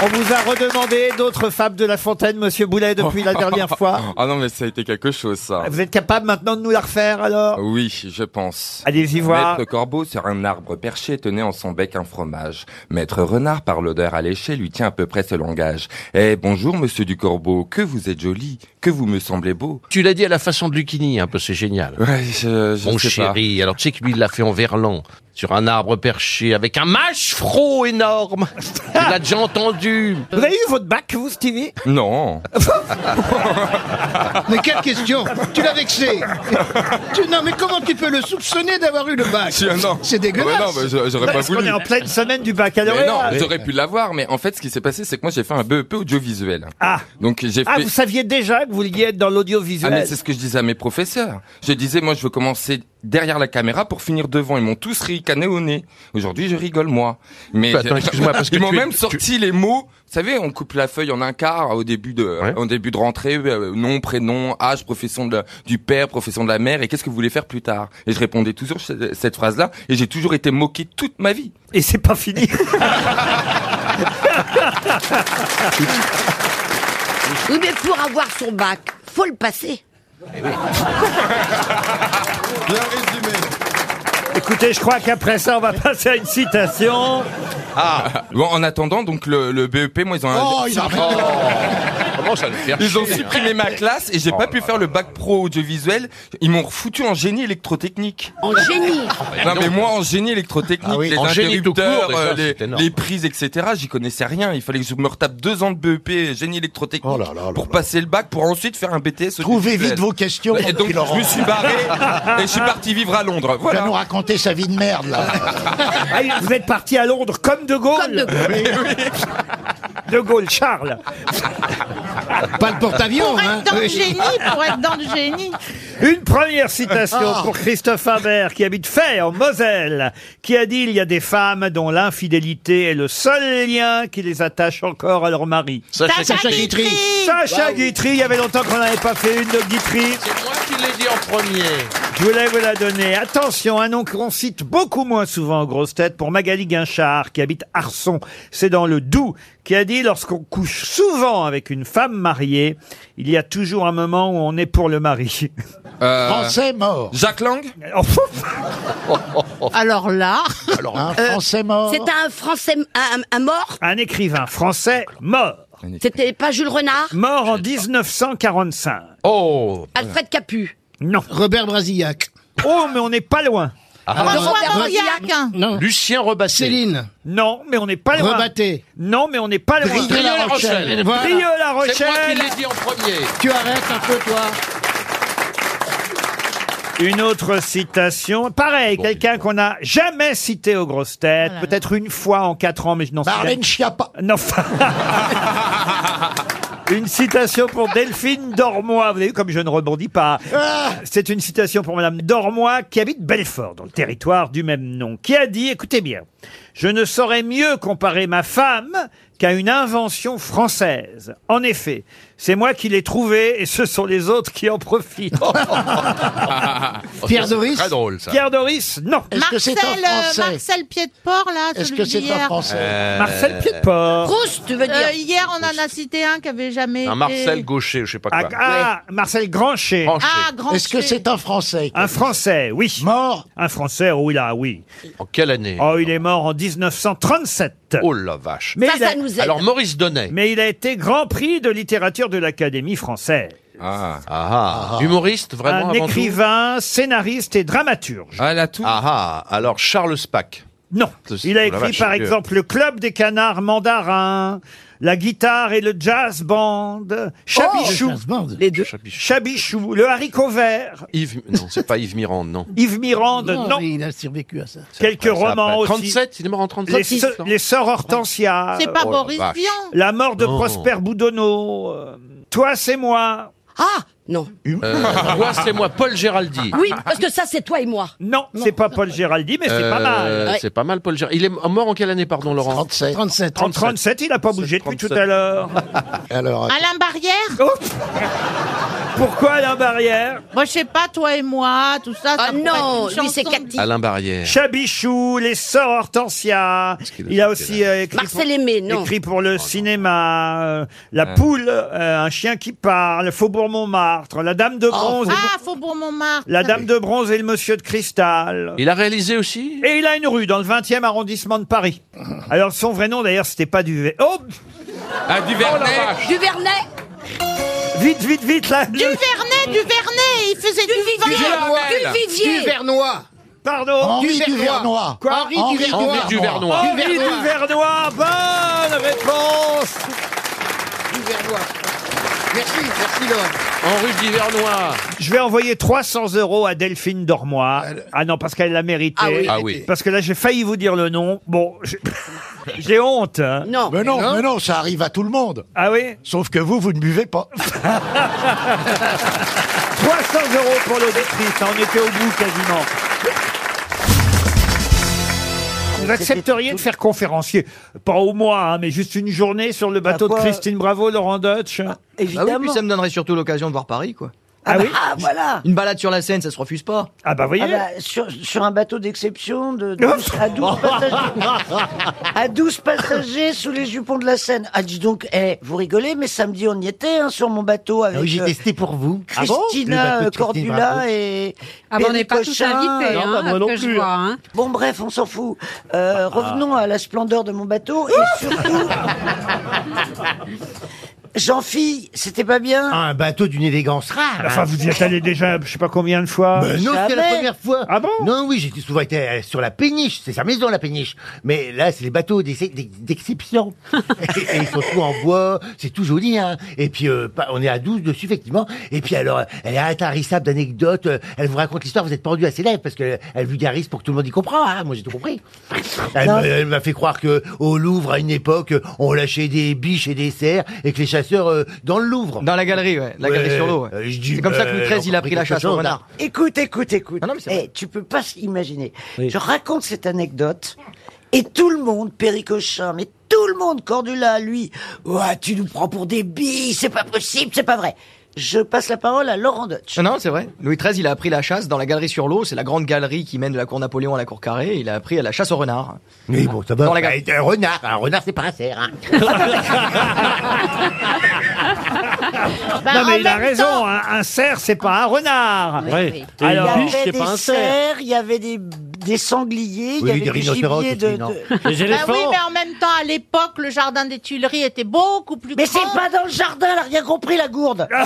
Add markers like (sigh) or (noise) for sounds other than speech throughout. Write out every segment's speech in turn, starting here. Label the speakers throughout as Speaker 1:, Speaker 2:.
Speaker 1: On vous a redemandé d'autres fables de La Fontaine, Monsieur Boulet, depuis la dernière fois.
Speaker 2: (laughs) Ah non, mais ça a été quelque chose, ça.
Speaker 1: Vous êtes capable maintenant de nous la refaire alors
Speaker 2: Oui, je pense.
Speaker 1: Allez-y voir.
Speaker 2: Maître Corbeau sur un arbre perché tenait en son bec un fromage. Maître Renard, par l'odeur alléchée, lui tient à peu près ce langage. Eh, bonjour, monsieur du Corbeau, que vous êtes joli, que vous me semblez beau.
Speaker 3: Tu l'as dit à la façon de Lucchini, un peu, c'est génial.
Speaker 2: Ouais, je, je
Speaker 3: Mon
Speaker 2: sais pas.
Speaker 3: chéri, alors tu sais que lui, il l'a fait en verlan, sur un arbre perché, avec un mâche-frot énorme. tu l'as déjà entendu.
Speaker 1: Vous avez eu votre bac, vous, Stevie (laughs)
Speaker 2: Non.
Speaker 4: Ah. Mais quelle question Tu l'as vexé Tu- Non, mais comment tu peux le soupçonner d'avoir eu le bac
Speaker 2: Si, ah, non.
Speaker 4: C'est
Speaker 2: Ouais, non,
Speaker 1: bah,
Speaker 4: dégueulasse
Speaker 2: mais je- j'aurais pas
Speaker 1: Parce qu'on
Speaker 2: voulu.
Speaker 1: est en pleine semaine du
Speaker 2: Mais non,
Speaker 1: baccalauréat.
Speaker 2: j'aurais pu l'avoir, mais en fait, ce qui s'est passé, c'est que moi, j'ai fait un BEP audiovisuel.
Speaker 1: Ah.
Speaker 2: Donc, j'ai
Speaker 1: Ah,
Speaker 2: fait...
Speaker 1: vous saviez déjà que vous vouliez être dans
Speaker 2: Ah
Speaker 1: l'audiovisuel.
Speaker 2: mais c'est ce que je disais à mes professeurs. Je disais moi je veux commencer derrière la caméra pour finir devant. Ils m'ont tous ricané au nez. Aujourd'hui je rigole moi. Mais
Speaker 3: Attends, excuse-moi, parce que
Speaker 2: (laughs) ils m'ont
Speaker 3: tu es-
Speaker 2: même
Speaker 3: tu-
Speaker 2: sorti les mots. Vous savez on coupe la feuille en un quart euh, au début de
Speaker 3: Ouais.
Speaker 2: au début de rentrée euh, nom prénom âge profession de la- du père profession de la mère et qu'est-ce que vous voulez faire plus tard. Et je répondais toujours ce- cette phrase là et j'ai toujours été moqué toute ma vie.
Speaker 1: Et c'est pas fini. (laughs)
Speaker 5: Oui, mais pour avoir son bac, faut le passer.
Speaker 1: Écoutez, je crois qu'après ça, on va passer à une citation.
Speaker 2: Ah. Bon en attendant donc le, le BEP moi ils ont
Speaker 4: Oh, il a rien
Speaker 3: Oh, Comment ça le faire
Speaker 2: Ils ont supprimé ma classe et j'ai pas pu faire le bac pro audiovisuel. Ils m'ont refoutu en génie électrotechnique.
Speaker 5: En génie.
Speaker 2: Non mais moi en génie électrotechnique,
Speaker 3: Ah oui,
Speaker 2: les
Speaker 3: en génie tout court,
Speaker 2: interrupteurs,
Speaker 3: déjà,
Speaker 2: euh,
Speaker 3: c'est
Speaker 2: les,
Speaker 3: énorme.
Speaker 2: les prises, etc. J'y connaissais rien. Il fallait que je me retape deux ans de BEP génie électrotechnique
Speaker 4: Oh là là là
Speaker 2: pour
Speaker 4: là.
Speaker 2: passer le bac pour ensuite faire un BTS.
Speaker 4: Trouvez
Speaker 2: audiovisuel.
Speaker 4: vite vos questions,
Speaker 2: Et donc
Speaker 4: puis Laurent.
Speaker 2: je me suis barré et je suis parti vivre à Londres.
Speaker 4: Il va nous
Speaker 2: Voilà.
Speaker 4: raconter sa vie de merde, là.
Speaker 1: Ah, vous êtes parti à Londres comme De Gaulle.
Speaker 5: Comme de Gaulle.
Speaker 1: De Gaulle, Charles.
Speaker 4: Pas le porte-avions,
Speaker 6: Pour
Speaker 4: hein
Speaker 6: être dans le
Speaker 4: Oui.
Speaker 6: génie, pour être dans le génie.
Speaker 1: Une première citation
Speaker 4: Ah.
Speaker 1: pour Christophe Imbert, qui habite Fay, en Moselle, qui a dit « Il y a des femmes dont l'infidélité est le seul lien qui les attache encore à leur mari.
Speaker 3: Sachez que
Speaker 4: Sacha Guitry.
Speaker 1: Sacha Guitry, il y avait longtemps qu'on n'avait pas fait une de Guitry.
Speaker 3: c'est moi qui l'ai dit en premier.
Speaker 1: Je voulais vous la donner. Attention, un nom qu'on cite beaucoup moins souvent en grosse tête pour Magali Guinchard, qui habite Arson, c'est dans le Doubs, qui a dit lorsqu'on couche souvent avec une femme mariée, il y a toujours un moment où on est pour le mari. (laughs)
Speaker 2: Euh,
Speaker 4: Français mort.
Speaker 2: Jacques Lang,
Speaker 1: Oh, pouf
Speaker 6: Alors là,
Speaker 4: Un
Speaker 7: euh,
Speaker 4: Français mort.
Speaker 5: C'est un Français, un, un mort.
Speaker 1: Euh, un écrivain français mort.
Speaker 5: C'était pas Jules Renard
Speaker 1: Mort en 1945.
Speaker 3: Oh,
Speaker 5: Alfred
Speaker 1: Ah
Speaker 5: Capu.
Speaker 1: Non.
Speaker 4: Robert Brasillac.
Speaker 1: Oh, mais on n'est pas loin.
Speaker 6: François
Speaker 5: Robert
Speaker 6: Mauriac, hein.
Speaker 4: Non.
Speaker 3: Lucien Rebassé.
Speaker 4: Céline.
Speaker 1: Non, mais on n'est pas loin.
Speaker 4: Rebatté.
Speaker 1: Non, mais on n'est pas loin.
Speaker 4: Brieux la Rochelle. Voilà.
Speaker 1: Brieux la
Speaker 3: C'est moi qui
Speaker 1: Rochelle.
Speaker 3: l'ai dit en premier.
Speaker 4: Tu arrêtes un peu, toi.
Speaker 1: Une autre citation. Pareil, quelqu'un qu'on n'a jamais cité aux grosses têtes. Peut-être une fois en quatre ans, mais je n'en sais
Speaker 4: Marlène Schiappa.
Speaker 1: Non. (laughs) enfin. Une citation pour Delphine Dormois. Vous avez vu comme je ne rebondis pas.
Speaker 4: Ah
Speaker 1: C'est une citation pour Madame Dormois qui habite Belfort, dans le territoire du même nom, qui a dit, écoutez bien, je ne saurais mieux comparer ma femme qu'à une invention française. En effet, c'est moi qui l'ai trouvée et ce sont les autres qui
Speaker 3: (laughs)
Speaker 1: en profitent.
Speaker 3: Oh,
Speaker 4: Pierre
Speaker 3: ça, c'est
Speaker 4: Doris.
Speaker 3: Très drôle ça.
Speaker 1: Pierre Doris, non.
Speaker 4: Est-ce que
Speaker 6: Marcel,
Speaker 4: c'est un
Speaker 6: euh,
Speaker 4: Français
Speaker 6: Marcel Pied-de-Port, là,
Speaker 4: Est-ce
Speaker 6: celui
Speaker 4: que c'est un
Speaker 6: d'hier.
Speaker 4: Français
Speaker 1: Euh, Marcel Piedport.
Speaker 5: Proust, tu veux dire
Speaker 6: Euh, hier, on en a cité un qui avait jamais
Speaker 3: Un
Speaker 6: été-
Speaker 3: Marcel Gaucher, je sais pas
Speaker 1: Ah,
Speaker 3: quoi.
Speaker 1: ah, Marcel Granchet.
Speaker 3: Franché.
Speaker 6: Ah, grand
Speaker 4: Est-ce que c'est un Français
Speaker 1: Un Français, oui.
Speaker 4: Mort.
Speaker 1: Un Français, oh oui, là, oui.
Speaker 3: En quelle année
Speaker 1: Oh, il est mort en 1937.
Speaker 3: Oh la vache.
Speaker 1: Mais,
Speaker 5: Ça,
Speaker 1: il a,
Speaker 5: ça nous aide.
Speaker 3: Alors Maurice Donnet.
Speaker 1: mais il a été grand prix de littérature de l'Académie française.
Speaker 2: ah,
Speaker 3: Ah, ah. Humoriste, vraiment
Speaker 1: Un
Speaker 3: avant tout
Speaker 1: écrivain, scénariste et dramaturge.
Speaker 2: ah la tour.
Speaker 3: Ah ah, alors Charles Spack.
Speaker 1: Non.
Speaker 3: C'est-
Speaker 1: Il
Speaker 3: oh
Speaker 1: a
Speaker 3: la
Speaker 1: écrit,
Speaker 3: vache,
Speaker 1: par
Speaker 3: Dieu.
Speaker 1: exemple, Le Club des Canards Mandarins, La guitare et le jazz band,
Speaker 3: Oh,
Speaker 1: Chabichou,
Speaker 5: les deux
Speaker 3: Chapichou.
Speaker 1: Chabichou, Le haricot vert,
Speaker 3: Yves, non, c'est pas Yves Mirande, non.
Speaker 1: Yves Mirande, non.
Speaker 4: Il a survécu à ça.
Speaker 1: Quelques
Speaker 3: Ça, après.
Speaker 1: romans aussi.
Speaker 3: 37, il est mort en
Speaker 1: Les,
Speaker 3: 37.
Speaker 1: so- les sœurs Hortensia.
Speaker 6: C'est pas
Speaker 3: Oh la
Speaker 6: Boris
Speaker 3: vache.
Speaker 6: Vian.
Speaker 1: La mort de
Speaker 3: Non.
Speaker 1: Prosper Boudonneau. euh, Toi, c'est moi.
Speaker 5: Ah,
Speaker 8: Non.
Speaker 1: (laughs)
Speaker 9: Euh, moi, c'est moi, Paul Géraldi.
Speaker 8: Ah, Oui, parce que ça, c'est toi et moi.
Speaker 1: Non, c'est pas Paul Géraldi, mais c'est pas mal.
Speaker 9: Euh, C'est pas mal, Paul Géraldi. Il est mort en quelle année, pardon, Laurent
Speaker 10: 37.
Speaker 11: 37.
Speaker 1: En 37, il n'a pas bougé depuis
Speaker 9: 37.
Speaker 1: tout à l'heure.
Speaker 11: (laughs) Alors,
Speaker 8: Ah.
Speaker 11: euh,
Speaker 7: Alain Barrière
Speaker 1: Oh Pourquoi la barrière
Speaker 7: Moi, je sais pas, toi et moi, tout ça. ça
Speaker 8: Ah
Speaker 7: pourrait
Speaker 8: non,
Speaker 7: être une
Speaker 8: lui, c'est
Speaker 7: chanson.
Speaker 8: Cathy.
Speaker 9: Alain Barrière.
Speaker 1: Chabichou, les sorts Hortensia.
Speaker 9: qu'il a
Speaker 1: Il a
Speaker 9: fait,
Speaker 1: aussi euh, écrit,
Speaker 8: Marcel
Speaker 1: pour,
Speaker 8: Aimé, non.
Speaker 1: écrit pour le cinéma, euh, La poule, euh, Un chien qui parle, Faubourg Montmartre, La Dame de bronze, et-
Speaker 7: Ah, Faubourg Montmartre.
Speaker 1: La Dame de bronze et le Monsieur de cristal.
Speaker 9: Il a réalisé aussi
Speaker 1: Et il a une rue dans le 20e arrondissement de Paris. Alors son vrai nom d'ailleurs, c'était pas du Oh,
Speaker 12: Ah, du
Speaker 3: Oh
Speaker 12: Vernet
Speaker 8: Du Vernet
Speaker 1: vite vite vite là.
Speaker 7: Du Vernet, du Vernet, il faisait du, vin.
Speaker 12: Duvernet.
Speaker 8: Du
Speaker 10: Du
Speaker 8: Vivier
Speaker 10: Vernois.
Speaker 1: Pardon.
Speaker 11: Henri
Speaker 10: Duvernois.
Speaker 11: Duvernois.
Speaker 1: Quoi
Speaker 10: Henri
Speaker 11: Henri
Speaker 10: Duvernois.
Speaker 9: Henri Duvernois.
Speaker 1: Henri
Speaker 10: Duvernois.
Speaker 1: Duvernois, bonne réponse.
Speaker 10: Duvernois. Merci, merci Laurent.
Speaker 9: Henri Duvernois.
Speaker 1: Je vais envoyer 300 euros à Delphine Dormois. Ah non, parce qu'elle l'a mérité.
Speaker 8: Ah oui.
Speaker 9: Ah oui.
Speaker 1: Parce que là, j'ai failli vous dire le nom. Bon, (laughs) j'ai j'ai honte. hein.
Speaker 8: Non.
Speaker 11: Mais non,
Speaker 10: non.
Speaker 11: mais non, ça arrive à tout le monde.
Speaker 1: Ah oui
Speaker 11: Sauf que vous, vous ne buvez
Speaker 1: (laughs)
Speaker 11: pas.
Speaker 1: 300 euros pour l'auditrice. hein, On était au bout quasiment. Vous accepteriez de faire conférencier, pas au mois, hein, mais juste une journée sur le bateau de
Speaker 13: quoi
Speaker 1: Christine Bravo, Laurent Ah Dutch
Speaker 13: Bah oui, puis ça me donnerait surtout l'occasion de voir Paris, quoi.
Speaker 1: Ah oui
Speaker 13: Ah, voilà Une balade sur la Seine, ça se refuse pas.
Speaker 1: Ah bah voyez
Speaker 13: Ah bah, sur, sur un bateau
Speaker 1: (laughs)
Speaker 13: d'exception de 12 à 12 passagers. à 12 passagers sous les jupons de la Seine. Ah, dis donc, eh, vous rigolez, mais samedi, on y était, hein, sur mon bateau
Speaker 11: Ah
Speaker 13: avec... euh,
Speaker 11: pour vous. Ah Eh
Speaker 13: Christina
Speaker 11: ben,
Speaker 13: euh, Cordula et.
Speaker 14: Ah, bah, on
Speaker 13: et
Speaker 14: n'est pas tous
Speaker 13: Cochin. euh,
Speaker 14: invités, hein, à ce que je vois, hein.
Speaker 13: Bon, bref, on s'en fout. Euh, Revenons à la splendeur de mon bateau
Speaker 1: Ah.
Speaker 13: et surtout.
Speaker 1: (laughs)
Speaker 13: Jean-Phi, c'était pas bien.
Speaker 11: Ah, Un bateau d'une élégance rare.
Speaker 1: Ah,
Speaker 11: hein.
Speaker 1: Enfin, vous y êtes allé déjà, je sais pas combien de fois.
Speaker 11: Ben non, c'était la
Speaker 13: Jamais.
Speaker 11: première fois.
Speaker 1: Ah bon
Speaker 11: Non, oui, j'ai souvent été euh, sur la péniche. C'est sa maison, la péniche. Mais là, c'est les bateaux d'ex- d'ex-
Speaker 1: (laughs)
Speaker 11: d'exception. et, et ils sont tous en bois. C'est tout joli, hein. Et puis, euh, pas- on est à 12 dessus, effectivement. Et puis, alors, euh, elle est intarissable d'anecdotes. euh, Elle vous raconte l'histoire. Vous êtes pendu à ses lèvres parce qu'elle elle vulgarise pour que tout le monde y comprend. hein. Moi, j'ai tout compris. Elle m'a- elle m'a fait croire que au Louvre, à une époque, on lâchait des biches et des cerfs et que les chasseurs, euh, dans le Louvre.
Speaker 13: Dans la galerie, ouais. La galerie
Speaker 11: Ouais,
Speaker 13: sur l'eau, ouais.
Speaker 11: euh, je dis,
Speaker 13: C'est comme ça que
Speaker 11: bah,
Speaker 13: Louis
Speaker 11: on
Speaker 13: XIII, il a
Speaker 11: compris
Speaker 13: pris la
Speaker 11: quelque
Speaker 13: chasse au
Speaker 11: chose,
Speaker 13: renard.
Speaker 14: Écoute, écoute, écoute.
Speaker 13: Ah non, mais c'est
Speaker 14: Eh,
Speaker 13: vrai.
Speaker 14: tu peux pas imaginer. Je raconte cette anecdote et tout le monde, Péricochin, mais tout le monde, Cordula, lui, Ouah, tu nous prends pour des billes, c'est pas possible, c'est pas vrai. Je passe la parole à Laurent Dutch.
Speaker 13: Ah Non, non, c'est vrai. Louis XIII, il a appris la chasse dans la galerie sur l'eau. C'est la grande galerie qui mène de la cour Napoléon à la cour Carré. Il a appris à la chasse au renard.
Speaker 11: Mais bon, ça va.
Speaker 13: Dans la
Speaker 11: Bah,
Speaker 13: gare.
Speaker 11: un renard, un renard, c'est pas un cerf. hein.
Speaker 7: Bah,
Speaker 1: non,
Speaker 7: en
Speaker 1: mais il a
Speaker 7: même
Speaker 1: raison,
Speaker 7: temps-
Speaker 1: un, un cerf, c'est pas un renard.
Speaker 14: Il y
Speaker 1: Alors,
Speaker 14: avait des cerfs, il y avait des, des sangliers, il
Speaker 11: Oui,
Speaker 14: y avait
Speaker 11: des
Speaker 14: des,
Speaker 11: rhinocéros
Speaker 14: gibiers de...
Speaker 11: aussi, non.
Speaker 14: de-
Speaker 13: Les
Speaker 7: Bah oui, mais en même temps, à l'époque, le jardin des Tuileries était beaucoup plus
Speaker 14: Mais
Speaker 7: grand.
Speaker 14: c'est pas dans le jardin, elle a rien compris, la gourde
Speaker 7: (laughs)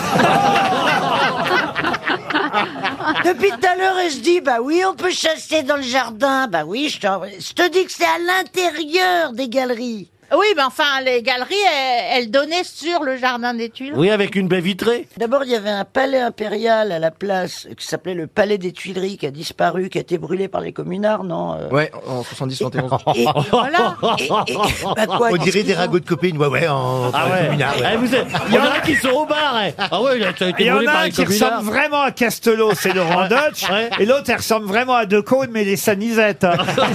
Speaker 14: Depuis tout à l'heure, elle se dit, bah oui, on peut chasser dans le jardin. Bah oui, je t'en- je te dis que c'est à l'intérieur des galeries.
Speaker 7: Oui, mais enfin, les galeries, elles, elles donnaient sur le jardin des Tuileries.
Speaker 11: Hein Oui, avec une baie vitrée.
Speaker 14: D'abord, il y avait un palais impérial à la place euh, qui s'appelait le palais des Tuileries, qui a disparu, qui a été brûlé par les communards, non euh,
Speaker 13: Ouais, en 70, 71.
Speaker 14: et-
Speaker 7: Voilà.
Speaker 14: et- et- bah quoi,
Speaker 11: On dirait
Speaker 14: qu'est-ce
Speaker 11: des
Speaker 14: qu'ils ont
Speaker 11: ragots de copines, ouais, ouais, en ah ouais.
Speaker 1: Il y en a qui sont au bar. Ah ouais, Eh, il y en a un qui ressemble vraiment à Castelot, c'est Laurent Dutch. Et l'autre, elle ressemble vraiment à Decaune, mais les sanisettes.
Speaker 14: Je trouve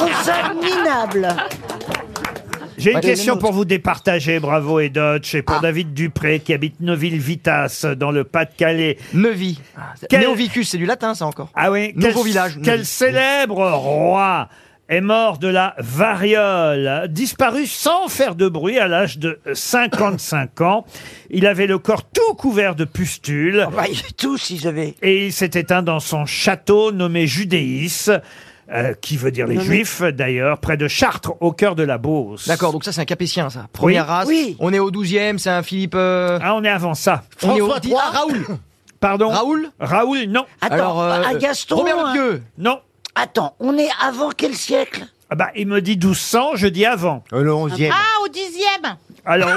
Speaker 14: Oh, ça minable.
Speaker 1: Bah, J'ai une Ah.
Speaker 13: Allez,
Speaker 1: question
Speaker 13: les
Speaker 1: pour vous départager, bravo et Dutch, et pour David Dupré, qui habite Neuville-Vitas, dans le Pas-de-Calais.
Speaker 13: Neuvi. Ah, c'est-
Speaker 1: Quel-
Speaker 13: Néovicus, c'est du latin, ça encore.
Speaker 1: Ah oui,
Speaker 13: Nouveau village,
Speaker 1: Quel
Speaker 13: Neuville.
Speaker 1: célèbre roi est mort de la variole, disparu sans faire de bruit à l'âge de 55 ans. Il avait le corps tout couvert de pustules.
Speaker 13: Ah
Speaker 14: Bah, ils- tous, ils avaient.
Speaker 1: et il s'est éteint dans son château nommé Judéis, euh, qui veut dire les Juifs d'ailleurs, près de Chartres, au cœur de la Beauce.
Speaker 13: D'accord, donc ça, c'est un capétien, ça. Première
Speaker 1: Oui.
Speaker 13: race.
Speaker 14: Oui.
Speaker 13: On est au 12e, c'est un Philippe. euh,
Speaker 1: Ah, on est avant ça.
Speaker 13: on est au
Speaker 11: François III.
Speaker 13: Ah, Raoul.
Speaker 1: Pardon
Speaker 13: Raoul
Speaker 1: Raoul, non.
Speaker 14: Attends,
Speaker 13: Alors, euh,
Speaker 14: à Gaston.
Speaker 13: Robert
Speaker 14: hein.
Speaker 13: Lefpieux.
Speaker 1: Non.
Speaker 14: Attends, on est avant quel siècle
Speaker 1: Ah bah, il me dit 1200, je dis avant.
Speaker 11: Le 11e.
Speaker 7: Ah, au dixième
Speaker 1: Alors,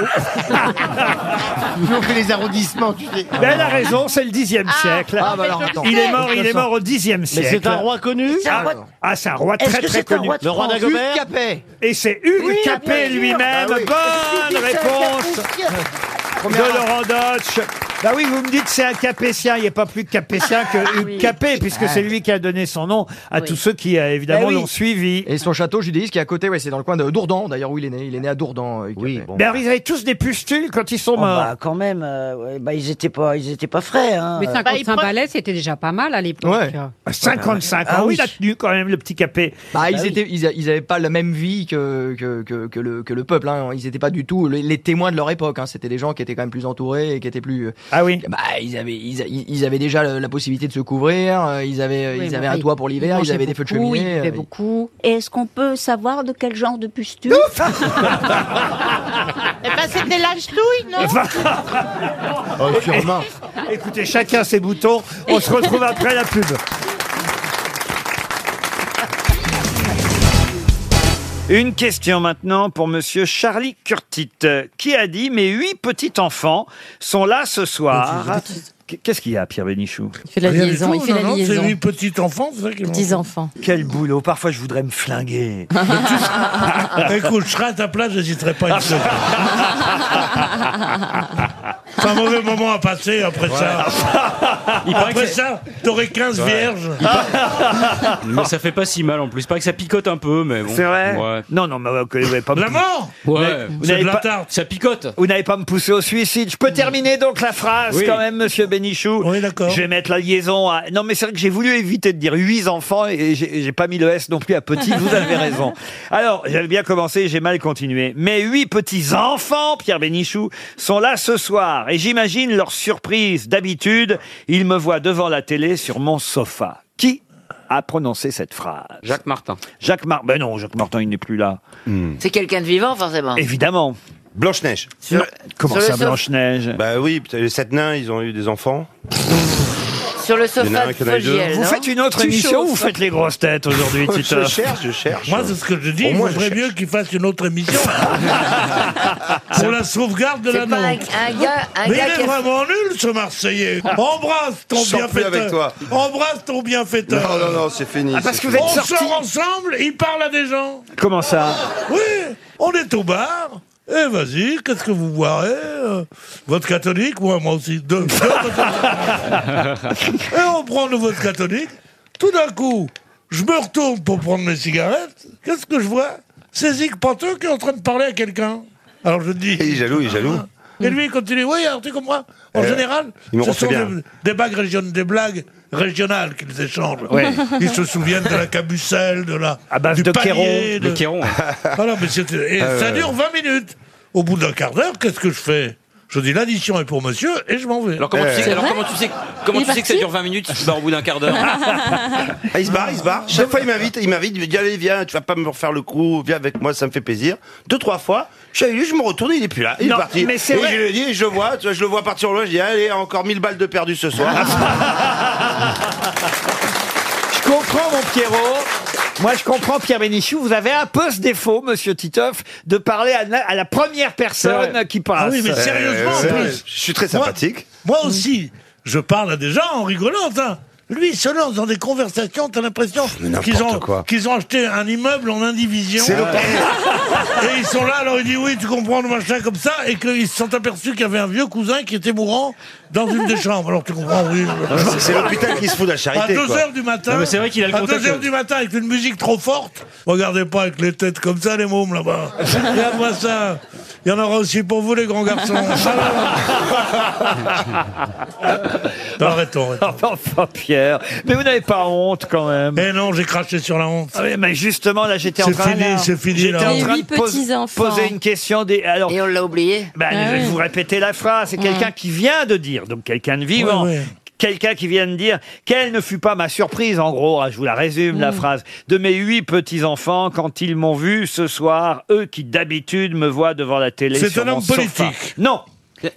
Speaker 11: (laughs) Nous, on fait les arrondissements, tu sais.
Speaker 1: ben, elle a raison, c'est le 10e
Speaker 7: Ah.
Speaker 1: siècle.
Speaker 13: Ah, bah alors, attends.
Speaker 1: Il est mort, il est mort au 10e siècle.
Speaker 11: connu
Speaker 14: C'est un
Speaker 1: Ah,
Speaker 14: roi-
Speaker 1: ah, c'est un roi
Speaker 14: bah. Est-ce
Speaker 1: très
Speaker 14: que
Speaker 1: très
Speaker 14: c'est un
Speaker 1: connu.
Speaker 14: roi de France
Speaker 13: Hugues Capet.
Speaker 1: Et c'est Hugues
Speaker 14: Oui,
Speaker 1: Capet
Speaker 14: bien sûr.
Speaker 1: lui-même.
Speaker 14: Ah oui.
Speaker 1: Bonne
Speaker 14: C'est un
Speaker 1: réponse
Speaker 14: capétien.
Speaker 1: de Laurent Dodge. Bah oui, vous me dites c'est un capétien, il n'est pas plus capétien
Speaker 14: Ah
Speaker 1: que Hugues
Speaker 7: Oui.
Speaker 1: Capet, puisque c'est lui qui a donné son nom à
Speaker 7: Oui.
Speaker 1: tous ceux qui, euh,
Speaker 14: Bah
Speaker 1: évidemment,
Speaker 3: Eh
Speaker 15: Ben
Speaker 3: oui.
Speaker 1: l'ont
Speaker 14: Ah
Speaker 1: suivi.
Speaker 3: Et son château judéiste qui est à côté, ouais, c'est dans le coin de Dourdan, d'ailleurs, où il est né. Il est né à Dourdan. euh,
Speaker 11: Oui,
Speaker 3: Capet.
Speaker 11: bon.
Speaker 1: Mais Ben alors, ils avaient tous des pustules quand ils sont
Speaker 14: Oh,
Speaker 1: morts.
Speaker 14: bah, quand même, euh, ouais, bah, ils étaient pas, ils étaient pas frais. Hein.
Speaker 7: Mais
Speaker 15: Bah,
Speaker 7: 55 balais, c'était déjà pas mal à l'époque. Ah,
Speaker 3: Ouais.
Speaker 7: Bah,
Speaker 1: À 55 ans,
Speaker 14: Ah
Speaker 1: oui,
Speaker 14: oui.
Speaker 1: il a tenu quand même le petit capé.
Speaker 3: Bah, ils
Speaker 16: Ben
Speaker 14: oui.
Speaker 3: étaient, ils, a- ils avaient pas la même vie que que, que, que le que le peuple. Hein. Ils étaient pas du tout les, les témoins de leur époque. Hein. C'était des gens qui étaient quand même plus entourés et qui étaient plus.
Speaker 1: Ah oui.
Speaker 3: Bah, ils avaient ils, a- ils avaient déjà la, la possibilité de se couvrir. euh, Ils avaient
Speaker 7: Oui,
Speaker 3: ils
Speaker 7: mais
Speaker 3: avaient
Speaker 7: enfin,
Speaker 3: un toit pour l'hiver. Ils
Speaker 7: mangeaient
Speaker 3: avaient des feux de
Speaker 7: beaucoup,
Speaker 3: cheminée.
Speaker 7: Ils
Speaker 3: euh,
Speaker 7: buvaient beaucoup.
Speaker 15: Est-ce qu'on peut savoir de quel genre de pustule
Speaker 3: Ah,
Speaker 7: Eh ben, c'était la ch'touille, non
Speaker 11: (laughs) Oh, sûrement.
Speaker 1: Écoutez, chacun ses boutons. On se retrouve après la pub. Une question maintenant pour monsieur Charlie Curtit, euh, qui a dit Mes huit petits-enfants sont là ce soir. Qu'est-ce qu'il y a, Pierre Bénichou
Speaker 15: Il fait la liaison, il fait la liaison.
Speaker 17: petit enfant, c'est ça qui m'a-
Speaker 15: 10 enfants.
Speaker 1: Quel boulot Parfois, je voudrais me flinguer. (laughs)
Speaker 3: Ah.
Speaker 17: Écoute, je serai à ta place, j'hésiterai pas une seconde. C'est un mauvais moment à passer après ça. après ça, t'aurais 15 vierges.
Speaker 16: Mais ça fait pas si mal en plus. Pas que ça picote un peu, mais bon.
Speaker 1: C'est vrai
Speaker 16: Ouais.
Speaker 1: Non, non, mais euh, que vous n'avez pas,
Speaker 17: La mort
Speaker 16: Ouais.
Speaker 1: vous
Speaker 17: C'est
Speaker 1: n'avez
Speaker 17: de la
Speaker 1: pas-
Speaker 17: tarte.
Speaker 16: Ça picote.
Speaker 1: vous n'avez pas me pousser au suicide. Je peux terminer donc la phrase
Speaker 16: Oui.
Speaker 1: quand même, monsieur Bénichou.
Speaker 17: Oui, d'accord.
Speaker 1: Je vais mettre la liaison à. Non, mais c'est vrai que j'ai voulu éviter de dire huit enfants et j'ai j'ai pas mis le S non plus à petit. Vous avez raison. Alors, j'avais bien commencé, j'ai mal continué. Mais huit petits enfants, Pierre Bénichou, sont là ce soir et j'imagine leur surprise. D'habitude, ils me voient devant la télé sur mon sofa. Qui a prononcé cette phrase
Speaker 16: Jacques Martin.
Speaker 1: Jacques Martin. Ben non, Jacques Martin, il n'est plus là.
Speaker 18: C'est quelqu'un de vivant, forcément.
Speaker 1: Évidemment. Euh,
Speaker 11: Blanche-Neige.
Speaker 18: Sur-
Speaker 1: Comment
Speaker 18: sur le
Speaker 1: ça,
Speaker 18: sofa-
Speaker 1: Blanche-Neige
Speaker 11: Bah oui, les sept nains, ils ont eu des enfants.
Speaker 18: Sur le
Speaker 11: Il y en a
Speaker 18: sofa
Speaker 11: un
Speaker 18: de
Speaker 11: qui en a eu deux.
Speaker 18: Fogiel,
Speaker 1: Vous
Speaker 18: non
Speaker 1: faites une autre émission ou vous faites les grosses
Speaker 19: (laughs)
Speaker 1: têtes aujourd'hui, Titoff
Speaker 11: cherche, (laughs) je cherche.
Speaker 17: Moi, c'est ce que je dis.
Speaker 11: Au
Speaker 17: Il
Speaker 11: moins, je
Speaker 17: faudrait
Speaker 11: cherche.
Speaker 17: mieux qu'ils fassent une autre
Speaker 11: (laughs)
Speaker 17: émission. (laughs) Pour la sauvegarde de
Speaker 18: C'est pas un,
Speaker 17: l'annonce.
Speaker 18: un gars, un
Speaker 17: Mais
Speaker 18: gars
Speaker 17: il
Speaker 18: qui
Speaker 17: est
Speaker 18: a-
Speaker 17: vraiment nul ce Marseillais. Embrasse ton
Speaker 11: Je Ah. sors plus
Speaker 17: bienfaiteur.
Speaker 11: avec toi.
Speaker 17: Embrasse ton bienfaiteur.
Speaker 11: Non, non, non, c'est
Speaker 17: Ah,
Speaker 11: fini.
Speaker 1: Ah, parce
Speaker 11: c'est
Speaker 1: que vous
Speaker 11: fini.
Speaker 1: êtes
Speaker 17: On
Speaker 1: sorti.
Speaker 17: sort ensemble, il parle à des gens.
Speaker 1: Comment ça
Speaker 17: Oui, on est au bar. Eh, vas-y, qu'est-ce que vous boirez euh, Votre catholique Moi, moi aussi. Deux, deux catholiques. Et on prend le votre catholique. Tout d'un coup, je me retourne pour prendre mes cigarettes. Qu'est-ce que je vois C'est Zig Panteux qui est en train de parler à quelqu'un. Alors je dis...
Speaker 11: Il est jaloux, il est jaloux.
Speaker 16: Ah.
Speaker 17: Et lui, il continue. Oui, alors tu comprends En général,
Speaker 11: Euh, il me
Speaker 17: ce sont
Speaker 11: reçoit bien.
Speaker 17: des, des blagues région- des blagues régionales qu'ils échangent. Ils se souviennent de la cabucelle, de la.
Speaker 1: À base
Speaker 17: du
Speaker 1: de
Speaker 17: panier, de-
Speaker 16: Kéron.
Speaker 17: (laughs) Ah non, mais c'était- Et ça dure 20 minutes. Au bout d'un quart d'heure, qu'est-ce que je fais Je dis l'addition est pour monsieur et je m'en vais.
Speaker 16: comment
Speaker 11: Euh.
Speaker 16: tu sais,
Speaker 15: alors comment
Speaker 16: tu sais,
Speaker 15: comment Il est tu sais que ça parti dure
Speaker 16: 20
Speaker 17: (laughs)
Speaker 16: minutes si tu pars Bah, au bout d'un quart d'heure
Speaker 11: (laughs) Ah, il se barre, il se barre. Chaque fois, il m'invite, il m'invite, il me dit Allez, viens, tu vas pas me refaire le coup, viens avec moi, ça me fait plaisir. Deux, trois fois, je suis avec lui, je me retourne, il est plus là. Il
Speaker 1: Non,
Speaker 11: est parti.
Speaker 1: mais c'est
Speaker 11: et
Speaker 1: vrai.
Speaker 11: je le dis, je le vois, tu vois, je le vois partir au loin, je dis Allez, encore 1000 balles de perdu ce soir.
Speaker 1: Je comprends, mon Pierrot. Moi, je comprends, Pierre Bénichou. Vous avez un peu ce défaut, monsieur Titoff, de parler à, na- à la première personne qui passe.
Speaker 17: Ah oui, mais sérieusement, en
Speaker 11: C'est vrai,
Speaker 17: plus.
Speaker 11: Je suis très sympathique.
Speaker 17: Moi, moi aussi, je parle à des gens en rigolant. hein. Lui, il se lance dans des conversations, t'as l'impression
Speaker 11: n'importe
Speaker 17: qu'ils ont,
Speaker 11: quoi.
Speaker 17: qu'ils ont acheté un immeuble en indivision.
Speaker 11: C'est
Speaker 17: (laughs)
Speaker 11: le
Speaker 17: Et ils sont là, alors il dit oui, tu comprends le machin comme ça, et qu'ils se sont aperçus qu'il y avait un vieux cousin qui était mourant dans une des chambres. Alors tu comprends, oui.
Speaker 11: C'est l'hôpital qui se fout de la
Speaker 17: À
Speaker 11: charité.
Speaker 17: 2
Speaker 11: quoi.
Speaker 17: heures du matin.
Speaker 16: Non, mais c'est vrai qu'il a le
Speaker 17: À
Speaker 16: contact.
Speaker 17: 2 heures du matin avec une musique trop forte. Regardez pas avec les têtes comme ça, les mômes là-bas. Regarde-moi ça. Il y en aura aussi pour vous, les grands garçons. Non, Bah, arrêtons, arrêtons.
Speaker 1: (laughs) Enfin, Pierre. Mais vous n'avez pas honte, quand même.
Speaker 17: Mais non, j'ai craché sur la honte.
Speaker 1: Ah oui, mais justement, là, j'étais en
Speaker 17: C'est
Speaker 1: train,
Speaker 17: fini, c'est fini.
Speaker 1: j'étais
Speaker 17: Là.
Speaker 1: en
Speaker 15: Les
Speaker 1: train de
Speaker 15: huit
Speaker 1: pose-
Speaker 15: petits-enfants.
Speaker 1: poser une question. Des... Alors,
Speaker 18: Et on l'a oublié.
Speaker 1: Ben,
Speaker 15: Ah
Speaker 1: je vais
Speaker 15: oui.
Speaker 1: vous répéter la phrase. C'est quelqu'un qui vient de dire, donc quelqu'un de vivant.
Speaker 17: Ouais, ouais.
Speaker 1: Quelqu'un qui vient de dire quelle ne fut pas ma surprise, en gros, hein, je vous la résume,
Speaker 17: Mm.
Speaker 1: la phrase, de mes huit petits-enfants quand ils m'ont vu ce soir, eux qui d'habitude me voient devant la télé.
Speaker 17: C'est
Speaker 1: sur
Speaker 17: un
Speaker 1: mon
Speaker 17: homme
Speaker 1: sofa.
Speaker 17: politique.
Speaker 1: Non,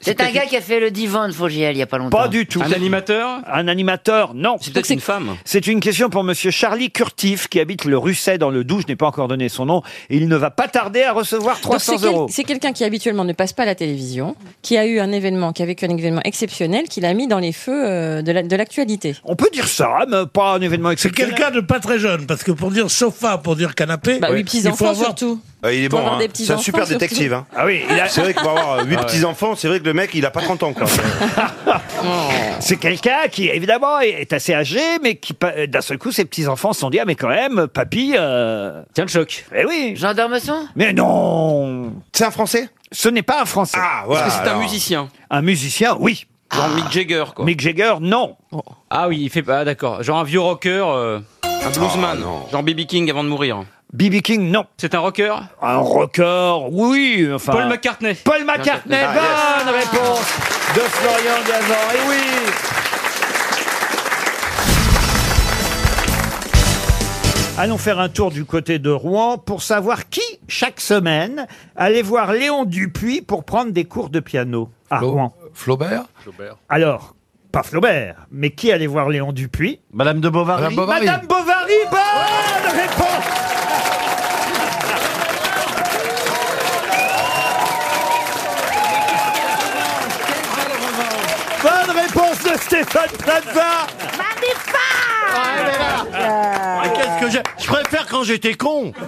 Speaker 18: C'est un gars qui a fait le divan de Fogiel il y a pas longtemps.
Speaker 1: pas du tout.
Speaker 16: animateur
Speaker 1: Un animateur, non.
Speaker 16: peut-être une femme.
Speaker 1: C'est une question pour monsieur Charlie Curtif qui habite le Russet dans le Doubs. Je n'ai pas encore donné son nom. Il ne va pas tarder à recevoir
Speaker 15: Donc, c'est
Speaker 1: 300
Speaker 15: quel-
Speaker 1: euros.
Speaker 15: C'est quelqu'un qui habituellement ne passe pas à la télévision, qui a eu un événement, qui a vécu un événement exceptionnel, qui l'a mis dans les feux euh, de la- de l'actualité.
Speaker 1: On peut dire ça, mais pas un événement
Speaker 17: C'est
Speaker 1: exceptionnel.
Speaker 17: quelqu'un de pas très jeune, parce que pour dire sofa, pour dire canapé,
Speaker 15: bah,
Speaker 17: il
Speaker 15: huit
Speaker 17: faut
Speaker 15: petits-enfants
Speaker 17: avoir
Speaker 15: surtout.
Speaker 9: Euh, il est
Speaker 20: Pour
Speaker 9: bon,
Speaker 20: avoir
Speaker 9: hein.
Speaker 20: des petits
Speaker 9: c'est un
Speaker 20: enfants,
Speaker 9: super
Speaker 20: surtout.
Speaker 9: détective. Hein.
Speaker 1: Ah oui, il a-
Speaker 9: C'est vrai que pour avoir 8
Speaker 1: Ah ouais.
Speaker 9: petits-enfants, c'est vrai que le mec, il a pas 30 ans. Quoi.
Speaker 1: C'est quelqu'un qui, évidemment, est- est assez âgé, mais qui, pa- euh, d'un seul coup, ses petits-enfants se sont dit Ah, mais quand même, papy. Tiens le choc. Eh oui. Jean Dormesson Mais non
Speaker 9: C'est un Français
Speaker 1: Ce n'est pas un Français. Ah,
Speaker 21: voilà, Est-ce que c'est un alors. musicien
Speaker 1: Un musicien, oui.
Speaker 21: Genre Mick Jagger, quoi.
Speaker 1: Mick Jagger, non.
Speaker 21: Ah oui, il fait pas, d'accord. Genre un vieux rocker, euh, un
Speaker 9: Ah
Speaker 11: Ah,
Speaker 21: bluesman. Genre B.B. King avant de mourir.
Speaker 1: B.B. King, non.
Speaker 21: C'est un rocker
Speaker 1: Un rocker, oui. Enfin,
Speaker 21: Paul McCartney.
Speaker 1: Paul (laughs) McCartney,
Speaker 21: Ah,
Speaker 1: bonne réponse de Florian Gazan. Et oui Allons faire un tour du côté de Rouen pour savoir qui, chaque semaine, allait voir Léon Dupuis pour prendre des cours de piano à Rouen.
Speaker 14: Flaubert
Speaker 1: Alors, pas Flaubert, mais qui allait voir Léon Dupuis Madame de Bovary.
Speaker 14: Madame Bovary.
Speaker 1: Madame Bovary, bonne réponse Bonne réponse de Stéphane Plaza
Speaker 14: Ah, Qu'est-ce que j'ai Je préfère quand j'étais con
Speaker 1: (laughs)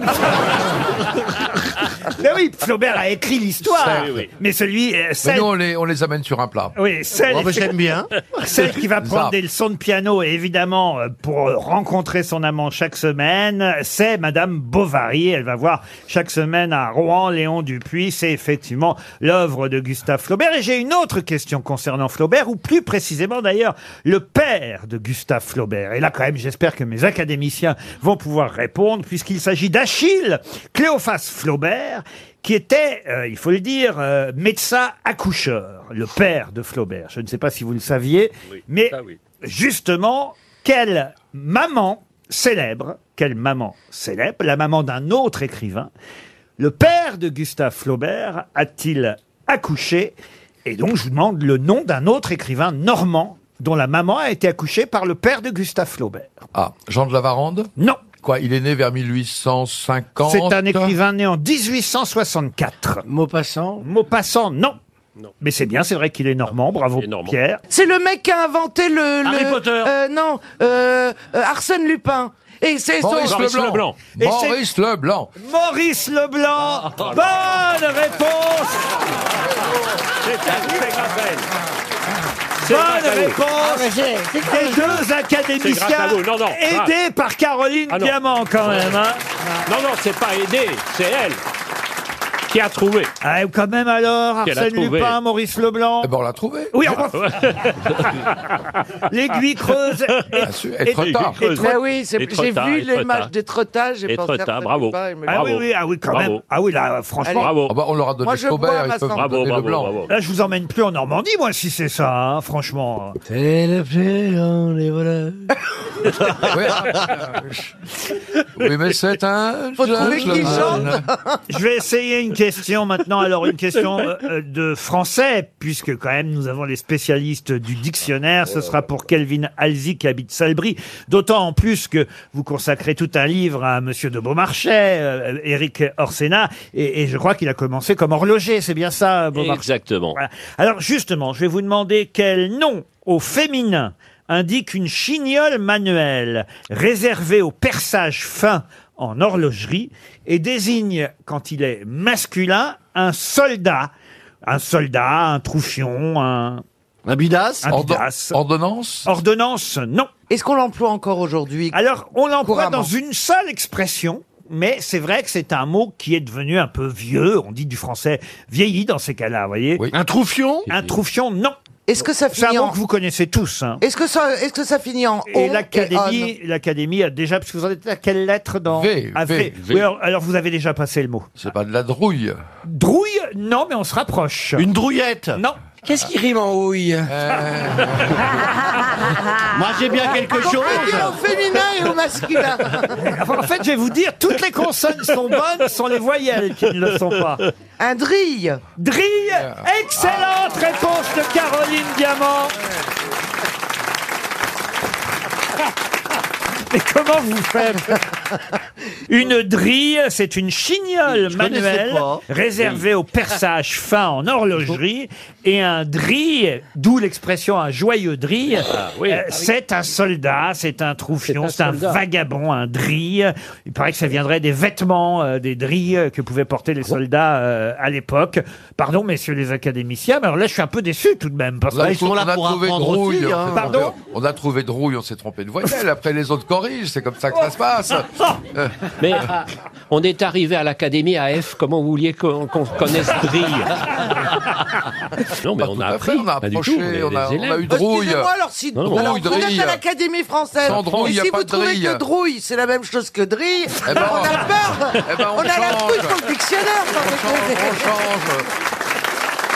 Speaker 1: Mais oui, Flaubert a écrit l'histoire. Mais celui, euh,
Speaker 14: Mais
Speaker 1: celle,
Speaker 14: nous, on les, on les amène sur un plat.
Speaker 1: oui, celle,
Speaker 14: Oh, mais j'aime bien.
Speaker 1: (laughs) celle qui va prendre
Speaker 14: Ça.
Speaker 1: des leçons de piano, évidemment, euh, pour rencontrer son amant chaque semaine, c'est Madame Bovary. Elle va voir chaque semaine à Rouen Léon Dupuis. C'est effectivement l'œuvre de Gustave Flaubert. Et j'ai une autre question concernant Flaubert, ou plus précisément d'ailleurs, le père de Gustave Flaubert. Et là, quand même, j'espère que mes académiciens vont pouvoir répondre, puisqu'il s'agit d'Achille Cléophas Flaubert, qui était, euh, il faut le dire, euh, médecin accoucheur, le père de Flaubert. Je ne sais pas si vous le saviez, mais justement, quelle maman célèbre, quelle maman célèbre, la maman d'un autre écrivain, le père de Gustave Flaubert a-t-il accouché Et donc, je vous demande le nom d'un autre écrivain normand dont la maman a été accouchée par le père de Gustave Flaubert.
Speaker 14: Ah, Jean de la Varande
Speaker 1: Non.
Speaker 14: Quoi, il est né vers 1850
Speaker 1: C'est un écrivain né en 1864. Maupassant Maupassant, non. Mais c'est bien, c'est vrai qu'il est normand, bravo Pierre.
Speaker 22: C'est le mec qui a inventé le.
Speaker 1: Harry
Speaker 22: le-
Speaker 1: Potter.
Speaker 22: euh, non, euh, euh, Arsène Lupin. Et c'est son-
Speaker 14: Maurice Leblanc.
Speaker 22: Et c'est-
Speaker 14: Maurice Leblanc.
Speaker 1: Maurice Leblanc Bonne réponse
Speaker 14: C'est grâce à
Speaker 1: Bonne
Speaker 14: vous.
Speaker 1: réponse des deux
Speaker 15: C'est grâce à
Speaker 1: académiciens
Speaker 15: vous. Non, non,
Speaker 1: aidés
Speaker 15: grâce.
Speaker 1: par Caroline
Speaker 15: Ah non.
Speaker 1: Diamant quand même. hein.
Speaker 15: Non, non, c'est pas aidé, c'est elle qui a trouvé.
Speaker 1: Ah, quand même alors,
Speaker 15: Qu'elle a
Speaker 1: Arsène
Speaker 15: trouvé. Ah,
Speaker 1: Lupin, Maurice Leblanc.
Speaker 14: Eh
Speaker 22: Eh
Speaker 14: ben,
Speaker 22: ben,
Speaker 1: (laughs)
Speaker 14: on l'a trouvé.
Speaker 1: Oui, enfin, (laughs)
Speaker 15: (laughs)
Speaker 1: l'aiguille creuse.
Speaker 15: Ah,
Speaker 1: est- est- est-
Speaker 22: Bah oui, c'est- j'ai vu les matchs des trottages. j'ai
Speaker 1: Et
Speaker 22: pensé à
Speaker 1: Trotta,
Speaker 22: Arsène
Speaker 1: bravo.
Speaker 22: Lupin, mais-
Speaker 1: Ah oui, oui, ah oui, quand
Speaker 15: Bravo.
Speaker 1: même. Ah oui, là, franchement.
Speaker 22: Allez. Bravo. Ah bah, on leur a donné Moi, je Flaubert, bois à ils ma peuvent santé. donner Leblanc.
Speaker 1: Là, je vous emmène plus en Normandie, moi, si c'est ça, hein, franchement.
Speaker 14: (laughs) Oui, mais c'est un. gentleman.
Speaker 1: Je vais essayer une question maintenant. Alors, une
Speaker 15: (laughs)
Speaker 1: question euh, euh, de français, puisque quand même nous avons les spécialistes du dictionnaire. Ce sera pour Kelvin Alzi qui habite Salbris. D'autant en plus que vous consacrez tout un livre à Monsieur de Beaumarchais, euh, Éric Orsena, et, et je crois qu'il a commencé comme horloger. C'est bien ça, Beaumarchais
Speaker 15: Exactement.
Speaker 1: Voilà. Alors, justement, je vais vous demander quel nom au féminin indique une chignole manuelle réservée au perçage fin en horlogerie et désigne, quand il est masculin, un soldat. Un soldat, un troufion, un... Un bidas
Speaker 14: Ordonnance
Speaker 1: Ordonnance, non.
Speaker 22: Est-ce qu'on l'emploie encore aujourd'hui
Speaker 1: Alors, on l'emploie
Speaker 22: Couramment.
Speaker 1: dans une seule expression, mais c'est vrai que c'est un mot qui est devenu un peu vieux. On dit du français vieilli dans ces cas-là, vous voyez. Un troufion Un troufion, non.
Speaker 22: Est-ce que ça
Speaker 1: C'est un
Speaker 22: finit
Speaker 1: mot
Speaker 22: en-
Speaker 1: que vous connaissez tous. hein.
Speaker 22: Est-ce que ça, est-ce que ça finit en on
Speaker 1: Et
Speaker 22: et on
Speaker 1: l'académie, l'académie a déjà, parce que vous en êtes à quelle lettre dans
Speaker 14: V,
Speaker 1: Ah,
Speaker 14: V, V.
Speaker 1: Oui, alors, alors vous avez déjà passé le mot.
Speaker 14: C'est pas de la drouille.
Speaker 1: Drouille, euh, non, mais on se rapproche. Une drouillette Non. Qu'est-ce qui rime en houille
Speaker 22: Euh.
Speaker 1: (laughs)
Speaker 14: Moi, j'ai bien quelque
Speaker 22: On peut dire au féminin et au masculin.
Speaker 1: en fait, je vais vous dire, toutes les consonnes sont bonnes, sont les voyelles qui ne le sont (laughs) pas.
Speaker 22: Un drille.
Speaker 1: Drille Excellente réponse de Caroline Diamant Mais comment vous faites (laughs) Une drille, c'est une chignole
Speaker 13: connaissais
Speaker 1: manuelle
Speaker 13: pas.
Speaker 1: réservée au perçage fin en horlogerie. Et un drille, d'où l'expression un joyeux drille,
Speaker 23: Ah, oui.
Speaker 1: euh, c'est un soldat, c'est un troufion, c'est un, vagabond, un drille. Il paraît que ça viendrait des vêtements, euh, des drilles que pouvaient porter les soldats euh, à l'époque. Pardon, messieurs les académiciens, mais alors là, je suis un peu déçu tout de même. Parce
Speaker 2: On a,
Speaker 1: qu'ils
Speaker 2: on a trouvé Drouille.
Speaker 1: hein.
Speaker 2: on s'est trompé-
Speaker 1: Pardon
Speaker 2: on a trouvé Drouille, on s'est trompé de voyelle. Après, les autres corrigent. C'est comme ça que ça se
Speaker 1: (laughs)
Speaker 2: passe. Euh,
Speaker 23: Mais
Speaker 1: Ah.
Speaker 23: on est arrivé à l'académie à F. Comment vous vouliez qu'on qu'on connaisse Drille
Speaker 17: (laughs)
Speaker 23: Non, mais on a
Speaker 2: à fait,
Speaker 23: appris.
Speaker 2: on a
Speaker 23: pas du
Speaker 2: approché,
Speaker 23: tout, est
Speaker 2: on a-
Speaker 23: des
Speaker 2: Euh, on a
Speaker 23: élèves.
Speaker 2: eu Drouille.
Speaker 11: Excusez-moi, alors si
Speaker 23: Non, non.
Speaker 11: alors,
Speaker 2: Drouille,
Speaker 11: vous êtes
Speaker 2: drille.
Speaker 11: à l'Académie française,
Speaker 2: Sans drouille,
Speaker 11: et
Speaker 2: y a
Speaker 11: si
Speaker 2: pas
Speaker 11: vous
Speaker 2: de
Speaker 11: trouvez
Speaker 2: drille.
Speaker 11: que drouille, c'est la même chose que drille,
Speaker 2: Eh ben,
Speaker 11: on a peur,
Speaker 2: eh ben, on
Speaker 11: (laughs) on, a la
Speaker 2: change.
Speaker 11: fouille pour le dictionnaire. sans déconner.
Speaker 2: on change.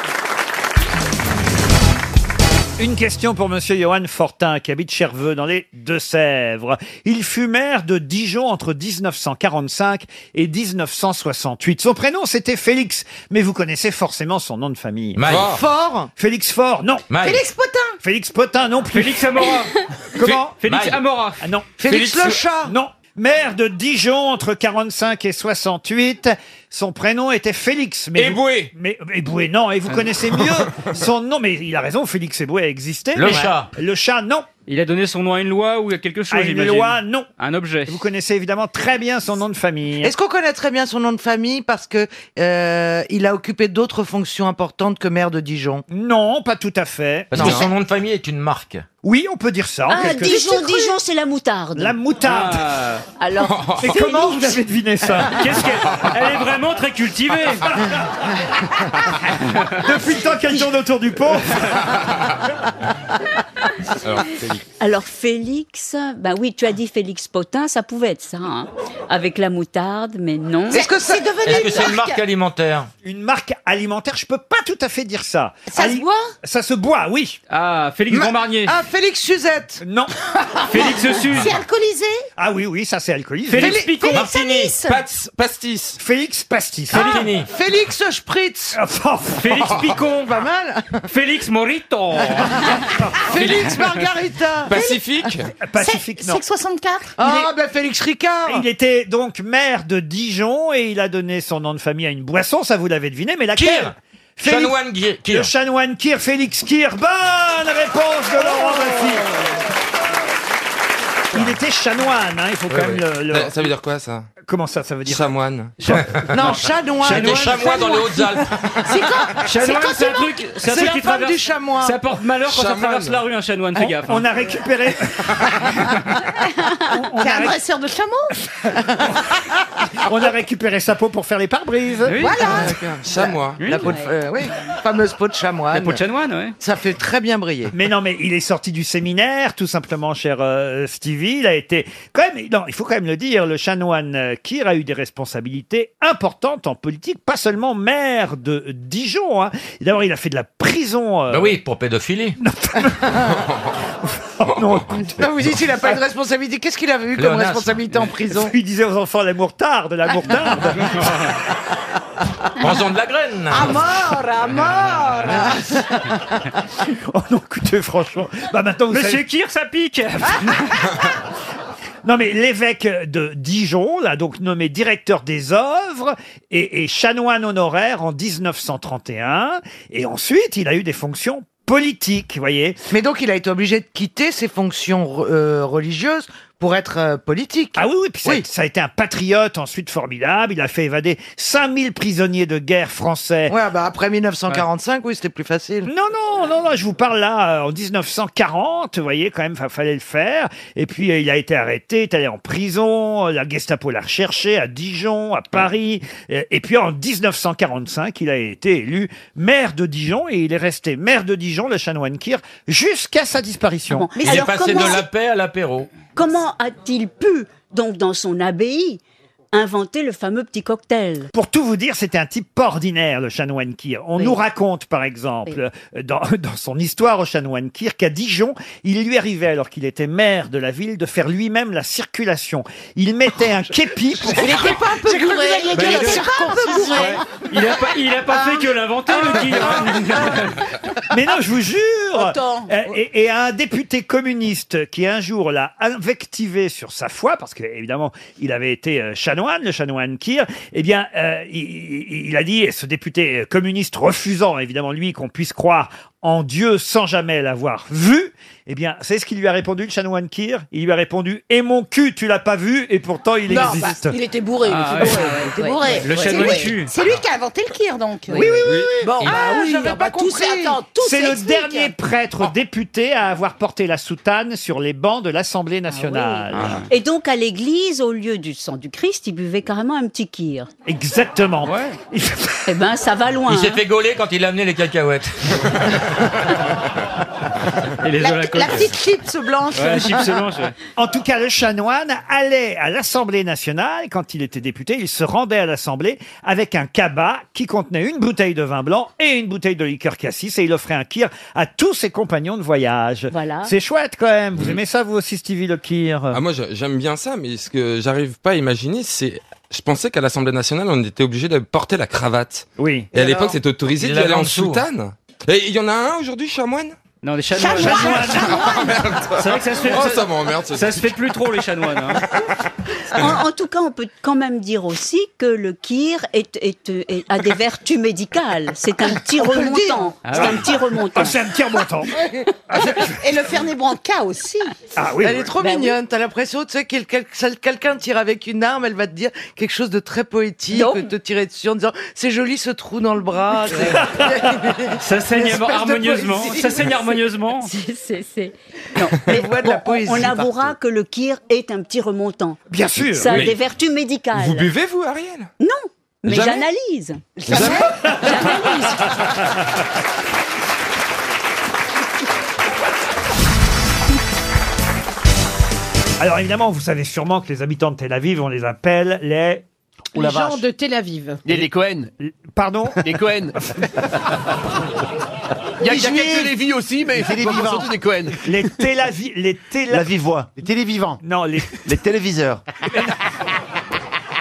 Speaker 1: Une question pour Monsieur Johan Fortin, qui habite Cherveux, dans les Deux-Sèvres. Il fut maire de Dijon entre 1945 et 1968. Son prénom, c'était Félix, mais vous connaissez forcément son nom de famille.
Speaker 13: Maille. Fort.
Speaker 1: Fort Félix Fort, non.
Speaker 13: Maille. Félix
Speaker 1: Potin Félix Potin, non plus.
Speaker 13: Félix Amora.
Speaker 1: Comment
Speaker 13: Fé- Félix Maille. Amora.
Speaker 1: Ah, non.
Speaker 13: Félix Félix- Le Chat.
Speaker 1: Non. Maire de Dijon entre 45 et 68. Son prénom était Félix. Mais Eboué. Mais Eboué, non. Et vous
Speaker 13: Ah.
Speaker 1: connaissez
Speaker 13: (laughs)
Speaker 1: mieux son nom. Mais il a raison, Félix Eboué a existé.
Speaker 7: Le
Speaker 1: Mais-
Speaker 7: chat.
Speaker 1: Le chat, non.
Speaker 7: Il a donné son nom à une loi ou à quelque chose,
Speaker 1: À une
Speaker 7: j'imagine.
Speaker 1: loi, non.
Speaker 7: Un objet.
Speaker 1: Vous connaissez évidemment très bien son nom de famille.
Speaker 11: Est-ce qu'on connaît très bien son nom de famille parce que euh, il a occupé d'autres fonctions importantes que maire de Dijon
Speaker 1: Non, pas tout à fait.
Speaker 11: Parce que son
Speaker 1: nom de famille est une marque. Oui, on peut dire ça. en
Speaker 3: Ah,
Speaker 1: quelque-
Speaker 3: Dijon, Dijon, c'est la moutarde. Ah.
Speaker 1: La moutarde.
Speaker 3: Alors,
Speaker 1: (laughs) Et comment vous avez deviné ça
Speaker 3: Qu'est-ce (laughs)
Speaker 1: qu'elle
Speaker 7: Elle est vraiment très cultivée.
Speaker 1: Depuis le temps qu'elle tourne autour du pot.
Speaker 13: Alors,
Speaker 3: Alors Félix, bah oui, tu as dit Félix Potin, ça pouvait être ça, hein. avec la moutarde, mais non.
Speaker 13: Est-ce que c'est une marque alimentaire
Speaker 1: Une marque alimentaire, je peux pas tout à fait dire ça.
Speaker 11: Ça se boit
Speaker 1: Ça se boit, oui. Ah, Félix Bombardier.
Speaker 11: Ah, Félix Suzette (laughs)
Speaker 1: Non
Speaker 7: Félix Sud. C'est
Speaker 11: alcoolisé
Speaker 1: Ah oui, oui, ça c'est alcoolisé.
Speaker 7: Félix Félix- Pico. Félix
Speaker 1: Martini. pastis. Félix Pastis. Martini.
Speaker 11: Ah. Félix Spritz
Speaker 1: Ah,
Speaker 13: (laughs)
Speaker 7: Félix Picon.
Speaker 11: Pas mal
Speaker 7: Félix Morito.
Speaker 11: Félix Margarita
Speaker 7: Pacifique.
Speaker 13: Ah,
Speaker 1: Pacifique, non.
Speaker 11: 64 Ah, ben Félix Ricard
Speaker 1: Il était donc maire de Dijon et il a donné son nom de famille à une boisson, ça vous l'avez deviné, mais laquelle
Speaker 13: Kyr.
Speaker 1: Félix-
Speaker 13: Chanoine Kyr.
Speaker 1: Le chanoine Kir, Félix Kir. Bonne réponse de
Speaker 11: Oh.
Speaker 1: Laurent Baffy. Il était chanoine, hein, il faut
Speaker 24: Ouais,
Speaker 1: quand même
Speaker 24: ouais.
Speaker 1: le- le...
Speaker 24: Mais Ça veut dire quoi, ça
Speaker 1: Comment ça, ça veut dire
Speaker 24: Chamoine.
Speaker 2: (laughs)
Speaker 11: Non, chanoine.
Speaker 24: J'étais chamois dans les Hautes-Alpes.
Speaker 11: C'est quand
Speaker 7: Chanoine, c'est un truc, c'est un
Speaker 11: C'est
Speaker 7: truc
Speaker 11: la
Speaker 7: qui
Speaker 11: femme
Speaker 7: traverse-
Speaker 11: du chamois.
Speaker 7: Ça porte malheur quand ça
Speaker 24: Chamoine.
Speaker 7: traverse la rue, un chanoine, fais gaffe.
Speaker 1: On a récupéré.
Speaker 25: Ah,
Speaker 14: C'est un dresseur
Speaker 25: (laughs)
Speaker 14: de chameau
Speaker 1: On a récupéré sa peau pour faire les pare-brises.
Speaker 13: Ah,
Speaker 24: Chamois.
Speaker 11: La peau de, euh, oui, fameuse peau de chamoine.
Speaker 1: La peau de chanoine,
Speaker 11: oui. Ça fait très bien briller.
Speaker 1: Mais non, mais il est sorti du séminaire, tout simplement, cher euh, Stevie. Il a été quand même. Non, il faut quand même le dire. Le chanoine euh, Kir a eu des responsabilités importantes en politique, pas seulement maire de Dijon. hein. D'abord, il a fait de la prison. euh,
Speaker 16: Ben oui, pour pédophilie. (laughs)
Speaker 1: oh (laughs) non, écoutez.
Speaker 11: Non, vous dites qu'il n'a pas eu de responsabilité. Qu'est-ce qu'il avait eu comme
Speaker 1: Léonas.
Speaker 11: responsabilité en prison
Speaker 1: Il disait aux enfants la mourtarde, la
Speaker 2: (laughs)
Speaker 1: mourtarde.
Speaker 16: Prends-en de la graine.
Speaker 11: À mort, à mort
Speaker 1: (laughs) oh non, écoutez, franchement. Bah maintenant, vous savez-
Speaker 7: Monsieur Kir, ça pique.
Speaker 1: Non mais l'évêque de Dijon l'a donc nommé directeur des œuvres et, et chanoine honoraire en 1931 et ensuite il a eu des fonctions politiques, vous voyez.
Speaker 11: Mais donc, il a été obligé de quitter ses fonctions euh, religieuses pour être euh, politique.
Speaker 1: Ah oui, oui, puis ça, ça a été un patriote ensuite formidable. Il a fait évader 5000 prisonniers de guerre français.
Speaker 11: Ouais, bah après 1945, oui, c'était plus facile.
Speaker 1: Non, non, non, non, je vous parle là euh, en 1940, vous voyez, quand même, fa- fallait le faire. Et puis, euh, il a été arrêté, est allé en prison, euh, la Gestapo l'a recherché à Dijon, à Paris. Et, et puis, en 1945, il a été élu maire de Dijon et il est resté maire de Dijon, le chanoine Kir, jusqu'à sa disparition.
Speaker 3: Ah Mais Il est alors passé comment- de la
Speaker 16: paix à l'apéro.
Speaker 3: Comment a-t-il pu, donc dans son abbaye, inventer le fameux petit cocktail
Speaker 1: Pour tout vous dire, c'était un type pas ordinaire, le chanoine Kir. On nous raconte, par exemple, euh, dans, (laughs) dans son histoire au chanoine Kir, qu'à Dijon, il lui arrivait, alors qu'il était maire de la ville, de faire lui-même la
Speaker 13: (laughs)
Speaker 1: circulation. Il mettait un képi pour...
Speaker 13: Il était pas un peu bourré.
Speaker 1: Mais il était-
Speaker 13: pas un peu bourré. Il a pas, il a pas fait que l'inventer, le deal.
Speaker 1: Mais non, je vous jure
Speaker 13: Autant.
Speaker 1: Euh, et, et à un député communiste qui un jour l'a invectivé sur sa foi, parce que évidemment, il avait été euh, chanoine, le chanoine Kir, eh bien, euh, il, il- il a dit, ce député euh, communiste refusant, évidemment, lui, qu'on puisse croire en Dieu sans jamais l'avoir vu, eh bien, c'est ce qu'il lui a répondu, le chanoine Kir Il lui a répondu, et mon cul, tu l'as pas vu, et pourtant il
Speaker 7: Non,
Speaker 1: existe.
Speaker 7: bah, il était bourré. il
Speaker 1: Ah,
Speaker 7: était bourré,
Speaker 1: ouais,
Speaker 7: il était
Speaker 1: ouais,
Speaker 7: bourré.
Speaker 1: ouais. Le
Speaker 7: C'est
Speaker 1: chanoine
Speaker 7: lui-
Speaker 1: cul.
Speaker 7: C'est lui qui a inventé le kir, donc.
Speaker 1: Oui, oui, oui, oui.
Speaker 7: Bon,
Speaker 1: Et-
Speaker 7: bah
Speaker 1: Ah,
Speaker 7: oui,
Speaker 1: j'avais
Speaker 7: bah, tout s'est- attends, tout
Speaker 1: C'est le
Speaker 7: s'explique.
Speaker 1: dernier
Speaker 7: Oh.
Speaker 1: prêtre député à avoir porté la soutane sur les bancs de l'Assemblée
Speaker 7: Ah
Speaker 1: nationale.
Speaker 3: Et donc à l'église, au lieu du sang du Christ, il buvait carrément un petit kir.
Speaker 1: Exactement.
Speaker 3: Eh ben, ça va loin.
Speaker 13: Il s'est
Speaker 3: hein.
Speaker 13: fait gauler quand il a amené les cacahuètes. (laughs) Et les
Speaker 7: La, la petite chips blanche.
Speaker 1: (laughs) En tout cas, le chanoine allait à l'Assemblée nationale quand il était député. Il se rendait à l'Assemblée avec un cabas qui contenait une bouteille de vin blanc et une bouteille de liqueur cassis et il offrait un kir à tous ses compagnons de voyage.
Speaker 3: Voilà.
Speaker 1: C'est chouette quand même. Vous aimez ça vous aussi, Stevie le kir
Speaker 2: Mm. Ah, moi, je- j'aime bien ça, mais ce que j'arrive pas à imaginer, c'est. Je pensais qu'à l'Assemblée nationale, on était obligé de porter la cravate.
Speaker 1: Oui.
Speaker 2: Et, à
Speaker 26: Et
Speaker 2: l'époque,
Speaker 26: alors
Speaker 2: c'était autorisé
Speaker 26: Il
Speaker 2: d'y aller
Speaker 26: l'avait en
Speaker 2: en
Speaker 26: dessous.
Speaker 2: soutane. Et il y en a un aujourd'hui, chamoine
Speaker 13: Non, les chanoines. Ah, (laughs) C'est vrai que ça se fait.
Speaker 2: Oh, ça m'emmerde, ce
Speaker 13: Ça se fait plus trop, les chanoines. hein.
Speaker 3: En, en tout cas, on peut quand même dire aussi que le kir est, est- est- a des vertus médicales. C'est un petit
Speaker 7: On peut le dire.
Speaker 3: remontant.
Speaker 13: Ah
Speaker 3: C'est un petit remontant.
Speaker 1: Ah, c'est un petit remontant.
Speaker 7: Et le Fernet Branca aussi.
Speaker 1: Ah oui.
Speaker 25: Elle est trop
Speaker 7: Bah oui.
Speaker 25: mignonne. T'as l'impression, tu sais, quel- quel- quel- quelqu'un tire avec une arme, elle va te dire quelque chose de très poétique, te tirer dessus en disant c'est joli ce trou dans le
Speaker 7: (laughs)
Speaker 25: bras.
Speaker 13: Ça saigne
Speaker 25: Espèce de
Speaker 13: harmonieusement.
Speaker 25: poésie.
Speaker 13: Ça saigne harmonieusement.
Speaker 3: (laughs) C'est- c'est- c'est-
Speaker 25: Elle voit de la
Speaker 3: on-
Speaker 25: poésie.
Speaker 3: on avouera que le kir est un petit remontant.
Speaker 25: Bien sûr,
Speaker 3: Ça a
Speaker 25: oui.
Speaker 3: des vertus médicales.
Speaker 2: Vous buvez, vous, Ariel
Speaker 3: Non, mais
Speaker 2: Jamais
Speaker 3: j'analyse.
Speaker 1: Alors évidemment, vous savez sûrement que les habitants de Tel Aviv, on les appelle les...
Speaker 27: les gens de Tel Aviv.
Speaker 1: Les, Cohen. Pardon
Speaker 27: Les
Speaker 1: (laughs)
Speaker 27: Cohen. Il y a, il y a quelques Lévis aussi, mais
Speaker 1: C'est des
Speaker 27: bon,
Speaker 1: vivants.
Speaker 27: surtout des Cohen.
Speaker 1: Les Tel Aviv... Les Tel...
Speaker 27: La
Speaker 1: Vivois. Les télévivants. Non, les...
Speaker 11: Les téléviseurs.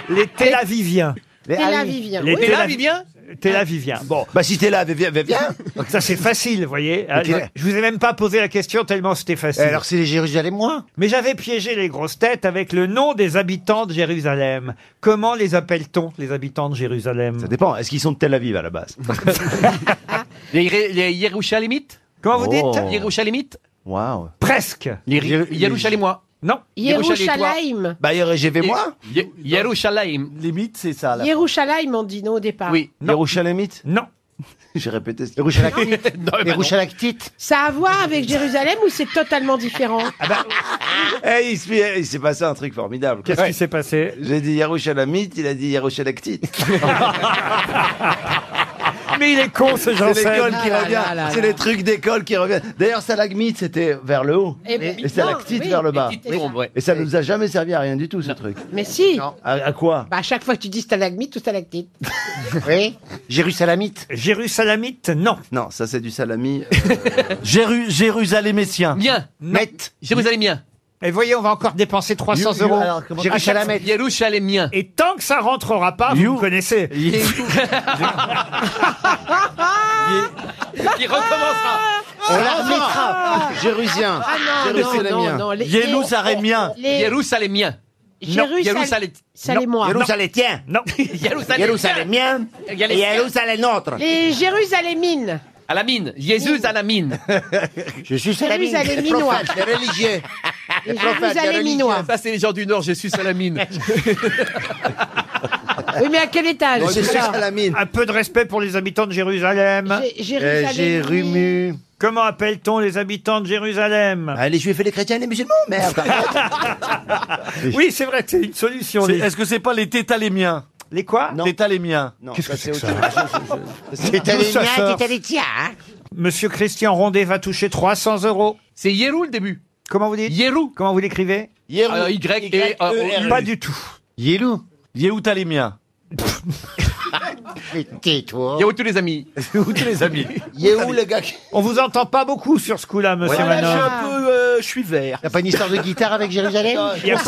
Speaker 1: les Tel Aviviens.
Speaker 17: Ah
Speaker 11: Les- Tel Aviviens. Oui. Tel Aviviens
Speaker 1: Tel Aviviens. Bon.
Speaker 11: Bah si t'es là, viens, viens, viens.
Speaker 1: (laughs) Donc ça c'est facile, vous voyez. Ah,
Speaker 11: Mais t'es-
Speaker 1: Je- Je vous ai même pas posé la question tellement c'était facile.
Speaker 11: Eh, alors,
Speaker 1: c'est les Jérusalémois. Mais j'avais piégé les grosses têtes avec le nom des habitants de Jérusalem. Comment les appelle-t-on les habitants de Jérusalem Ça dépend. Est-ce qu'ils sont de Tel Aviv à la base
Speaker 27: (laughs) Les, Ré- les Yerushalémites.
Speaker 1: Comment vous dites
Speaker 27: Yerushalémites.
Speaker 11: Waouh.
Speaker 1: Presque.
Speaker 27: Les Ri- Yerushalémois.
Speaker 1: Non.
Speaker 27: Yerushalayim.
Speaker 11: Yerushalayim. Bah, Yerushalayim.
Speaker 27: Yerushalayim.
Speaker 11: Limite, c'est ça. là.
Speaker 7: Yerushalayim, on dit non au départ.
Speaker 11: Oui. Yerushalayimite
Speaker 1: Non.
Speaker 11: J'ai répété ce
Speaker 27: (laughs)
Speaker 7: Yerushalactite. Ça a à voir avec Jérusalem ou c'est totalement différent
Speaker 25: Ah bah,
Speaker 11: (laughs) Eh, il se- eh, il s'est passé un truc formidable.
Speaker 1: Qu'est-ce qui s'est passé
Speaker 11: J'ai dit Yerushalayimite, il a dit Yerushalactite.
Speaker 1: (laughs) Mais il est con ce Janssen.
Speaker 11: C'est l'école
Speaker 1: Ah
Speaker 11: qui
Speaker 1: là
Speaker 11: revient.
Speaker 1: là là
Speaker 11: C'est
Speaker 1: là.
Speaker 11: les trucs d'école qui reviennent. D'ailleurs, salagmite, c'était vers le haut.
Speaker 1: Eh ben,
Speaker 7: Et
Speaker 11: Et,
Speaker 7: puis-
Speaker 11: salactite
Speaker 7: non, oui,
Speaker 11: vers le
Speaker 7: les
Speaker 11: bas.
Speaker 7: petites trompes, ouais.
Speaker 11: Et ça nous a jamais servi à rien du tout, ce truc.
Speaker 7: Mais si.
Speaker 11: À, à quoi
Speaker 7: Bah, à chaque fois que tu dis stalagmite ou stalactite.
Speaker 11: Oui. Jérusalamite.
Speaker 1: Jérusalamite, non.
Speaker 11: Non, ça c'est
Speaker 1: (laughs)
Speaker 11: du salami. euh, Jérusalémétien.
Speaker 27: Mien.
Speaker 11: Net.
Speaker 27: Jérusalémien.
Speaker 1: Et voyez, on va encore dépenser 300
Speaker 11: You- you-
Speaker 1: euros.
Speaker 11: alors, comment-
Speaker 1: à chaque-
Speaker 27: Jérusalémien. Jérusalémien.
Speaker 1: Et tant que ça rentrera pas, Ah, vous me connaissez.
Speaker 27: (laughs)
Speaker 13: Il recommencera.
Speaker 11: On la remettra. Jérusien.
Speaker 7: Ah non, non,
Speaker 27: Jérusalémien.
Speaker 7: non, non, les-
Speaker 27: Jérusalémien.
Speaker 7: les-
Speaker 27: Jérusalémien.
Speaker 7: Jérusal- Salémois. Non.
Speaker 11: Jérusalétien. (laughs)
Speaker 1: Non.
Speaker 11: Jérusalémien. nôtre.
Speaker 7: Les Jérusalémines.
Speaker 27: À la mine. Jésus à la
Speaker 7: (laughs)
Speaker 27: mine.
Speaker 11: Je suis
Speaker 7: Jérusaléminois. Les Jérusaléminois.
Speaker 27: Ça, c'est les gens du Nord. Jésus à la mine.
Speaker 7: Oui, mais à quel étage ça
Speaker 1: Un peu de respect pour les habitants de Jérusalem.
Speaker 11: Eh,
Speaker 7: Jé- Jérusalem. Euh, Jérumu.
Speaker 1: Comment appelle-t-on les habitants de Jérusalem
Speaker 11: Ah, Les juifs et les chrétiens et les musulmans, merde.
Speaker 1: (laughs) Oui, c'est vrai que c'est une solution. les-
Speaker 11: que c'est pas les tétalémiens
Speaker 1: Les quoi
Speaker 11: Non. Tétalémiens. (laughs) Non,
Speaker 1: Qu'est-ce que c'est que ça
Speaker 27: (laughs)
Speaker 11: Tétalémiens,
Speaker 7: tiens.
Speaker 1: Monsieur Christian Rondet va toucher 300 euros.
Speaker 27: C'est Yérou le début.
Speaker 1: Comment vous dites
Speaker 27: Yérou.
Speaker 1: Comment vous l'écrivez
Speaker 11: Yérou. E
Speaker 27: Euh, Y et, euh,
Speaker 1: Pas du tout.
Speaker 11: Yélou. Yéhou Talémien. (laughs) Tais-toi.
Speaker 28: Yahoo tous les
Speaker 1: (laughs)
Speaker 28: amis.
Speaker 11: Yahoo tous les amis. Yahoo les gars.
Speaker 1: On vous entend pas beaucoup sur ce coup-là, monsieur
Speaker 11: Ouais, là, je
Speaker 1: Manon.
Speaker 11: suis un
Speaker 28: peu, euh, je suis vert.
Speaker 11: T'as pas une histoire de (laughs) guitare avec Jérusalem
Speaker 1: Ah, Il y a-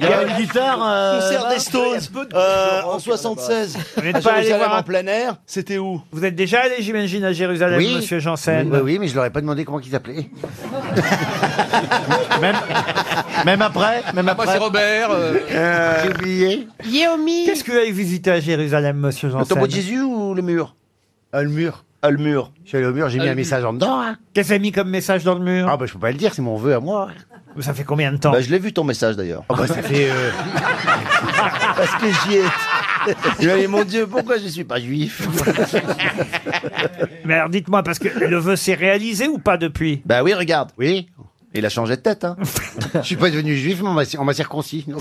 Speaker 19: Il y a une guitare. euh,
Speaker 11: bah,
Speaker 1: Concert des Stones,
Speaker 19: euh, en 76.
Speaker 1: Vous n'êtes
Speaker 19: à
Speaker 1: pas allé
Speaker 19: Jérusalem
Speaker 1: voir un-
Speaker 19: en plein air. C'était où
Speaker 1: Vous êtes déjà allé, j'imagine, à Jérusalem,
Speaker 11: Oui.
Speaker 1: monsieur Janssen
Speaker 11: Oui, oui, oui, mais je leur ai pas demandé comment
Speaker 1: (laughs)
Speaker 11: ils s'appelaient.
Speaker 19: Même après Même
Speaker 11: Ah, moi, c'est
Speaker 28: Robert.
Speaker 11: Euh, J'ai oublié.
Speaker 1: Yéomi Qu'est-ce que vous avez visité à Jérusalem, monsieur Janssen
Speaker 11: Le tombeau de Jésus ou le mur Ah, le mur. Ah, le mur. Je suis allé au mur, j'ai
Speaker 1: Ah,
Speaker 11: mis
Speaker 1: le
Speaker 11: un message en dedans. hein.
Speaker 1: Qu'est-ce que vous avez mis comme message dans le
Speaker 11: (laughs)
Speaker 1: mur
Speaker 11: Ah, bah, je peux pas le dire, c'est mon vœu à moi. Bah,
Speaker 1: Ça fait combien de temps
Speaker 19: Je l'ai vu ton message d'ailleurs.
Speaker 11: Ah, bah, ça fait. (laughs) euh,
Speaker 19: Parce que j'y
Speaker 1: (laughs)
Speaker 19: ai. J'avais mon Dieu, pourquoi je suis pas juif
Speaker 1: Mais alors dites-moi, parce que le vœu s'est réalisé ou pas depuis
Speaker 19: Bah oui, regarde.
Speaker 11: Oui.
Speaker 19: Il a changé de tête.
Speaker 1: (laughs)
Speaker 19: Hein.
Speaker 11: Je suis pas devenu juif, mais on m'a- on m'a circoncis. non,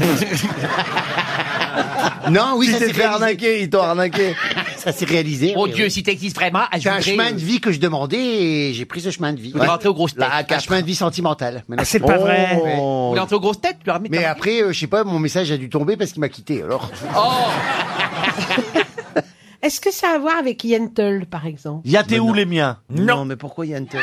Speaker 11: oui,
Speaker 19: Tu
Speaker 11: ça
Speaker 19: t'es
Speaker 11: s'est
Speaker 19: fait arnaquer, ils t'ont arnaqué.
Speaker 11: ça s'est réalisé.
Speaker 28: Mon
Speaker 11: mais
Speaker 28: Oh, Dieu,
Speaker 11: oui.
Speaker 28: si euh. t'existes vraiment,
Speaker 11: C'est un
Speaker 28: ajouterai-
Speaker 11: chemin de vie que je demandais et j'ai pris ce chemin de vie.
Speaker 28: Il est rentré aux grosses têtes.
Speaker 11: Un chemin de vie sentimental. Maintenant,
Speaker 1: Ah, c'est pas vrai.
Speaker 28: Il est rentré aux grosses têtes, tu l'as remis.
Speaker 11: Mais après, euh, je sais pas, mon message a dû tomber parce qu'il m'a
Speaker 28: (laughs)
Speaker 11: quitté. Alors,
Speaker 7: Oh. (laughs) Est-ce que ça a à voir avec Yentel, par exemple
Speaker 19: Yaté où les miens
Speaker 1: non.
Speaker 19: mais pourquoi Yantel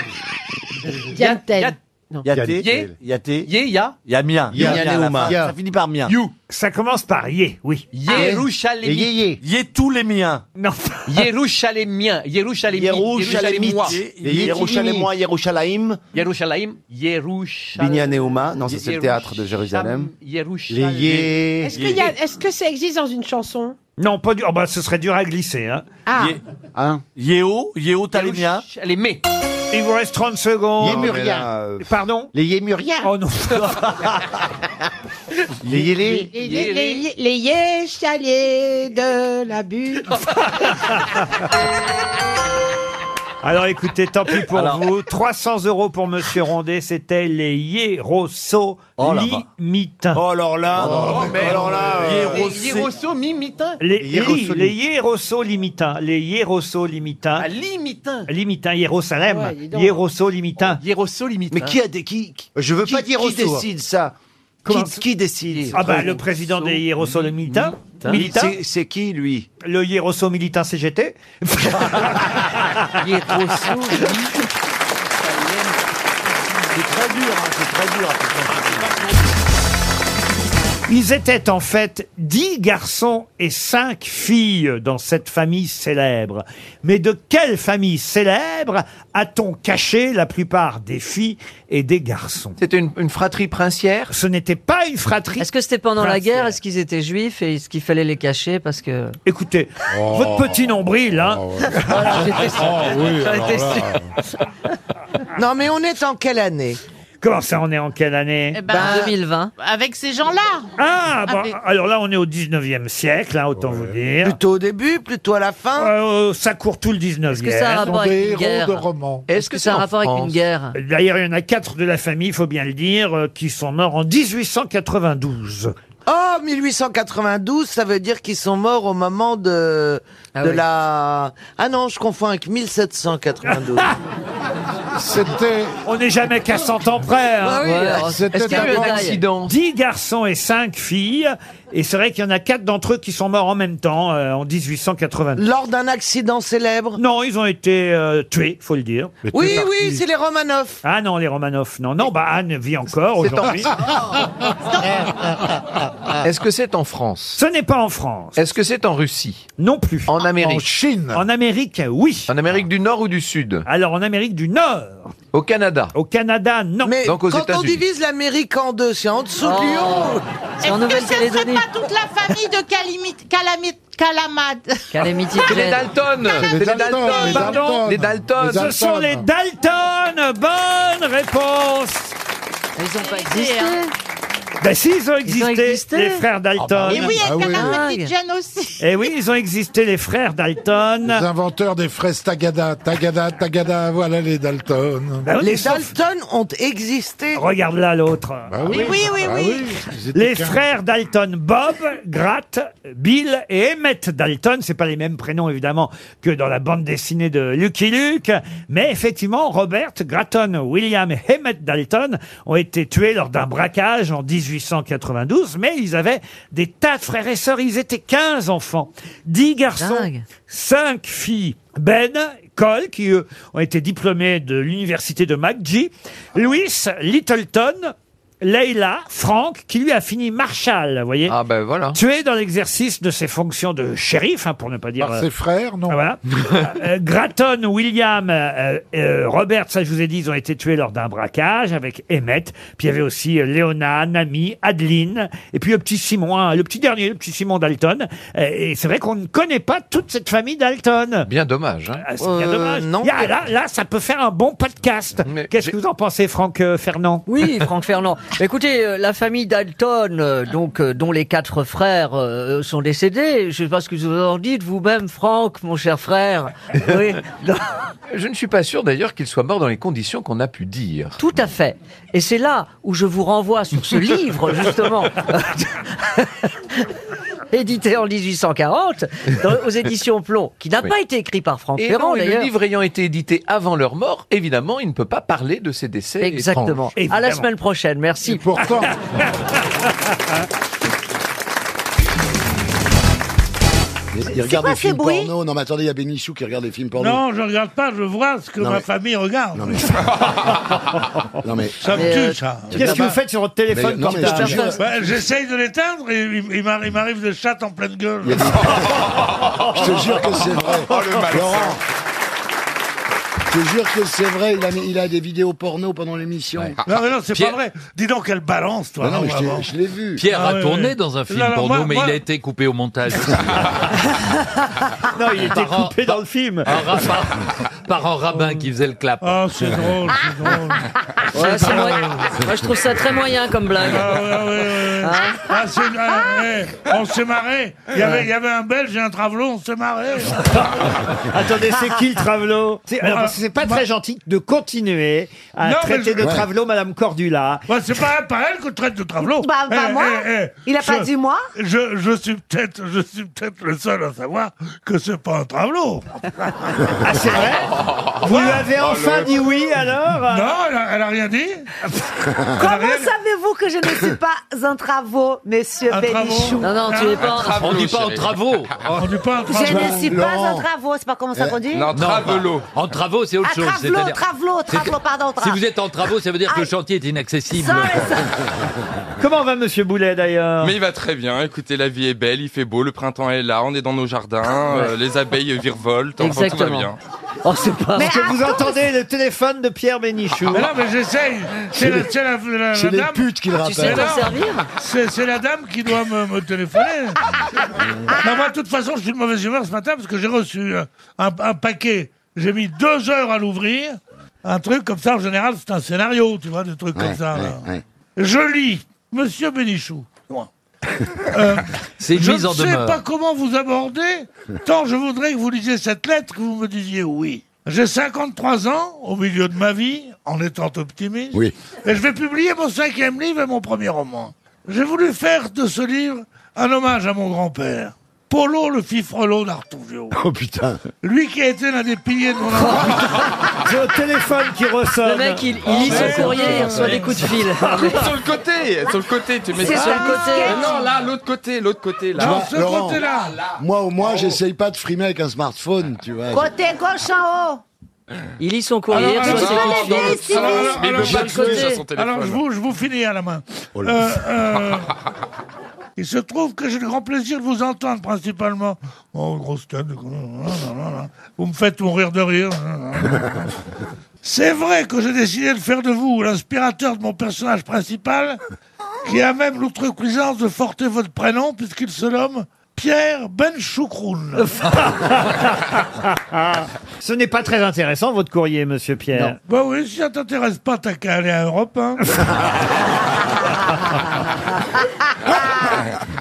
Speaker 7: Yentel.
Speaker 19: Yaté
Speaker 1: Yaté.
Speaker 19: Yaté
Speaker 28: Yé, ya.
Speaker 19: Y'a
Speaker 28: euh,
Speaker 19: mien.
Speaker 1: Ya.
Speaker 19: Y'a à la fin.
Speaker 1: Ya.
Speaker 19: Ça finit par mien.
Speaker 1: You. Ça commence par Yé, oui.
Speaker 11: Ah
Speaker 28: Yerushalémite.
Speaker 19: Yé tous les miens.
Speaker 1: Non. (laughs)
Speaker 28: Yerushalémien. Yerushalémite. Yerushalémois.
Speaker 19: Yerushalémois, Yerushalayim.
Speaker 28: Yerushalayim. Yerushalayim.
Speaker 29: Binyanéouma, non, ça c'est le
Speaker 28: Yerusham-
Speaker 29: théâtre de
Speaker 11: Ah,
Speaker 29: Jérusalem.
Speaker 28: Yerushalayim.
Speaker 29: yé-
Speaker 7: Est-ce que, y a- est-ce que ça existe dans une chanson
Speaker 1: Non, pas du. Oh, bah, ce serait dur à glisser. Hein.
Speaker 7: Ah.
Speaker 19: Yé-
Speaker 11: Hein?
Speaker 19: Yéo, Yéo Talémia.
Speaker 28: Les mets.
Speaker 1: Il vous reste 30 secondes.
Speaker 19: Oh,
Speaker 11: Yémuriens.
Speaker 19: euh,
Speaker 1: Pardon
Speaker 11: les Yémuriens.
Speaker 1: Oh non.
Speaker 11: (laughs)
Speaker 1: (laughs)
Speaker 11: les Yélés.
Speaker 7: Les, les, les, les yéchaliers de la butte.
Speaker 1: Alors écoutez, tant pis pour
Speaker 29: Alors.
Speaker 1: vous. 300 euros pour Monsieur Rondet, c'était les Yerosso
Speaker 29: Oh là là.
Speaker 1: Limitins.
Speaker 29: Oh, alors là,
Speaker 19: ben,
Speaker 29: alors là, euh,
Speaker 28: Yerosso, mimitin.
Speaker 1: Les
Speaker 29: Yerosso
Speaker 1: Yerosso les Yerosso Limitins. Les Yerosso Limitins.
Speaker 28: Ah, limitin.
Speaker 1: Limitins, Yerusalem.
Speaker 28: Ouais, dis donc.
Speaker 1: Yerosso Limitins.
Speaker 28: Yerosso, limitin.
Speaker 19: Mais qui a des qui qui-
Speaker 11: Oh, Je veux
Speaker 19: qui-
Speaker 11: pas dire
Speaker 19: qui
Speaker 11: au sourd.
Speaker 19: décide ça
Speaker 1: Comment
Speaker 19: qui, qui décide
Speaker 1: Ah bah le président des Yerosso Limitins. Militin.
Speaker 19: C'est- C'est qui lui
Speaker 1: Le Yerosso
Speaker 19: (laughs)
Speaker 1: Militin CGT.
Speaker 28: Yerosso,
Speaker 19: C'est très dur, hein, c'est très dur.
Speaker 1: Ils étaient en fait dix garçons et cinq filles dans cette famille célèbre. Mais de quelle famille célèbre a-t-on caché la plupart des filles et des garçons
Speaker 13: C'était une, une fratrie princière.
Speaker 1: Ce n'était pas une fratrie.
Speaker 13: Est-ce que c'était pendant la
Speaker 1: princière.
Speaker 13: guerre Est-ce qu'ils étaient juifs et est-ce qu'il fallait les cacher parce que
Speaker 1: Écoutez, votre
Speaker 13: Oh.
Speaker 1: petit nombril, hein.
Speaker 11: Oh,
Speaker 1: (laughs)
Speaker 22: Non, Oh, mais on est en quelle année
Speaker 1: Comment ça, on est en quelle année
Speaker 6: (laughs) Eh ben, Ben,
Speaker 13: 2020
Speaker 6: Avec ces gens-là.
Speaker 1: Ah, bah,
Speaker 6: Avec-
Speaker 1: alors là, on est au 19e siècle, hein, autant vous dire.
Speaker 22: Plutôt au début, plutôt à la fin
Speaker 1: Euh, ça court tout le 19e.
Speaker 13: Est-ce que ça a un rapport avec une guerre Est-ce que ça a un rapport avec une guerre
Speaker 1: D'ailleurs, il y en a quatre de la famille, il faut bien le dire, euh, qui sont morts en 1892.
Speaker 22: Oh, 1892, ça veut dire qu'ils sont morts au moment de,
Speaker 13: Ah
Speaker 22: de
Speaker 13: oui.
Speaker 22: la... Ah non, je confonds avec
Speaker 13: (laughs)
Speaker 22: 1792.
Speaker 1: C'était. On n'est jamais qu'à 100 ans près. hein.
Speaker 13: Ah oui,
Speaker 1: Voilà.
Speaker 13: alors, C'était est-ce qu'il y a eu un avant- accident
Speaker 1: 10 garçons et 5 filles. Et c'est vrai qu'il y en a 4 d'entre eux qui sont morts en même temps, euh, en 1892.
Speaker 22: Lors d'un accident célèbre
Speaker 1: Non, ils ont été euh, tués, faut le dire.
Speaker 22: Oui, oui, c'est les Romanov.
Speaker 1: Ah non, les Romanov, non. Non, bah Anne vit encore (laughs) aujourd'hui.
Speaker 13: Est-ce que c'est en France
Speaker 1: Ce n'est pas en France.
Speaker 13: Est-ce que c'est en Russie
Speaker 1: Non plus. Ah,
Speaker 13: En Amérique Chine
Speaker 1: En Amérique, oui.
Speaker 13: En Amérique du Nord ou du Sud
Speaker 1: Alors en Amérique du Nord.
Speaker 13: Au Canada
Speaker 1: Au Canada, non.
Speaker 22: Mais
Speaker 13: Donc aux
Speaker 22: quand on
Speaker 13: États-Unis.
Speaker 22: divise l'Amérique en deux, c'est en dessous
Speaker 13: Oh.
Speaker 22: de Lyon.
Speaker 13: C'est en nouvelle
Speaker 6: C'est
Speaker 13: calédonie
Speaker 6: pas toute la famille de Calimite, Calamite, Calamade.
Speaker 13: Calamity
Speaker 6: (laughs)
Speaker 13: C'est les Claire.
Speaker 28: Dalton.
Speaker 22: Euh,
Speaker 13: C'est les Dalton
Speaker 1: Pardon
Speaker 13: Les Dalton
Speaker 1: Ce sont les Dalton Bonne réponse
Speaker 13: Ils ont pas existé
Speaker 1: Ben si, ils ont existé,
Speaker 13: ont existé.
Speaker 1: les frères Dalton.
Speaker 6: Et bah oui,
Speaker 13: Ah
Speaker 6: elle
Speaker 13: oui.
Speaker 6: la
Speaker 13: Dingue.
Speaker 6: petite Jeanne aussi.
Speaker 1: Eh oui, ils ont existé, les frères Dalton.
Speaker 30: Les inventeurs des fraises Tagada, Tagada, Tagada, voilà les Dalton.
Speaker 1: Ben oui,
Speaker 22: Les
Speaker 1: sauf-
Speaker 22: Dalton ont existé.
Speaker 1: Regarde là l'autre.
Speaker 6: Bah Oui, oui, oui,
Speaker 30: Ah
Speaker 6: oui.
Speaker 30: ils étaient
Speaker 1: Les
Speaker 30: quinze.
Speaker 1: frères Dalton, Bob, Gratt, Bill et Emmett Dalton, c'est pas les mêmes prénoms évidemment que dans la bande dessinée de Lucky Luke, mais effectivement Robert Gratton, William et Emmett Dalton ont été tués lors d'un braquage en 1892, mais ils avaient des tas de frères et sœurs. Ils étaient 15 enfants, 10 garçons, 5 filles. Ben, Cole, qui eux, ont été diplômés de l'université de McGee, Louis Littleton, Leila, Frank, qui lui a fini Marshall, vous voyez. Ah ben voilà. Tué dans l'exercice de ses fonctions de shérif, hein, pour ne pas dire.
Speaker 30: Par ses frères, non
Speaker 1: Ah, voilà.
Speaker 30: (laughs)
Speaker 1: Euh, Gratton, William, euh, euh, Robert, ça je vous ai dit, ils ont été tués lors d'un braquage avec Emmett. Puis il y avait aussi euh, Léona, Nami, Adeline, et puis le petit Simon, hein, le petit dernier, le petit Simon Dalton. Euh, et c'est vrai qu'on ne connaît pas toute cette famille Dalton.
Speaker 16: Bien dommage. Hein.
Speaker 1: Ah, c'est bien dommage. Il y a- là, là, ça peut faire un bon podcast. Qu'est-ce que vous en pensez, Franck euh, Fernand
Speaker 4: Oui, Franck
Speaker 17: (laughs)
Speaker 4: Fernand. Écoutez, euh, la famille Dalton, euh, donc euh, dont les quatre frères euh, sont décédés, je ne sais pas ce que vous en dites vous-même, Franck, mon cher frère.
Speaker 16: (laughs)
Speaker 4: Oui.
Speaker 16: Je ne suis pas sûr d'ailleurs qu'il soit mort dans les conditions qu'on a pu dire.
Speaker 4: Tout à fait. Et c'est là où je vous renvoie sur ce
Speaker 16: (laughs)
Speaker 4: livre, justement. Édité en 1840 dans-
Speaker 23: (laughs)
Speaker 4: aux éditions Plomb, qui n'a
Speaker 16: Oui.
Speaker 4: pas été écrit par Franck
Speaker 16: Et
Speaker 4: Ferrand
Speaker 16: non, et le
Speaker 4: d'ailleurs.
Speaker 16: livre ayant été édité avant leur mort, évidemment, il ne peut pas parler de ces décès.
Speaker 4: Exactement.
Speaker 16: étranges.
Speaker 4: À la
Speaker 11: (laughs)
Speaker 4: semaine prochaine, merci.
Speaker 17: (laughs)
Speaker 30: pourtant.
Speaker 5: Il regarde
Speaker 4: quoi
Speaker 5: des
Speaker 4: ces
Speaker 5: films
Speaker 4: bruits
Speaker 5: porno. Non, mais attendez, il y a Bénichou qui regarde des films porno.
Speaker 17: Non, je regarde pas, je vois ce que
Speaker 5: Non,
Speaker 17: ma
Speaker 5: mais-
Speaker 17: famille regarde. (laughs)
Speaker 5: Non, mais- non, mais. euh,
Speaker 17: Ça me tue, ça.
Speaker 1: Qu'est-ce que vous faites sur votre téléphone
Speaker 17: (laughs)
Speaker 5: Mais- non, mais je te
Speaker 1: portable
Speaker 5: jure-
Speaker 17: Ouais, Bah, J'essaye de l'éteindre et il, il m'arri- il m'arrive des chattes en pleine gueule. (laughs)
Speaker 5: Je te jure que c'est vrai.
Speaker 17: Oh, le malsain.
Speaker 5: Laurent. Je te jure que c'est vrai, il a, il a des vidéos porno pendant l'émission.
Speaker 17: Ah. Non, mais non, c'est pas vrai. Dis donc, elle balance, toi. hein,
Speaker 5: Non, non, mais je l'ai-
Speaker 17: vraiment.
Speaker 5: je l'ai vu.
Speaker 23: Pierre
Speaker 17: Ah,
Speaker 23: a
Speaker 17: ouais,
Speaker 23: tourné
Speaker 17: ouais.
Speaker 23: dans un film
Speaker 17: Non, non,
Speaker 23: porno,
Speaker 17: moi-
Speaker 23: mais
Speaker 17: moi- Ah,
Speaker 23: il a été coupé au montage.
Speaker 1: (laughs)
Speaker 17: (laughs)
Speaker 1: Non, il était coupé dans le film.
Speaker 13: Ah.
Speaker 23: Un ra- par- par un rabbin qui faisait le clap. Ah,
Speaker 17: Oh, c'est drôle, c'est drôle.
Speaker 7: Ah,
Speaker 4: Ouais, c'est moi. Moi, je trouve ça très moyen comme blague.
Speaker 17: Ah, ouais, ouais, ouais. Ah, c'est- ah, ouais. On s'est marré. Il y, avait, il y avait un Belge et un Travelot, on s'est marré.
Speaker 1: Attendez, c'est qui le travelot C'est alors,
Speaker 17: Moi-
Speaker 1: parce que c'est pas très gentil de continuer à
Speaker 17: Non, mais
Speaker 1: traiter
Speaker 17: je-
Speaker 1: de
Speaker 17: Ouais.
Speaker 1: travelot Madame Cordula.
Speaker 17: Bah, c'est pas par elle que je traite de travelot.
Speaker 1: Bah, bah, moi, il a pas
Speaker 17: eh, je-
Speaker 1: dit moi.
Speaker 17: Je, je suis peut-être, je suis peut-être le seul à savoir que c'est pas un travelot.
Speaker 1: Ah, c'est vrai Vous lui avez enfin dit oui, alors
Speaker 17: Ah, Non, elle a, elle a rien
Speaker 1: (laughs)
Speaker 17: dit.
Speaker 31: Comment savez-vous que je ne suis pas un travaux, monsieur
Speaker 17: Un travaux
Speaker 31: Bénichou
Speaker 17: Non, non, tu Un- es pas un un- travaux, on dit pas un chérie.
Speaker 23: travaux.
Speaker 17: Ah, On dit pas un
Speaker 31: Je ne suis pas un travaux, c'est pas comment ça qu'on dit
Speaker 23: Euh, Non, travelot. En travaux, c'est autre
Speaker 31: Ah,
Speaker 23: chose.
Speaker 31: travelot,
Speaker 23: c'est-à-dire-
Speaker 31: travelot,
Speaker 23: c'est-
Speaker 31: travelot, Ah. pardon, tra-
Speaker 23: Si vous êtes en travaux, ça veut dire que le chantier est inaccessible.
Speaker 1: Comment va Monsieur Boulet d'ailleurs
Speaker 2: Mais il va très bien. Écoutez, la vie est belle, il fait beau, le printemps est là, on est dans nos jardins, euh, les abeilles virevoltent, enfin, tout va
Speaker 1: Exactement.
Speaker 2: bien.
Speaker 4: Oh, c'est pas.
Speaker 1: Parce que vous entendez le téléphone de Pierre Bénichou.
Speaker 17: Mais non, mais j'essaye. C'est la, c'est la, la- la
Speaker 1: c'est les
Speaker 17: dame. Ah,
Speaker 1: putes
Speaker 4: Ah,
Speaker 1: qui le Tu sais rappellent. quoi
Speaker 17: Mais non,
Speaker 1: servir
Speaker 17: C'est, c'est la dame qui doit me, me
Speaker 1: (laughs)
Speaker 17: téléphoner. non, moi, de toute façon, je suis de mauvaise humeur ce matin parce que j'ai reçu euh, un, un paquet. J'ai mis deux heures à l'ouvrir. Un truc comme ça, en général, c'est un scénario, tu vois, des trucs comme ça. là. Je lis, Monsieur Bénichou. Moi. Euh,
Speaker 23: C'est une
Speaker 17: je
Speaker 23: mise en
Speaker 17: ne sais
Speaker 23: demeure.
Speaker 13: (laughs)
Speaker 17: pas comment vous aborder, tant je voudrais que vous lisiez cette lettre, que vous me disiez oui. J'ai 53 ans, au milieu de ma vie, en étant optimiste,
Speaker 5: Oui.
Speaker 17: et je vais publier mon cinquième livre et mon premier roman. J'ai voulu faire de ce livre un hommage à mon grand-père, Polo le fifrelot d'Artouvio.
Speaker 5: Oh putain.
Speaker 17: Lui qui a été l'un des piliers de mon
Speaker 1: (laughs)
Speaker 17: enfance.
Speaker 1: J'ai au téléphone qui ressonne.
Speaker 4: Le mec, il- il lit son courrier, il reçoit des coups de fil.
Speaker 2: (laughs) sur le côté, sur le côté, tu mets
Speaker 4: C'est
Speaker 2: ça.
Speaker 4: sur le côté.
Speaker 2: Mais Non, là, l'autre côté, l'autre côté, là.
Speaker 5: Tu vois, Laurent, Moi, au moins, j'essaye pas de frimer avec un smartphone, tu vois.
Speaker 31: Côté gauche en haut
Speaker 4: Il lit son courrier,
Speaker 1: Ah,
Speaker 4: il reçoit des coups de fil.
Speaker 17: alors,
Speaker 4: Mais
Speaker 17: alors,
Speaker 4: de l'autre côté.
Speaker 17: alors, je vous, je vous finis à la main.
Speaker 4: Oh là.
Speaker 17: Euh, euh, il se trouve que j'ai le grand plaisir de vous entendre, principalement. Oh, grosse tête. Oh Vous me faites mourir
Speaker 4: (laughs)
Speaker 17: de rire. C'est vrai que j'ai décidé de faire de vous l'inspirateur de mon personnage principal, qui a même l'outrecuidance de porter votre prénom, puisqu'il se nomme Pierre Benchoucroun. (laughs)
Speaker 1: Ce n'est pas très intéressant votre courrier, Monsieur Pierre.
Speaker 17: Bah oui, si ça t'intéresse pas, t'as qu'à aller à Europe.
Speaker 1: (laughs)
Speaker 17: Hein.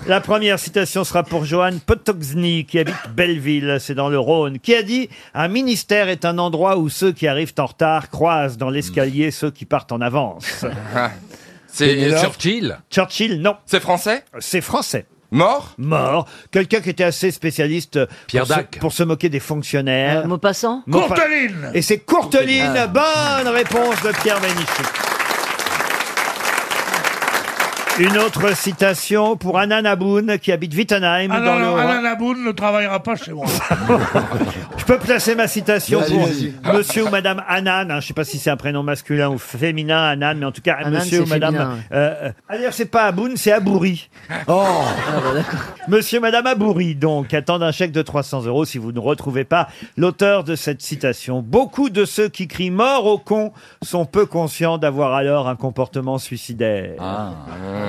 Speaker 1: La première citation sera pour Johan Potogzny, qui habite Belleville, c'est dans le Rhône, qui a dit « Un ministère est un endroit où ceux qui arrivent en retard croisent dans l'escalier ceux qui partent
Speaker 2: (laughs)
Speaker 1: en avance.
Speaker 2: C'est
Speaker 1: Pénélope.
Speaker 2: Churchill. »
Speaker 1: Churchill, non.
Speaker 2: C'est français
Speaker 1: C'est français.
Speaker 2: Mort
Speaker 1: Mort. Quelqu'un qui était assez spécialiste euh,
Speaker 2: Pierre
Speaker 1: pour, se,
Speaker 2: Dac.
Speaker 1: pour se moquer des fonctionnaires.
Speaker 4: Maupassant
Speaker 1: Maupa-
Speaker 17: Courteline
Speaker 1: Et c'est Courteline.
Speaker 4: Ah.
Speaker 1: Bonne réponse de Pierre Bénichou. Une autre citation pour Anna Naboun, qui habite Wittenheim.
Speaker 17: Ah
Speaker 1: dans
Speaker 17: non,
Speaker 1: le
Speaker 17: non,
Speaker 1: Haut-Rhin.
Speaker 17: Alain Laboune ne travaillera pas
Speaker 1: (laughs)
Speaker 17: chez moi.
Speaker 1: Je peux placer ma citation
Speaker 17: Vas-y,
Speaker 1: pour
Speaker 17: vas-y.
Speaker 1: monsieur ou madame Anan. hein, je sais pas si c'est un prénom masculin ou féminin, Anan, mais en tout cas,
Speaker 17: Anan,
Speaker 1: monsieur ou
Speaker 17: c'est
Speaker 1: madame.
Speaker 17: féminin, ouais.
Speaker 1: euh, euh, ah, D'ailleurs, c'est pas Aboun, c'est Abouri. Oh Monsieur madame Abouri, donc, attendent un chèque de 300 euros si vous ne retrouvez pas l'auteur de cette citation. Beaucoup de ceux qui crient mort au con sont peu conscients d'avoir alors un comportement suicidaire. Ah,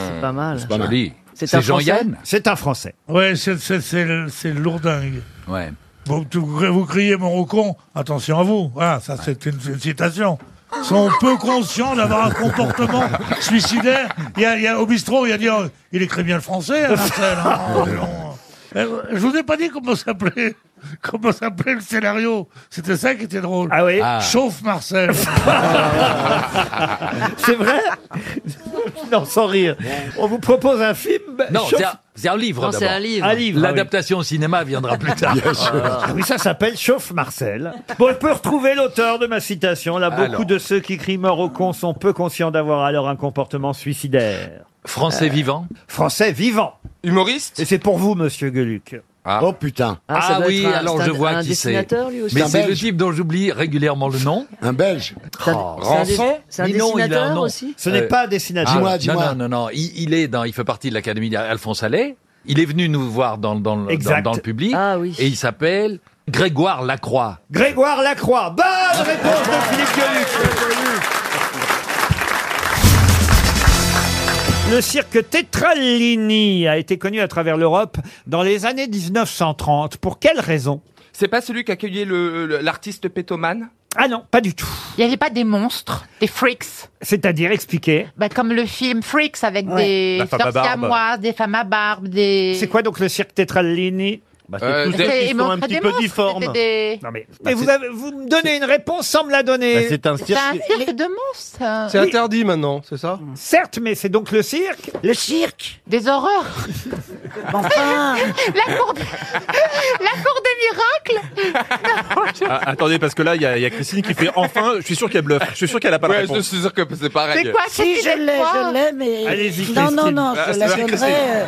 Speaker 23: c'est pas
Speaker 1: mal.
Speaker 23: C'est pas mal. Joli. C'est C'est un Français Jean-Yann
Speaker 1: C'est un Français.
Speaker 17: Ouais, c'est- c'est c'est le- c'est le lourdingue.
Speaker 23: Ouais.
Speaker 17: Vous, tu- vous criez mon rocon, attention à vous. Voilà, ça c'est une, une citation. Sont peu conscients d'avoir
Speaker 30: (laughs)
Speaker 17: un comportement suicidaire. Il y a, il y a- au bistrot, il y a dit, oh, il écrit bien le français, hein, Marcel,
Speaker 30: (laughs)
Speaker 17: hein. Oh, non. Euh, Je vous ai pas dit comment s'appelait, (laughs) comment s'appelait le scénario. C'était ça qui était drôle.
Speaker 1: Ah oui.
Speaker 17: Chauffe Marcel.
Speaker 1: (laughs) C'est vrai Non, sans rire. On vous propose un film.
Speaker 23: Non,
Speaker 1: Bah, Chauffe-
Speaker 23: c'est un, c'est un livre.
Speaker 1: Non, c'est
Speaker 23: d'abord.
Speaker 1: un livre. Un livre,
Speaker 23: L'adaptation au cinéma viendra plus tard.
Speaker 1: Bien sûr. Ah oui, ça s'appelle Chauffe Marcel. Bon, je peux retrouver l'auteur de ma citation. Là, beaucoup
Speaker 23: Alors.
Speaker 1: de ceux qui crient mort au con sont peu conscients d'avoir alors un comportement suicidaire.
Speaker 23: Français
Speaker 1: Euh.
Speaker 23: vivant
Speaker 1: Français vivant. Humoriste Et c'est pour vous, monsieur Gueluc.
Speaker 23: Oh
Speaker 1: putain.
Speaker 23: Ah, oui, alors je vois qui c'est. Mais c'est le type dont j'oublie régulièrement le nom. Un Belge. Rançon
Speaker 1: c'est un
Speaker 23: Mais non, il a
Speaker 1: dessinateur
Speaker 23: nom.
Speaker 1: aussi Ce n'est pas un dessinateur.
Speaker 23: ah,
Speaker 1: Dis-moi,
Speaker 23: non, Non,
Speaker 1: dis-moi.
Speaker 23: non, non. Il, il est dans, il fait partie de l'Académie Alphonse Allais. Il est venu nous voir dans, le- dans, le- dans,
Speaker 1: Exact.
Speaker 23: dans le public.
Speaker 1: Ah,
Speaker 23: Et il s'appelle Grégoire Lacroix.
Speaker 1: Grégoire Lacroix. Bonne réponse de Philippe Gueluc. Le cirque Tetralini a été connu à travers l'Europe dans les années 1930. Pour quelle raison
Speaker 2: C'est pas celui qui accueillait le- le- l'artiste pétoman
Speaker 1: Ah non, pas du tout.
Speaker 3: Il n'y avait pas des monstres, des freaks
Speaker 1: C'est-à-dire expliquer.
Speaker 3: bah, Comme le film Freaks avec
Speaker 1: Ouais.
Speaker 3: des
Speaker 1: La femme à
Speaker 3: sorcières
Speaker 1: barbe.
Speaker 3: moires, des femmes à barbe, des...
Speaker 1: C'est quoi donc le cirque Tetralini
Speaker 3: Euh, tous des- ceux qui ils sont un montraient petit des peu monstres, difformes. c'était des-
Speaker 1: Non mais, mais vous, avez- vous me donnez une réponse sans me la donner.
Speaker 20: Bah, c'est un
Speaker 3: C'est un cirque de monstres hein.
Speaker 20: C'est interdit maintenant, c'est ça
Speaker 1: Certes, mais c'est donc le cirque.
Speaker 3: Le cirque Des horreurs Enfin (laughs) la, cour des... la cour des miracles
Speaker 9: Ah, attendez, parce que là, il y, a- il y a Christine qui fait enfin, je suis sûr qu'elle bluffe. Je suis sûr qu'elle a pas de
Speaker 2: Ouais,
Speaker 9: réponse.
Speaker 2: je suis sûr que c'est pareil.
Speaker 9: pareil.
Speaker 3: Si,
Speaker 14: je l'ai, je l'ai, mais.
Speaker 9: Allez-y,
Speaker 14: Non, non,
Speaker 9: Christine.
Speaker 14: non,
Speaker 9: Ah,
Speaker 14: je
Speaker 9: c'est
Speaker 14: la
Speaker 9: parti,
Speaker 14: donnerai. euh,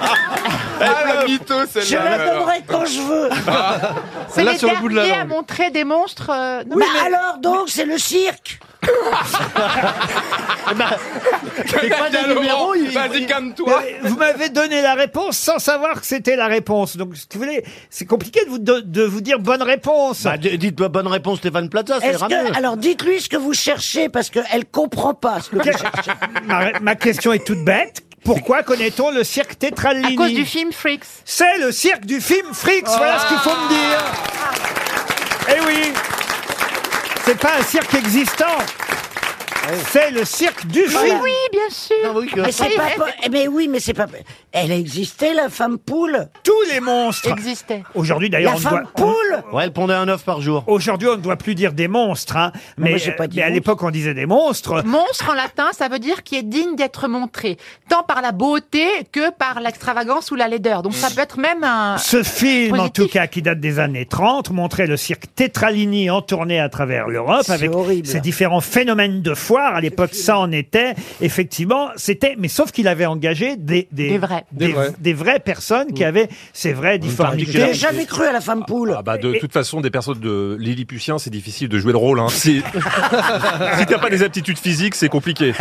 Speaker 2: Ah, mytho,
Speaker 14: Je la donnerai quand
Speaker 1: (laughs)
Speaker 14: je veux.
Speaker 7: Ah,
Speaker 1: Ah.
Speaker 3: C'est les derniers à montrer des monstres... euh, non,
Speaker 14: mais,
Speaker 3: mais-
Speaker 14: Bah, alors donc, c'est le cirque (laughs)
Speaker 1: C'est quoi des numéros Vas-y, calme-toi. Vous m'avez donné la réponse sans savoir que c'était la réponse. Donc, si vous voulez, c'est compliqué de vous, do- de vous dire bonne réponse.
Speaker 20: Dites-moi bonne réponse, Stéphane Plaza, c'est
Speaker 14: Est-ce que,
Speaker 20: mieux.
Speaker 14: alors dites-lui ce que vous cherchez parce qu'elle comprend pas ce que vous cherchez.
Speaker 1: (laughs) ma, ma question est toute bête. Pourquoi connaît-on le cirque Tetralini
Speaker 3: À cause du film (laughs) Freaks.
Speaker 1: C'est le cirque du film Frix, voilà ce qu'il faut me dire. Eh oui, c'est pas un cirque existant. C'est le cirque du
Speaker 14: Voilà.
Speaker 1: film.
Speaker 3: bien sûr.
Speaker 14: Mais, c'est
Speaker 3: Oui,
Speaker 14: pas
Speaker 3: mais-
Speaker 14: po- eh ben oui, mais c'est pas. Elle existait la femme poule.
Speaker 1: Tous les monstres
Speaker 3: Existait.
Speaker 1: Aujourd'hui, d'ailleurs,
Speaker 14: La
Speaker 1: on ne
Speaker 14: femme
Speaker 1: doit-
Speaker 14: poule.
Speaker 20: Ouais, elle pondait un œuf par jour.
Speaker 1: Aujourd'hui, on ne doit plus dire des monstres, hein.
Speaker 14: Non,
Speaker 1: mais,
Speaker 14: moi, j'ai pas dit
Speaker 1: mais à
Speaker 14: monstre.
Speaker 1: l'époque, on disait des monstres.
Speaker 3: Monstre en latin, ça veut dire qui est digne d'être montré, tant par la beauté que par l'extravagance ou la laideur. Donc ça peut être même un.
Speaker 1: Ce film, en tout cas, qui date des années 30, montrait le cirque Tetralini en tournée à travers l'Europe
Speaker 14: C'est
Speaker 1: avec
Speaker 14: horrible.
Speaker 1: ces différents phénomènes de foire. À l'époque, ça en était. Effectivement, c'était, mais sauf qu'il avait engagé des, des,
Speaker 3: Des vrais.
Speaker 1: des,
Speaker 9: Des vrais.
Speaker 1: des vraies personnes qui avaient ces vraies difformités.
Speaker 9: particularité. J'ai jamais
Speaker 14: cru à la femme poule.
Speaker 9: Ah bah de toute façon, des personnes de Lilliputien, c'est difficile de jouer le rôle. Hein. Si, (laughs) si t'as pas des aptitudes physiques, c'est compliqué.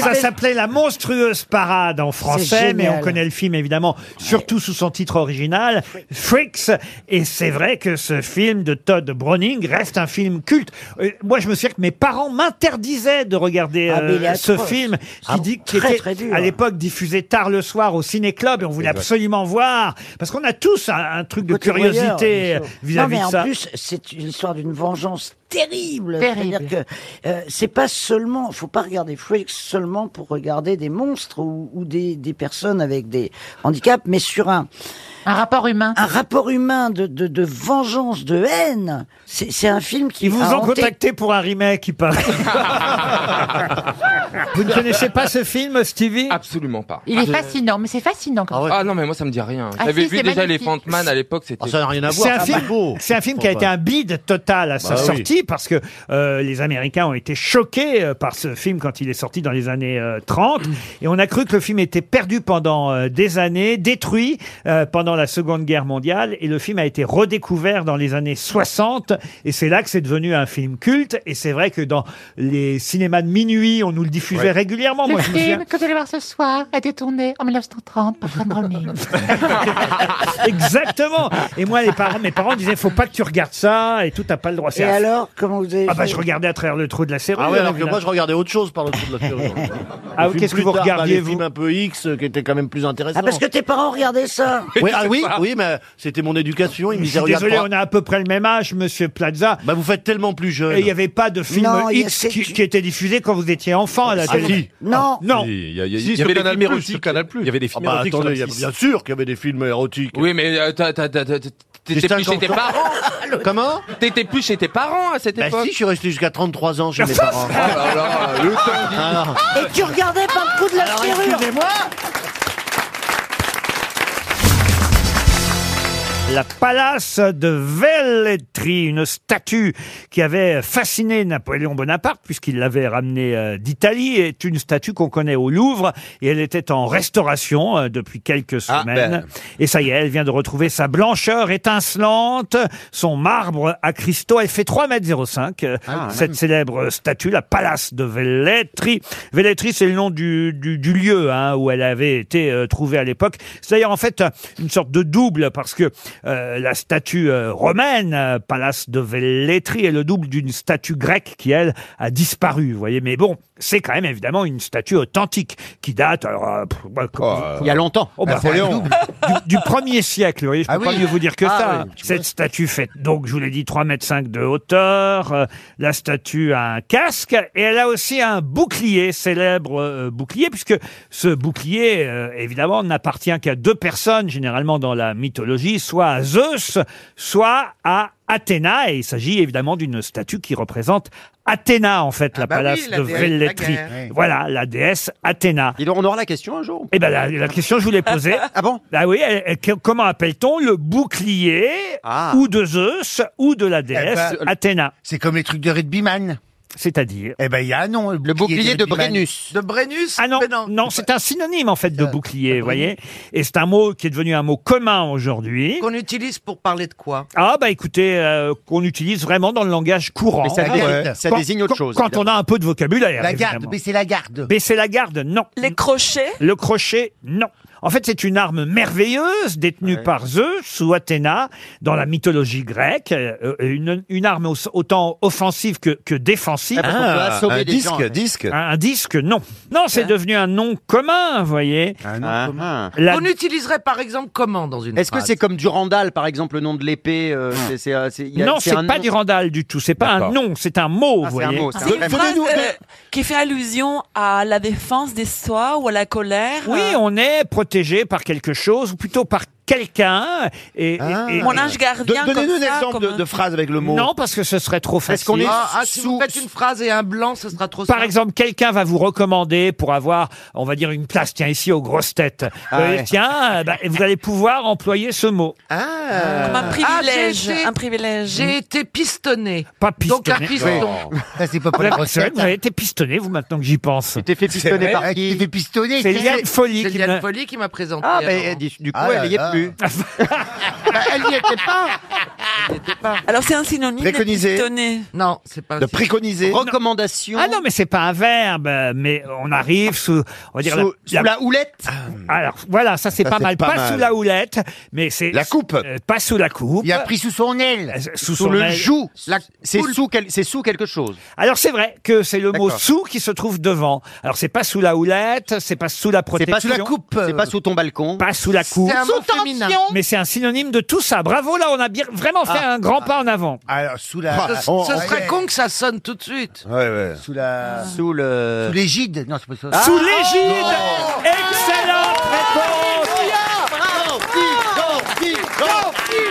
Speaker 1: Ça s'appelait La Monstrueuse Parade en français, mais on
Speaker 14: génial.
Speaker 1: connaît le film évidemment, surtout sous son titre original, Freaks. Et c'est vrai que ce film de Todd Browning reste un film culte. Euh, moi, je me souviens que mes parents m'interdisaient de regarder
Speaker 14: Ah, mais il est
Speaker 1: euh, ce
Speaker 14: atroce.
Speaker 1: film qui,
Speaker 14: Ah,
Speaker 1: dit, qui
Speaker 14: très,
Speaker 1: était
Speaker 14: très dur.
Speaker 1: à l'époque diffusé tard le soir au ciné-club et on voulait absolument voir. Parce qu'on a tous un, un truc de
Speaker 14: Côté voyeur,
Speaker 1: curiosité euh,
Speaker 14: bien sûr.
Speaker 1: vis-à-vis
Speaker 14: Non, mais
Speaker 1: de
Speaker 14: en
Speaker 1: ça.
Speaker 14: plus, c'est une histoire d'une vengeance terrible.
Speaker 3: Terrible.
Speaker 14: C'est-à-dire que euh, c'est pas seulement, faut pas regarder Freaks seulement pour regarder des monstres ou, ou des, des personnes avec des handicaps, mais sur un
Speaker 3: Un rapport humain.
Speaker 14: Un rapport humain de, de, de vengeance, de haine. C'est c'est un film qui.
Speaker 1: Ils vous
Speaker 14: a
Speaker 1: ont
Speaker 14: hanté-
Speaker 1: contacté pour un remake, il paraît. vous ne connaissez pas ce film, Stevie
Speaker 2: Absolument pas.
Speaker 1: Ah,
Speaker 3: Il est
Speaker 2: Je-
Speaker 3: fascinant, mais c'est fascinant quand
Speaker 2: Ah, non, mais moi ça me dit rien.
Speaker 3: Ah
Speaker 2: J'avais
Speaker 3: si,
Speaker 2: vu
Speaker 3: c'est
Speaker 2: déjà
Speaker 3: magnifique.
Speaker 2: Elephant Man à Ah, bah, l'époque, c'était.
Speaker 1: C'est un film, c'est un film qui a été un bide total à sa
Speaker 2: Bah oui.
Speaker 1: sortie parce que euh, les Américains ont été choqués euh, par ce film quand il est sorti dans les années euh, 30 et on a cru que le film était perdu pendant euh, des années, détruit euh, pendant la Seconde Guerre mondiale et le film a été redécouvert dans les années 60 et c'est là que c'est devenu un film culte et c'est vrai que dans les cinémas de minuit, on nous le diffusait
Speaker 3: Ouais.
Speaker 1: régulièrement.
Speaker 3: Le
Speaker 1: Ah, Moi, je me souviens-
Speaker 3: film que vous allez voir ce soir a été tourné en 1930 par Sam Browning.
Speaker 1: (laughs) Exactement. Et moi, les parents, mes parents disaient, faut pas que tu regardes ça et tout, t'as pas le droit.
Speaker 14: Et alors, comment vous avez
Speaker 1: Ah bah
Speaker 14: fait
Speaker 1: je regardais à travers le trou de la serrure.
Speaker 20: Ah ouais, alors que
Speaker 1: évidemment.
Speaker 20: moi je regardais autre chose par le (laughs) dessous de la serrure.
Speaker 1: Ah,
Speaker 20: Les films
Speaker 1: qu'est-ce que
Speaker 20: plus
Speaker 1: vous
Speaker 20: tard,
Speaker 1: regardiez,
Speaker 20: bah, Les films un peu X euh, qui étaient quand même plus intéressants.
Speaker 14: Ah, parce que tes parents regardaient ça.
Speaker 20: (laughs) Oui, ah oui, oui, mais c'était mon éducation. Ils me
Speaker 1: Je suis
Speaker 20: disaient, regarde.
Speaker 1: désolé,
Speaker 20: trois-
Speaker 1: on a à peu près le même âge, Monsieur Plaza.
Speaker 20: Bah vous faites tellement plus jeune.
Speaker 1: Et il n'y avait pas de film
Speaker 20: Non, il y a
Speaker 1: X
Speaker 20: cette-
Speaker 1: qui, qui était diffusé quand vous étiez enfant à la
Speaker 20: Ah,
Speaker 1: télé.
Speaker 20: si. Non.
Speaker 1: non.
Speaker 9: Il y, a- il y a-
Speaker 20: Si,
Speaker 9: il y
Speaker 20: sur
Speaker 9: avait des
Speaker 20: Canal+,
Speaker 9: films
Speaker 20: sur
Speaker 9: érotiques. Il y avait des
Speaker 20: Ah
Speaker 9: films
Speaker 20: bah
Speaker 9: érotiques sur
Speaker 20: attendez,
Speaker 9: la
Speaker 20: il y a-
Speaker 9: six.
Speaker 20: bien sûr qu'il y avait des films érotiques.
Speaker 2: Oui, mais euh, t'as- t'as- t'as- t'as- t'as- t'étais
Speaker 20: J'ai
Speaker 2: plus chez
Speaker 20: 50
Speaker 2: tes
Speaker 20: ans.
Speaker 2: parents.
Speaker 20: Comment
Speaker 2: T'étais plus chez tes parents à cette
Speaker 20: Bah
Speaker 2: époque.
Speaker 20: si, je suis resté jusqu'à 33 ans chez mes parents. Ah.
Speaker 2: Oh
Speaker 11: bah
Speaker 2: là
Speaker 11: euh,
Speaker 2: là, le temps qu'il-
Speaker 20: Alors,
Speaker 14: Et tu regardais par le trou de la
Speaker 20: Alors,
Speaker 14: serrure.
Speaker 20: excusez-moi.
Speaker 1: La Palace de Velletri, une statue qui avait fasciné Napoléon Bonaparte puisqu'il l'avait ramenée euh, d'Italie, est une statue qu'on connaît au Louvre et elle était en restauration euh, depuis quelques
Speaker 21: Ah,
Speaker 1: semaines.
Speaker 21: ben.
Speaker 1: Et ça y est, elle vient de retrouver sa blancheur étincelante, son marbre à cristaux. Elle fait 3,05 mètres, euh,
Speaker 21: Ah,
Speaker 1: cette
Speaker 21: ouais.
Speaker 1: célèbre euh, statue, la Palace de Velletri. Velletri, c'est le nom du, du, du lieu hein, où elle avait été euh, trouvée à l'époque. C'est d'ailleurs en fait euh, une sorte de double parce que euh, la statue euh, romaine, euh, Palace de Velletri, est le double d'une statue grecque qui, elle, a disparu. Vous voyez, mais bon, c'est quand même évidemment une statue authentique qui date. alors, euh, pff, bah,
Speaker 21: Il y a longtemps.
Speaker 1: Oh,
Speaker 20: Ah,
Speaker 1: bah,
Speaker 21: Napoléon.
Speaker 1: du, du premier siècle, vous voyez, je peux
Speaker 21: Ah
Speaker 1: pas
Speaker 21: oui.
Speaker 1: mieux vous dire que
Speaker 21: Ah
Speaker 1: ça.
Speaker 21: oui,
Speaker 1: Cette statue fait donc, je vous l'ai dit, 3 mètres de hauteur. Euh, la statue a un casque et elle a aussi un bouclier, célèbre euh, bouclier, puisque ce bouclier, euh, évidemment, n'appartient qu'à deux personnes, généralement dans la mythologie, soit à Zeus, soit à Athéna. Et il s'agit évidemment d'une statue qui représente Athéna, en fait, la
Speaker 21: bah oui,
Speaker 1: palace
Speaker 21: la
Speaker 1: de
Speaker 21: déesse de la
Speaker 1: Velletri.
Speaker 21: guerre. Oui.
Speaker 1: Voilà, la déesse Athéna.
Speaker 21: On aura la question un jour.
Speaker 1: Eh ben la, la question je vous l'ai posée.
Speaker 21: (laughs) Ah bon
Speaker 1: Ah oui. elle- elle- que- comment appelle-t-on le bouclier
Speaker 21: Ah.
Speaker 1: ou de Zeus ou de la déesse
Speaker 11: Eh ben,
Speaker 1: Athéna
Speaker 11: C'est comme les trucs de rugbyman.
Speaker 1: C'est-à-dire
Speaker 11: Eh ben, il y a un nom. Le
Speaker 1: bouclier de
Speaker 11: rugbyman.
Speaker 1: Brennus.
Speaker 11: De Brennus
Speaker 1: Ah non, non, c'est un synonyme en fait de bouclier, vous voyez. Et c'est un mot qui est devenu un mot commun aujourd'hui.
Speaker 28: Qu'on utilise pour parler de quoi
Speaker 1: Ah bah écoutez, euh, qu'on utilise vraiment dans le langage courant.
Speaker 21: Mais ça
Speaker 1: Ah,
Speaker 21: désigne-
Speaker 1: ouais.
Speaker 21: ça
Speaker 1: Quand-
Speaker 21: désigne autre
Speaker 1: quand-
Speaker 21: chose,
Speaker 1: Quand on Ah, a un peu de vocabulaire.
Speaker 11: La garde,
Speaker 1: évidemment.
Speaker 11: baisser la garde.
Speaker 1: Baisser la garde, non. Les crochets Le crochet, non. En fait, c'est une arme merveilleuse détenue par Zeus ou Athéna dans la mythologie grecque. euh, une, une arme au- autant offensive que, que défensive.
Speaker 21: Ah, parce qu'on peut Ah, assommer un des disque, gens, ouais.
Speaker 1: disque. Un, un disque, non. Non, c'est devenu un nom commun, vous voyez. Un nom commun. La,
Speaker 28: On utiliserait par exemple comment dans une
Speaker 21: Est-ce que
Speaker 28: phrase
Speaker 21: c'est comme Durandal, par exemple, le nom de l'épée euh, c'est- c'est, euh, c'est- il y a-
Speaker 1: Ah. non, c'est
Speaker 21: un
Speaker 1: pas
Speaker 21: nom
Speaker 1: du randal du tout. C'est pas un
Speaker 21: D'accord.
Speaker 1: nom, c'est un mot,
Speaker 21: Ah,
Speaker 1: vous
Speaker 21: c'est un
Speaker 1: voyez.
Speaker 21: mot, c'est
Speaker 15: C'est une phrase euh, qui fait allusion à la défense des soi ou à la colère.
Speaker 1: Oui, on est protégé par quelque chose, ou plutôt par quelqu'un. Et, et- et-
Speaker 15: Mon ange gardien,
Speaker 1: Don- donnez-nous
Speaker 15: comme
Speaker 1: un
Speaker 15: ça,
Speaker 1: exemple
Speaker 15: comme
Speaker 1: de-
Speaker 15: un-
Speaker 1: de phrase avec le mot. Non, parce que ce serait trop facile.
Speaker 28: ah, ah, si vous faites une phrase et un blanc, ce sera trop
Speaker 1: Par
Speaker 28: simple.
Speaker 1: exemple, quelqu'un va vous recommander pour avoir, on va dire, une place, tiens, ici, aux grosses têtes.
Speaker 21: Ah
Speaker 1: Euh,
Speaker 21: ouais.
Speaker 1: Tiens, euh, bah, vous allez pouvoir employer ce mot.
Speaker 21: Ah.
Speaker 15: Comme un
Speaker 28: Ah, j'ai
Speaker 15: privilège,
Speaker 28: été-
Speaker 15: un privilège.
Speaker 28: J'ai été pistonné.
Speaker 1: Pas
Speaker 28: Donc un
Speaker 1: pistonné.
Speaker 28: piston.
Speaker 1: (laughs) Ça, c'est pas
Speaker 11: pour les grosses
Speaker 1: Vous avez-
Speaker 11: têtes.
Speaker 1: vous avez été pistonné, vous, maintenant que j'y pense. Tu
Speaker 21: t'es fait pistonner par
Speaker 11: qui Tu t'es fait pistonner.
Speaker 1: C'est
Speaker 11: tiens.
Speaker 1: Liane Folly
Speaker 28: C'est
Speaker 1: qui
Speaker 28: Liane
Speaker 1: m'a-
Speaker 28: Folie qui m'a présenté.
Speaker 21: Ah,
Speaker 28: alors.
Speaker 21: ben, du du coup,
Speaker 11: euh, Ah là
Speaker 21: elle n'y est
Speaker 11: là.
Speaker 21: plus.
Speaker 11: Bah, Elle n'y était pas.
Speaker 15: Alors c'est un synonyme
Speaker 21: Préconisé.
Speaker 15: de pistonner.
Speaker 28: Non, c'est pas.
Speaker 21: De préconiser. Recommandation.
Speaker 1: Ah non, mais c'est pas un verbe, euh, mais on arrive sous, on va dire Ah.
Speaker 21: Sous- sous la houlette.
Speaker 1: Alors voilà, ça c'est
Speaker 21: Ça,
Speaker 1: pas
Speaker 21: c'est
Speaker 1: mal,
Speaker 21: pas
Speaker 1: pas,
Speaker 21: mal.
Speaker 1: sous la houlette, mais c'est la coupe, pas sous la coupe.
Speaker 11: Il a pris sous son aile.
Speaker 1: Euh, sous,
Speaker 21: Sous
Speaker 1: son
Speaker 21: le
Speaker 1: aile.
Speaker 21: joug. La- C'est sous, quel- c'est sous quelque chose.
Speaker 1: Alors c'est vrai que c'est le mot
Speaker 21: D'accord.
Speaker 1: sous qui se trouve devant. Alors c'est pas sous la houlette, c'est pas sous la
Speaker 21: C'est
Speaker 1: protection,
Speaker 21: pas sous la coupe. C'est pas sous ton balcon.
Speaker 1: pas sous la coupe.
Speaker 28: C'est un mot féminin.
Speaker 1: Mais c'est un synonyme de tout ça. Bravo là, on a bien, vraiment fait un grand pas en avant.
Speaker 11: Alors, sous la.
Speaker 28: Ce,
Speaker 11: on-
Speaker 28: ce
Speaker 11: on-
Speaker 28: serait con que ça sonne tout de suite. Ah.
Speaker 11: Sous la.
Speaker 21: Sous le.
Speaker 11: Sous l'égide. Non, c'est pas ça.
Speaker 13: Ah,
Speaker 1: Sous l'égide. Excellente réponse.
Speaker 19: Bravo, Digo,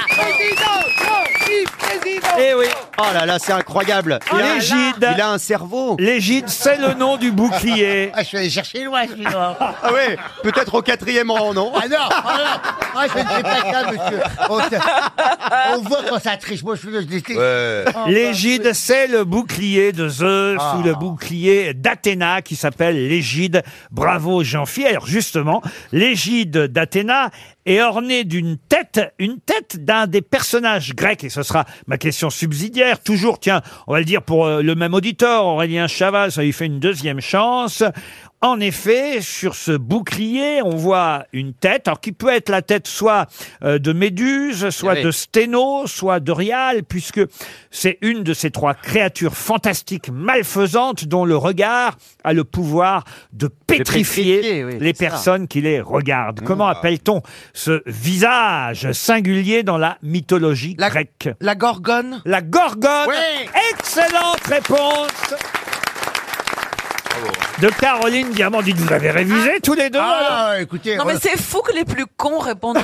Speaker 13: Oh là là, c'est incroyable.
Speaker 5: Oh
Speaker 13: Il a-
Speaker 1: L'égide.
Speaker 13: Il a un cerveau.
Speaker 1: L'égide, c'est le nom
Speaker 5: (laughs)
Speaker 1: du bouclier.
Speaker 13: Ah, je suis allé chercher loin, celui-là. Ah ouais, peut-être au quatrième rang, non
Speaker 5: Ah non, ah non, ah, je ne fais pas ça, monsieur. On, se- on voit quand ça triche. Moi, je, je déteste. Oh,
Speaker 11: bah,
Speaker 1: L'égide, c'est le bouclier de Zeus
Speaker 5: Ah.
Speaker 1: ou le bouclier d'Athéna qui s'appelle l'égide. Bravo jean pierre Alors justement, l'égide d'Athéna est ornée d'une tête, une tête d'un des personnages grecs, et ce sera ma question subsidiaire, toujours, tiens, on va le dire pour euh, le même auditeur, Aurélien Chaval, ça lui fait une deuxième chance. En effet, sur ce bouclier, on voit une tête, alors qui peut être la tête soit euh, de Méduse, soit
Speaker 13: Eh oui.
Speaker 1: de Sténo, soit d'Orial, puisque c'est une de ces trois créatures fantastiques malfaisantes dont le regard a le pouvoir de pétrifier,
Speaker 13: pétrifier, oui,
Speaker 1: les
Speaker 13: c'est ça. Hmm.
Speaker 1: personnes qui les regardent. Comment appelle-t-on ce visage singulier dans la mythologie grecque La gorgone La gorgone Excellente réponse de Caroline Diamant, dites vous avez révisé tous les deux
Speaker 5: Ah,
Speaker 1: alors
Speaker 5: écoutez,
Speaker 15: Non mais c'est fou que les plus cons répondent.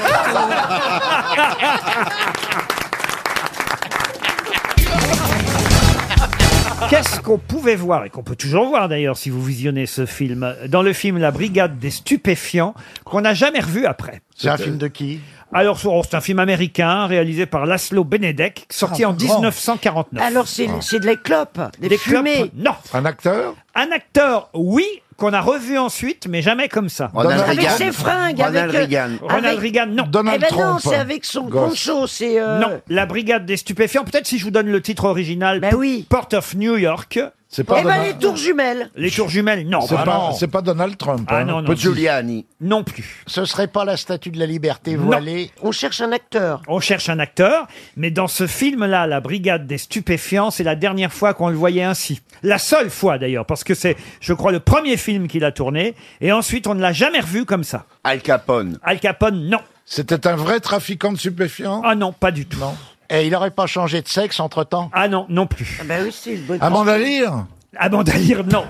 Speaker 1: Qu'est-ce qu'on pouvait voir, et qu'on peut toujours voir d'ailleurs si vous visionnez ce film, dans le film La Brigade des Stupéfiants, qu'on n'a jamais revu après
Speaker 5: C'est un film de qui
Speaker 1: Alors, oh, c'est un film américain réalisé par Laszlo Benedek, sorti
Speaker 5: Ah,
Speaker 1: en
Speaker 5: grand.
Speaker 1: 1949.
Speaker 14: Alors, c'est- c'est de la clope, des fumées.
Speaker 1: clopes, Non. Un acteur Un acteur, oui, qu'on a revu ensuite, mais jamais comme ça.
Speaker 14: Ronald Avec Reagan. ses fringues, avec, Ronald euh, Reagan.
Speaker 1: Ronald
Speaker 14: avec-
Speaker 1: Reagan, non.
Speaker 14: Donald Eh ben non, Trump. c'est avec son Gosse. poncho, c'est, euh,
Speaker 1: Non, La Brigade des Stupéfiants. Peut-être si je vous donne le titre original. oui. Port of New York. C'est
Speaker 14: Ben Eh ben, les tours jumelles.
Speaker 1: Les tours jumelles, non.
Speaker 30: C'est
Speaker 1: bah
Speaker 30: pas-
Speaker 1: non.
Speaker 30: c'est pas Donald Trump.
Speaker 1: Ah
Speaker 30: hein.
Speaker 1: non, non.
Speaker 30: Pas de
Speaker 1: Non plus.
Speaker 5: Ce serait pas la statue de la liberté
Speaker 1: Non.
Speaker 5: voilée
Speaker 14: On cherche un acteur.
Speaker 1: On cherche un acteur, mais dans ce film-là, La Brigade des Stupéfiants, c'est la dernière fois qu'on le voyait ainsi. La seule fois d'ailleurs, parce que c'est, je crois, le premier film qu'il a tourné, et ensuite on ne l'a jamais revu comme ça.
Speaker 30: Al Capone.
Speaker 1: Al Capone, non.
Speaker 30: C'était un vrai trafiquant de stupéfiants
Speaker 1: Ah non, pas du tout.
Speaker 5: Et il n'aurait pas changé de sexe entre-temps
Speaker 1: Ah non, non plus.
Speaker 28: bah
Speaker 14: Ah ben oui, c'est le bon.
Speaker 30: Amanda Lear
Speaker 1: Amanda Lear, non.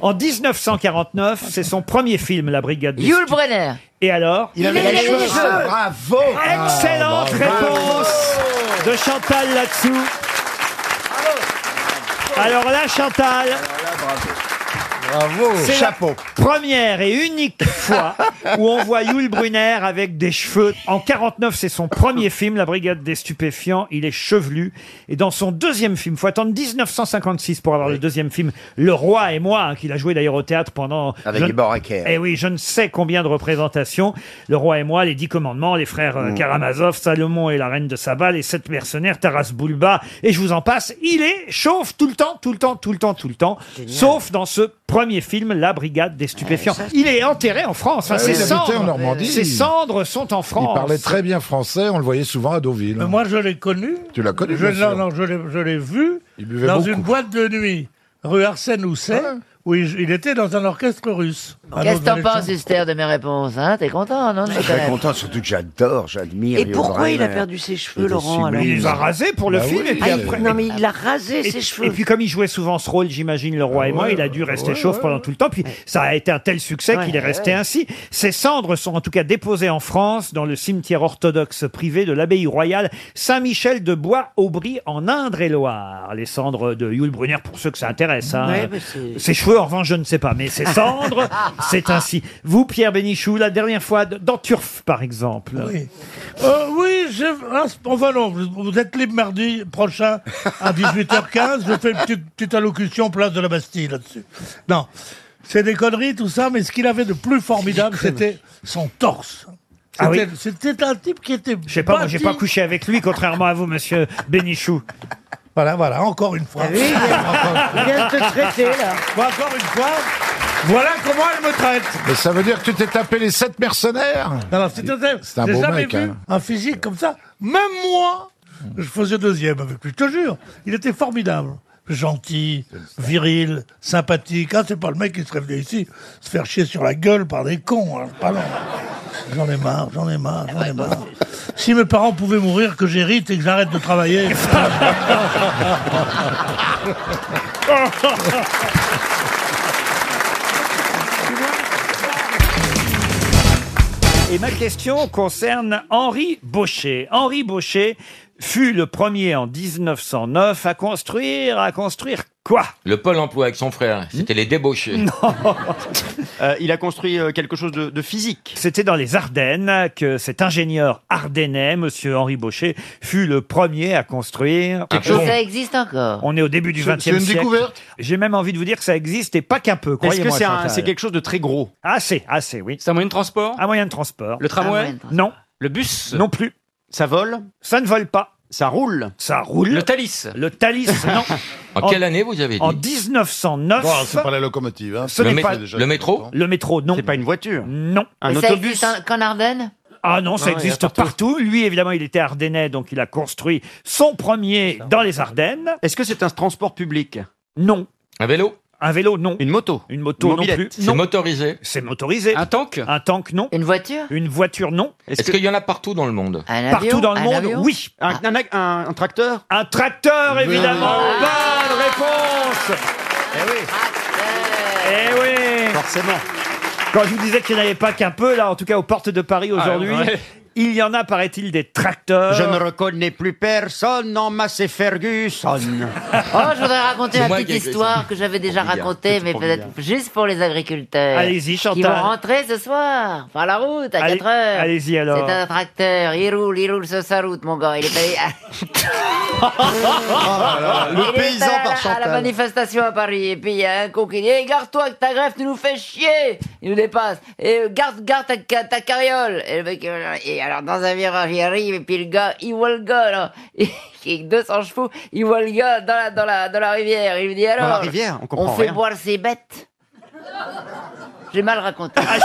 Speaker 1: En 1949, c'est son premier film, La Brigade des
Speaker 18: Yul
Speaker 1: Stupéfiants.
Speaker 18: Brenner.
Speaker 1: Et alors
Speaker 18: Il avait Il les avait cheveux. les cheveux.
Speaker 5: Bravo
Speaker 1: Excellente
Speaker 5: Ah, bravo.
Speaker 1: réponse de Chantal là-dessous. Alors là, Chantal,
Speaker 5: Bravo
Speaker 1: c'est la première et unique fois où on voit Yul Brunner avec des cheveux. En 49, c'est son premier film, La Brigade des Stupéfiants. Il est chevelu. Et dans son deuxième film, faut attendre 1956 pour avoir le deuxième film, Le Roi et moi, hein, qu'il a joué d'ailleurs au théâtre pendant...
Speaker 19: Avec
Speaker 1: je-
Speaker 19: Ibor Ecker.
Speaker 1: Eh oui, je ne sais combien de représentations. Le Roi et moi, les Dix Commandements, les frères euh, Karamazov, Salomon et la Reine de Saba, les Sept Mercenaires, Taras Bulba, et je vous en passe. Il est chauve tout le temps, tout le temps, tout le temps, tout le temps, sauf dans ce premier film, La Brigade des Stupéfiants.
Speaker 30: Ouais, Ah, ça,
Speaker 1: il est enterré en France. hein, Enfin,
Speaker 30: Ouais,
Speaker 1: ses,
Speaker 30: il habitait
Speaker 1: cendres,
Speaker 30: en Normandie.
Speaker 1: ses cendres sont en France.
Speaker 30: Il parlait très bien français, on le voyait souvent à Deauville.
Speaker 17: Moi, je l'ai connu.
Speaker 30: Tu l'as connu,
Speaker 17: Je,
Speaker 30: bien sûr.
Speaker 17: non, non, je l'ai, je l'ai vu
Speaker 30: buvait
Speaker 17: dans
Speaker 30: beaucoup.
Speaker 17: une boîte de nuit, rue Arsène Housset, où il, il était dans un orchestre russe. Ah,
Speaker 18: Qu'est-ce
Speaker 17: non,
Speaker 18: que
Speaker 17: je
Speaker 18: t'en
Speaker 17: l'ai-
Speaker 18: penses, Esther, de mes réponses hein T'es content, non de me
Speaker 19: Je suis très
Speaker 18: connaître
Speaker 19: content, surtout que j'adore, j'admire.
Speaker 14: Et pourquoi
Speaker 13: euh,
Speaker 14: il a perdu ses cheveux, Laurent alors
Speaker 1: Il les a rasés pour
Speaker 13: Bah
Speaker 11: Bah
Speaker 1: le film. Et puis
Speaker 14: Ah, il-
Speaker 1: après...
Speaker 14: Non, mais il a rasé
Speaker 1: Et,
Speaker 14: ses
Speaker 1: et
Speaker 14: cheveux.
Speaker 1: puis comme il jouait souvent ce rôle, j'imagine, le roi et moi, il a dû rester chauve pendant tout le temps. Puis ça a été un tel succès qu'il est resté ainsi. Ses cendres sont en tout cas déposées en France dans le cimetière orthodoxe privé de l'abbaye royale Saint-Michel de Bois-Aubry en Indre-et-Loire. Les cendres de Yul Brunner pour ceux que ça intéresse. hein.
Speaker 14: Ouais, mais c'est-
Speaker 1: Ses cheveux, en revanche, je ne sais pas, mais ses
Speaker 14: (laughs)
Speaker 1: cendres, c'est ainsi. Vous, Pierre Bénichou, la dernière fois d- dans Turf, par exemple.
Speaker 17: Oui. Euh, oui, je- ah, c'est- enfin non, vous- vous êtes libre mardi prochain à 18h15. je fais une petite, petite allocution place de la Bastille là-dessus. Non, c'est des conneries tout ça, mais ce qu'il avait de plus formidable, c'était son torse.
Speaker 1: Ah oui.
Speaker 17: C'était- C'était un type qui était.
Speaker 1: Je sais pas, moi, j'ai pas couché avec lui, contrairement à
Speaker 17: (laughs)
Speaker 1: vous, monsieur Bénichou.
Speaker 17: Voilà, voilà, encore une fois.
Speaker 14: Il vient de te traiter, là.
Speaker 17: Bon, encore une fois, voilà comment elle me traite.
Speaker 30: Mais ça veut dire que tu t'es tapé les sept mercenaires
Speaker 17: Non, non, c'est un,
Speaker 30: C'est un
Speaker 17: j'ai
Speaker 30: beau
Speaker 17: jamais
Speaker 30: mec,
Speaker 17: vu
Speaker 30: hein.
Speaker 17: un physique comme ça. Même moi, je faisais deuxième avec lui, je te jure. Il était formidable. Gentil, viril, sympathique. Ah, c'est pas le mec qui serait venu ici se faire chier sur la gueule par des cons. hein, pas non. J'en ai marre, j'en ai marre, j'en ai marre. Si mes parents pouvaient mourir, que j'hérite et que j'arrête de travailler.
Speaker 1: Et ma question concerne Henri Baucher. Henri Baucher, fut le premier en 1909 à construire, à construire quoi
Speaker 6: Le pôle emploi avec son frère,
Speaker 20: Hmm
Speaker 6: c'était les débauchés.
Speaker 1: (laughs) Euh, Il a construit quelque chose de, physique. C'était dans les Ardennes que cet ingénieur ardennais, Monsieur Henri Baucher, fut le premier à construire.
Speaker 18: Ça existe encore.
Speaker 1: On est au début du
Speaker 18: C'est-
Speaker 1: 20e
Speaker 18: c'est
Speaker 1: siècle.
Speaker 18: une découverte
Speaker 1: J'ai même envie de vous dire que ça existe et pas qu'un peu.
Speaker 13: que c'est un- c'est
Speaker 1: quelque chose de très gros Assez, assez, oui. C'est un moyen de transport Un moyen de transport.
Speaker 13: Le tramway Un moyen de
Speaker 1: Non. Le bus Non plus. Ça vole Ça ne vole pas. Ça roule Ça roule.
Speaker 6: Le
Speaker 1: Thalys Le Thalys, non.
Speaker 6: En quelle année vous avez dit
Speaker 1: En 1909.
Speaker 6: Bon, c'est
Speaker 30: pas la locomotive. Hein.
Speaker 1: Ce
Speaker 6: Le mét-
Speaker 1: n'est pas-
Speaker 6: le métro
Speaker 1: Le métro, non. C'est
Speaker 6: pas une voiture.
Speaker 1: Non.
Speaker 18: Mais ça existe en- qu'en Ardennes
Speaker 1: Ah non, ça
Speaker 18: Non, il y en a
Speaker 1: existe partout. Lui, évidemment, il était ardennais, donc il a construit son premier dans les Ardennes. Est-ce que c'est un transport public Non.
Speaker 6: Un vélo
Speaker 1: Un vélo, non. Une
Speaker 6: moto
Speaker 1: Une moto, non plus.
Speaker 6: C'est
Speaker 1: Non.
Speaker 6: motorisé
Speaker 1: C'est motorisé.
Speaker 6: Un tank
Speaker 1: Un tank, non.
Speaker 18: Une voiture
Speaker 1: Une voiture, non.
Speaker 6: Est-ce qu'il y en a partout dans le monde
Speaker 1: Partout dans le monde, oui. Un, tracteur Bah. Un tracteur, évidemment. Bonne réponse Eh oui Eh oui Forcément. Quand je vous disais qu'il n'y en avait pas qu'un peu, là, en tout cas aux portes de Paris aujourd'hui,
Speaker 13: Ah, ouais.
Speaker 1: il y en a, paraît-il, des tracteurs.
Speaker 13: Je ne reconnais plus personne en masse Ferguson.
Speaker 18: Oh, je voudrais raconter
Speaker 13: C'est
Speaker 18: une
Speaker 13: moi
Speaker 18: petite
Speaker 13: qui ai écrit
Speaker 18: histoire
Speaker 13: ça.
Speaker 18: que j'avais déjà
Speaker 13: Pour Bigard,
Speaker 18: racontée,
Speaker 13: petit
Speaker 18: mais
Speaker 13: pour
Speaker 18: peut-être
Speaker 13: Bigard.
Speaker 18: juste pour les agriculteurs.
Speaker 1: Allez-y,
Speaker 18: Qui
Speaker 1: Chantal.
Speaker 18: vont rentrer ce soir, par la route, à
Speaker 1: Allez-
Speaker 18: 4 heures.
Speaker 1: allez-y, alors.
Speaker 18: C'est un tracteur, il roule, il roule sur sa route, mon gars. Il est allé à-
Speaker 13: là là, (laughs) Ah, le
Speaker 18: Il est
Speaker 13: paysan
Speaker 18: allé à
Speaker 13: par
Speaker 18: la- À
Speaker 13: Chantal.
Speaker 18: la manifestation à Paris, et puis il y a un con qui dit Eh, Garde-toi que ta greffe, tu nous fais chier Il nous dépasse. Et euh, garde, garde ta, ca- ta carriole Et le mec, euh, et alors dans un virage, il arrive, et puis le gars, il voit le gars, là. (laughs) Qui 200 chevaux, il voit le gars dans la, dans la, dans la rivière. Il lui dit
Speaker 13: Dans la
Speaker 18: alors.
Speaker 13: rivière, on comprend
Speaker 18: fait
Speaker 13: rien.
Speaker 18: boire ses bêtes. J'ai mal raconté.
Speaker 13: Ah,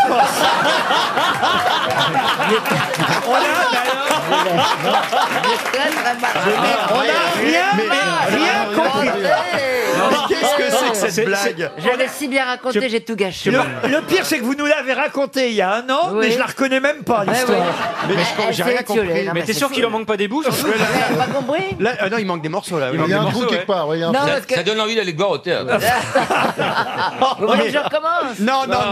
Speaker 18: (laughs)
Speaker 13: (laughs)
Speaker 18: Ah,
Speaker 13: Qu'est-ce que c'est que cette
Speaker 1: C'est-
Speaker 13: blague
Speaker 1: c'est-
Speaker 18: J'avais si bien raconté, j'ai tout gâché.
Speaker 1: Le, le pire, c'est que vous nous l'avez raconté il y a un an, mais je la reconnais même
Speaker 18: Ah,
Speaker 1: pas, l'histoire.
Speaker 13: Mais, je- j'ai rien compris. pas des bouts
Speaker 18: pas compris
Speaker 13: (laughs) Là, euh, non, il manque des morceaux là.
Speaker 6: Il manque
Speaker 13: y a
Speaker 6: des
Speaker 13: un
Speaker 6: morceaux,
Speaker 13: trou
Speaker 6: ouais.
Speaker 13: quelque part. ouais, il y a un
Speaker 6: ça,
Speaker 13: trou.
Speaker 6: ça donne envie d'aller le voir au théâtre.
Speaker 1: Oh,
Speaker 18: Vous voulez que je recommence
Speaker 13: Non, non, non, non,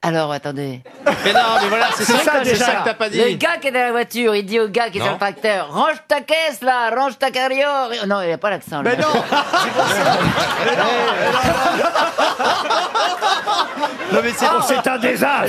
Speaker 18: Alors, attendez.
Speaker 13: Mais non, mais voilà, c'est ça, c'est ça que t'as pas dit.
Speaker 18: Le gars qui est dans la voiture, il dit au gars qui est
Speaker 13: Non.
Speaker 18: sur le tracteur, range ta caisse là, range ta carrière. Non, il a pas l'accent. Mais non
Speaker 13: (laughs) Non, mais c'est
Speaker 18: Ah.
Speaker 1: c'est un désastre.